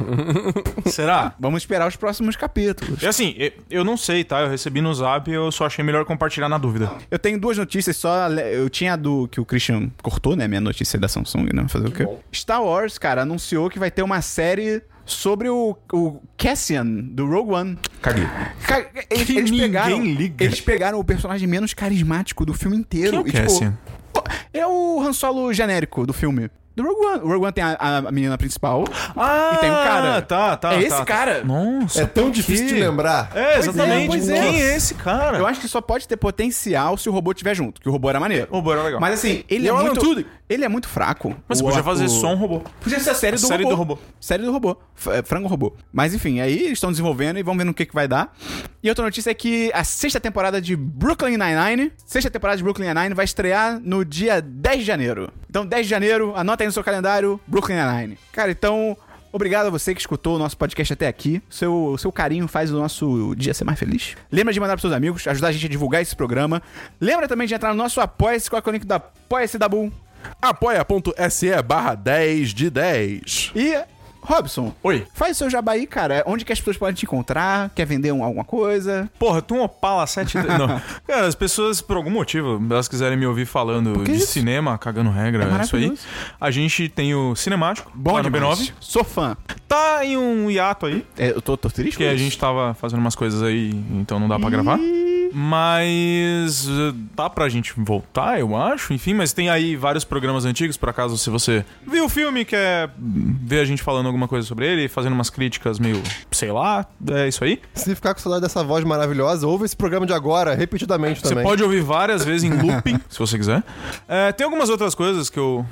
Speaker 4: Será?
Speaker 1: Vamos esperar os próximos capítulos.
Speaker 4: E assim, e- eu não sei, tá? Eu recebi no zap e eu só achei melhor compartilhar na dúvida.
Speaker 1: Eu tenho duas notícias só. le- Eu tinha a do que o Christian cortou, né? Minha notícia da Samsung, né? Fazer o quê? Star Wars, cara, anunciou que vai ter uma série sobre o, o Cassian, do Rogue One.
Speaker 3: Caguei.
Speaker 1: Cara, eles, eles
Speaker 4: ninguém
Speaker 1: pegaram,
Speaker 4: liga.
Speaker 1: eles pegaram o personagem menos carismático do filme inteiro.
Speaker 4: Quem é o Cassian?
Speaker 1: pô, é o Han Solo genérico do filme. Do Rogue One. O Rogue One tem a, a menina principal. e tem um cara.
Speaker 4: tá, tá.
Speaker 1: É esse
Speaker 4: tá, tá.
Speaker 1: cara.
Speaker 4: Nossa.
Speaker 2: É tão difícil de lembrar.
Speaker 4: É,
Speaker 1: Pois é,
Speaker 4: exatamente.
Speaker 1: pois é.
Speaker 4: Quem é esse cara?
Speaker 1: Eu acho que só pode ter potencial se o robô estiver junto, que o robô era maneiro.
Speaker 4: O robô era legal.
Speaker 1: Mas assim, ele
Speaker 4: E
Speaker 1: é,
Speaker 4: o Alan
Speaker 1: muito.
Speaker 4: Tudyk?
Speaker 1: Ele é muito fraco.
Speaker 4: Mas você
Speaker 1: O
Speaker 4: podia
Speaker 1: ator-
Speaker 4: fazer só um robô.
Speaker 1: Podia ser é a série, do,
Speaker 4: série
Speaker 1: robô.
Speaker 4: do robô.
Speaker 1: Série do robô. F- é, frango robô. Mas enfim, aí eles estão desenvolvendo e vão ver no que, que vai dar. E outra notícia é que a sexta temporada de Brooklyn Nine-Nine, sexta temporada de Brooklyn Nine-Nine vai estrear no dia 10 de janeiro. Então, 10 de janeiro, anota aí no seu calendário, Brooklyn Nine-Nine. Cara, então... Obrigado a você que escutou o nosso podcast até aqui. Seu, seu carinho faz o nosso dia ser mais feliz. Lembra de mandar pros seus amigos, ajudar a gente a divulgar esse programa. Lembra também de entrar no nosso Apoia-se, qual é o link do Apoia-se da Bull.
Speaker 3: apoia.se barra 10 de 10.
Speaker 1: E, Robson.
Speaker 4: Oi.
Speaker 1: Faz o seu jabaí, cara. Onde que as pessoas podem te encontrar? Quer vender um- alguma coisa?
Speaker 4: Porra, tu um Opala 7...
Speaker 1: <laughs>
Speaker 4: Não. Cara, as pessoas, por algum motivo, elas quiserem me ouvir falando de
Speaker 1: isso?
Speaker 4: cinema, cagando regra, é isso aí.
Speaker 1: maravilhoso.
Speaker 4: A gente tem o Cinemático, lá no B9.
Speaker 1: Sou fã.
Speaker 4: Tá em um hiato aí,
Speaker 1: É, eu tô, tô triste
Speaker 4: porque
Speaker 1: com
Speaker 4: a
Speaker 1: isso.
Speaker 4: gente tava fazendo umas coisas aí, então não dá pra gravar. Mas eh, dá pra gente voltar, eu acho. Enfim, mas tem aí vários programas antigos, por acaso, se você viu o filme, quer ver a gente falando alguma coisa sobre ele, fazendo umas críticas meio, sei lá, é isso aí.
Speaker 2: Se ficar com saudade dessa voz maravilhosa, ouve esse programa de agora, repetidamente
Speaker 4: Você
Speaker 2: também.
Speaker 4: pode ouvir várias vezes em looping, <laughs> se você quiser. É, tem algumas outras coisas que eu,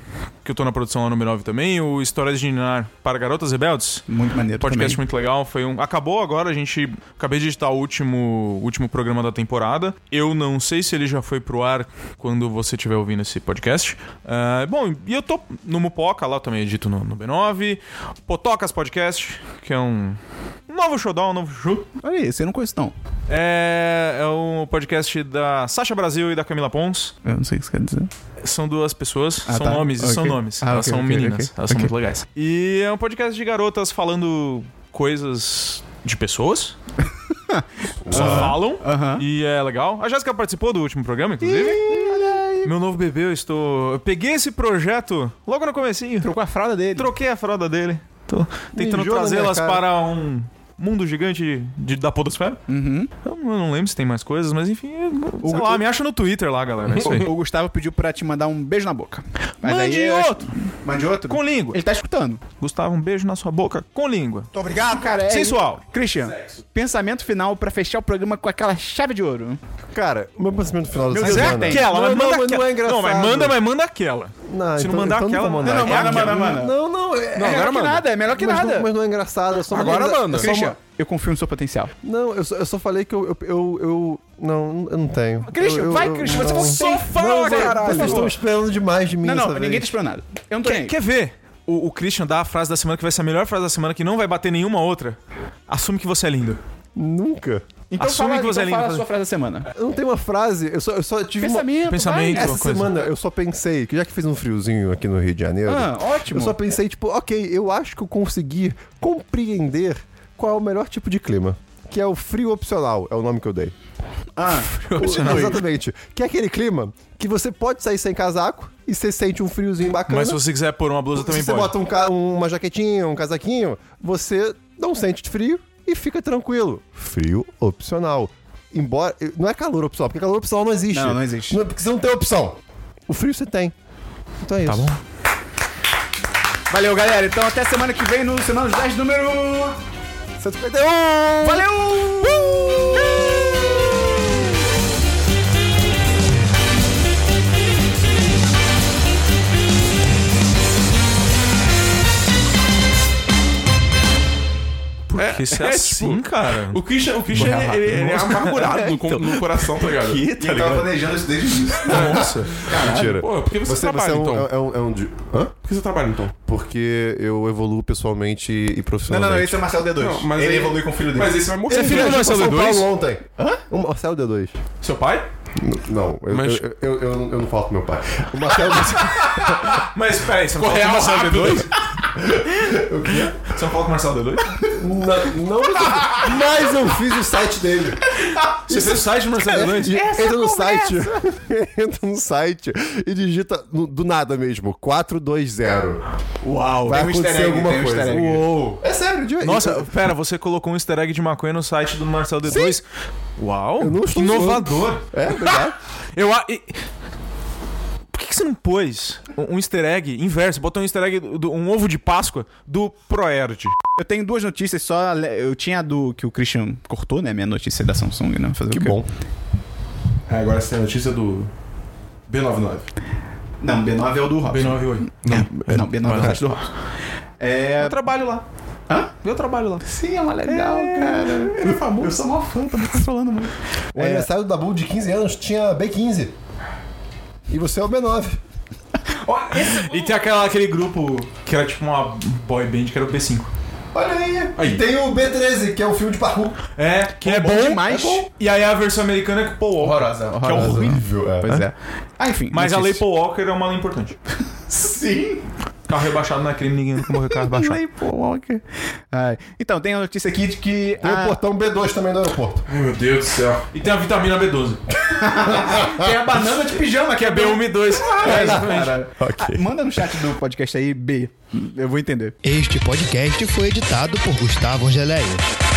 Speaker 4: que eu tô na produção lá no B9 também. O Histórias de Ninar para Garotas Rebeldes.
Speaker 1: Muito maneiro
Speaker 4: Podcast
Speaker 1: também.
Speaker 4: muito legal, foi um. Acabou agora, a gente. Acabei de editar o último, último programa da temporada. Eu não sei se ele já foi pro ar quando você estiver ouvindo esse podcast. É, bom, e eu tô no Mupoca, lá eu também edito no, no B9. Potocas Podcast, que é um. um Novo showdown, um novo show.
Speaker 1: Olha aí, você não conhece não.
Speaker 4: É, é um podcast da Sasha Brasil e da Camila Pons.
Speaker 1: Eu não sei o que você quer dizer.
Speaker 4: São duas pessoas, são
Speaker 1: tá.
Speaker 4: nomes e são
Speaker 1: Ok.
Speaker 4: nomes.
Speaker 1: Ah,
Speaker 4: elas
Speaker 1: ok,
Speaker 4: são
Speaker 1: ok,
Speaker 4: meninas,
Speaker 1: ok.
Speaker 4: elas são
Speaker 1: Ok.
Speaker 4: muito legais. E é um podcast de garotas falando coisas
Speaker 1: <laughs>
Speaker 4: de pessoas. Só falam e é legal. A Jéssica participou do último programa, inclusive. Meu novo bebê, eu estou. Eu peguei esse projeto logo no comecinho.
Speaker 1: Trocou a fralda dele.
Speaker 4: Troquei a fralda dele. Tô tentando
Speaker 2: Mijou na
Speaker 4: trazê-las
Speaker 2: minha cara.
Speaker 4: para um mundo gigante de, da podosfera.
Speaker 1: uhum.
Speaker 4: Eu não lembro se tem mais coisas, mas enfim, o, sei lá, me acha no Twitter lá, galera. É isso aí.
Speaker 1: O, o Gustavo pediu pra te mandar um beijo na boca. Mas
Speaker 4: Mande
Speaker 1: eu acho-
Speaker 4: outro.
Speaker 1: Mande outro?
Speaker 4: Com língua.
Speaker 1: Ele tá escutando.
Speaker 4: Gustavo, um beijo na sua boca com língua.
Speaker 7: Muito obrigado.
Speaker 1: Cara, é
Speaker 4: Sensual.
Speaker 1: Christian, pensamento final pra fechar o programa com aquela chave de ouro.
Speaker 2: Cara, o meu pensamento final dessa
Speaker 1: Deus,
Speaker 2: semana...
Speaker 1: é
Speaker 4: Aquela, mas
Speaker 2: não,
Speaker 4: manda
Speaker 2: mas
Speaker 4: aquela.
Speaker 2: não é engraçado.
Speaker 4: Não, mas manda, mas manda aquela.
Speaker 2: Não,
Speaker 4: Se
Speaker 2: então-
Speaker 4: não mandar
Speaker 2: então
Speaker 4: aquela.
Speaker 2: vou mandar.
Speaker 1: Não,
Speaker 2: É
Speaker 1: manda,
Speaker 2: aquela.
Speaker 1: manda, manda.
Speaker 2: Não, não, é...
Speaker 1: é melhor que nada, é melhor que
Speaker 2: mas
Speaker 1: nada.
Speaker 2: Não, mas não é engraçado. Eu só
Speaker 3: Agora
Speaker 2: mandei-
Speaker 3: manda.
Speaker 2: eu só
Speaker 1: Christian,
Speaker 2: ma-
Speaker 1: eu confio no seu potencial.
Speaker 2: Não, eu só, eu só falei que eu... eu, eu, eu- não, eu não tenho.
Speaker 1: Christian,
Speaker 2: Eu- eu-
Speaker 1: vai,
Speaker 2: eu-
Speaker 1: Christian, você
Speaker 2: não.
Speaker 1: só fala,
Speaker 2: Vocês-
Speaker 1: caralho.
Speaker 2: Vocês estão esperando demais de mim
Speaker 1: Não, não,
Speaker 2: essa
Speaker 1: ninguém
Speaker 2: vez.
Speaker 1: tá esperando nada. Eu não tô nem
Speaker 4: Quer,
Speaker 1: aí.
Speaker 4: quer ver? O, o Christian dá a frase da semana que vai ser a melhor frase da semana, que não vai bater nenhuma outra. Assume que você é lindo.
Speaker 2: Nunca.
Speaker 1: Então
Speaker 4: Assume
Speaker 1: fala,
Speaker 4: que você é
Speaker 1: então
Speaker 4: lindo.
Speaker 1: fala a sua frase da semana.
Speaker 2: Eu não tenho uma frase, eu só, eu só tive uma...
Speaker 1: Pensamento,
Speaker 4: Pensamento.
Speaker 1: vai.
Speaker 2: Essa
Speaker 4: uma coisa.
Speaker 2: semana eu só pensei, que já que fez um friozinho aqui no Rio de Janeiro,
Speaker 1: Ah, ótimo.
Speaker 2: eu só pensei, tipo, ok, eu acho que eu consegui compreender qual é o melhor tipo de clima. Que é o frio opcional, é o nome que eu dei. <laughs>
Speaker 1: Ah,
Speaker 2: O- Exatamente. Que é aquele clima que você pode sair sem casaco e você sente um friozinho bacana.
Speaker 4: Mas se você quiser pôr uma blusa,
Speaker 2: Se
Speaker 4: também
Speaker 2: você
Speaker 4: pode.
Speaker 2: bota um ca- uma jaquetinha, um casaquinho, você não sente frio e fica tranquilo. Frio opcional. Embora. Não é calor opcional, porque calor opcional não existe.
Speaker 1: Não, não existe.
Speaker 2: porque você não tem opção. O frio você tem. Então é isso. Tá bom.
Speaker 1: Valeu, galera. Então até semana que vem no Semana dos 10, número...
Speaker 2: 151!
Speaker 1: Valeu!
Speaker 4: Por
Speaker 3: É,
Speaker 4: que
Speaker 1: um
Speaker 4: você é,
Speaker 3: é,
Speaker 4: assim,
Speaker 3: tipo,
Speaker 4: cara?
Speaker 3: O Christian, o Christian ele, ele- ele é amargurado no, com- no coração, tá ligado?
Speaker 4: que, tá ligado?
Speaker 1: planejando isso desde o início.
Speaker 4: Nossa.
Speaker 2: Mentira.
Speaker 3: Ah, Pô, por que você,
Speaker 2: Você, você
Speaker 3: trabalha,
Speaker 2: é, um,
Speaker 3: então?
Speaker 2: é, um, é um de- Hã?
Speaker 3: Por que você trabalha, então?
Speaker 2: Porque eu evoluo pessoalmente e
Speaker 1: Não, não,
Speaker 2: profissionalmente.
Speaker 1: não, esse é o Marcelo D2.
Speaker 3: Não, mas
Speaker 1: ele
Speaker 3: aí-
Speaker 1: evolui com o filho dele.
Speaker 3: Mas aí você vai morrer.
Speaker 2: Você é filho do Marcelo
Speaker 4: Marcelo
Speaker 2: D2?
Speaker 4: D2?
Speaker 2: ontem. Hã? O Marcelo D2.
Speaker 3: Seu pai?
Speaker 2: Não, eu,
Speaker 3: Mas-
Speaker 2: eu, eu, eu, eu não falo pro meu pai. O Marcelo D2.
Speaker 4: Mas peraí, você não
Speaker 3: Correal
Speaker 4: fala com o Marcelo
Speaker 3: rápido.
Speaker 4: D2? o quê? é Você não fala com o Marcelo D2?
Speaker 2: não, não, mas eu fiz o site dele.
Speaker 4: Você fez o site do Marcelo D2?
Speaker 2: entra no site. <laughs> entra no site e digita no- do nada mesmo. 420.
Speaker 4: Uau.
Speaker 2: Vai
Speaker 1: um easter
Speaker 2: acontecer
Speaker 1: egg,
Speaker 2: alguma
Speaker 1: tem um
Speaker 2: coisa.
Speaker 1: easter egg.
Speaker 4: Uou.
Speaker 2: É sério, de
Speaker 4: Nossa, pera, você colocou um easter egg de maconha no site do Marcelo D2? Uau.
Speaker 2: Eu não estou
Speaker 4: Inovador.
Speaker 2: É, verdade.
Speaker 4: <laughs> Eu a... e- Por que, que você não pôs um um easter egg inverso? Botou um easter egg, do, um ovo de Páscoa do Proerd.
Speaker 1: Eu tenho duas notícias só. Eu tinha a do que o Christian cortou, né? Minha notícia da Samsung, né? Fazer o
Speaker 2: Que
Speaker 1: quê?
Speaker 2: bom.
Speaker 3: É, agora você tem a notícia do B99.
Speaker 1: Não, B9 é o do Robson.
Speaker 3: B98.
Speaker 1: É, Não, B9 é o site do Robson. É.
Speaker 4: Eu trabalho lá.
Speaker 1: Hã?
Speaker 4: Eu trabalho lá.
Speaker 1: Sim, é uma legal, cara. Ele é famoso. Eu sou mó fã, tá me controlando muito.
Speaker 2: O aniversário do Dabu de 15 anos tinha B15. E você é o B9.
Speaker 4: E tem aquela- aquele grupo que era tipo uma boy band que era o B5.
Speaker 2: Olha aí.
Speaker 3: Aí.
Speaker 2: E tem o B13, que é o filme de parkour.
Speaker 4: É, que é bom,
Speaker 1: demais.
Speaker 4: E aí a versão americana é com o Paul Walker.
Speaker 1: Horrorosa, horrorosa.
Speaker 4: horrível.
Speaker 2: é.
Speaker 1: Pois é. Ah, enfim.
Speaker 4: Mas a lei
Speaker 1: notícias.
Speaker 4: Paul Walker é uma lei importante.
Speaker 1: Sim.
Speaker 4: Carro rebaixado na crime, ninguém nunca morreu carro rebaixado.
Speaker 1: Lei Paul Walker. Ai. Então, tem a notícia aqui de que.
Speaker 2: Tem o
Speaker 1: a-
Speaker 2: portão B2 também do aeroporto.
Speaker 3: Ai, meu Deus do céu.
Speaker 4: E tem a vitamina B12,
Speaker 1: tem a banana de pijama, que é B1
Speaker 4: B1 e 2. <laughs> É, exatamente.
Speaker 1: Cara, ah, manda no chat do podcast aí, B. Eu vou entender.
Speaker 8: Este podcast foi editado por Gustavo Angeléia.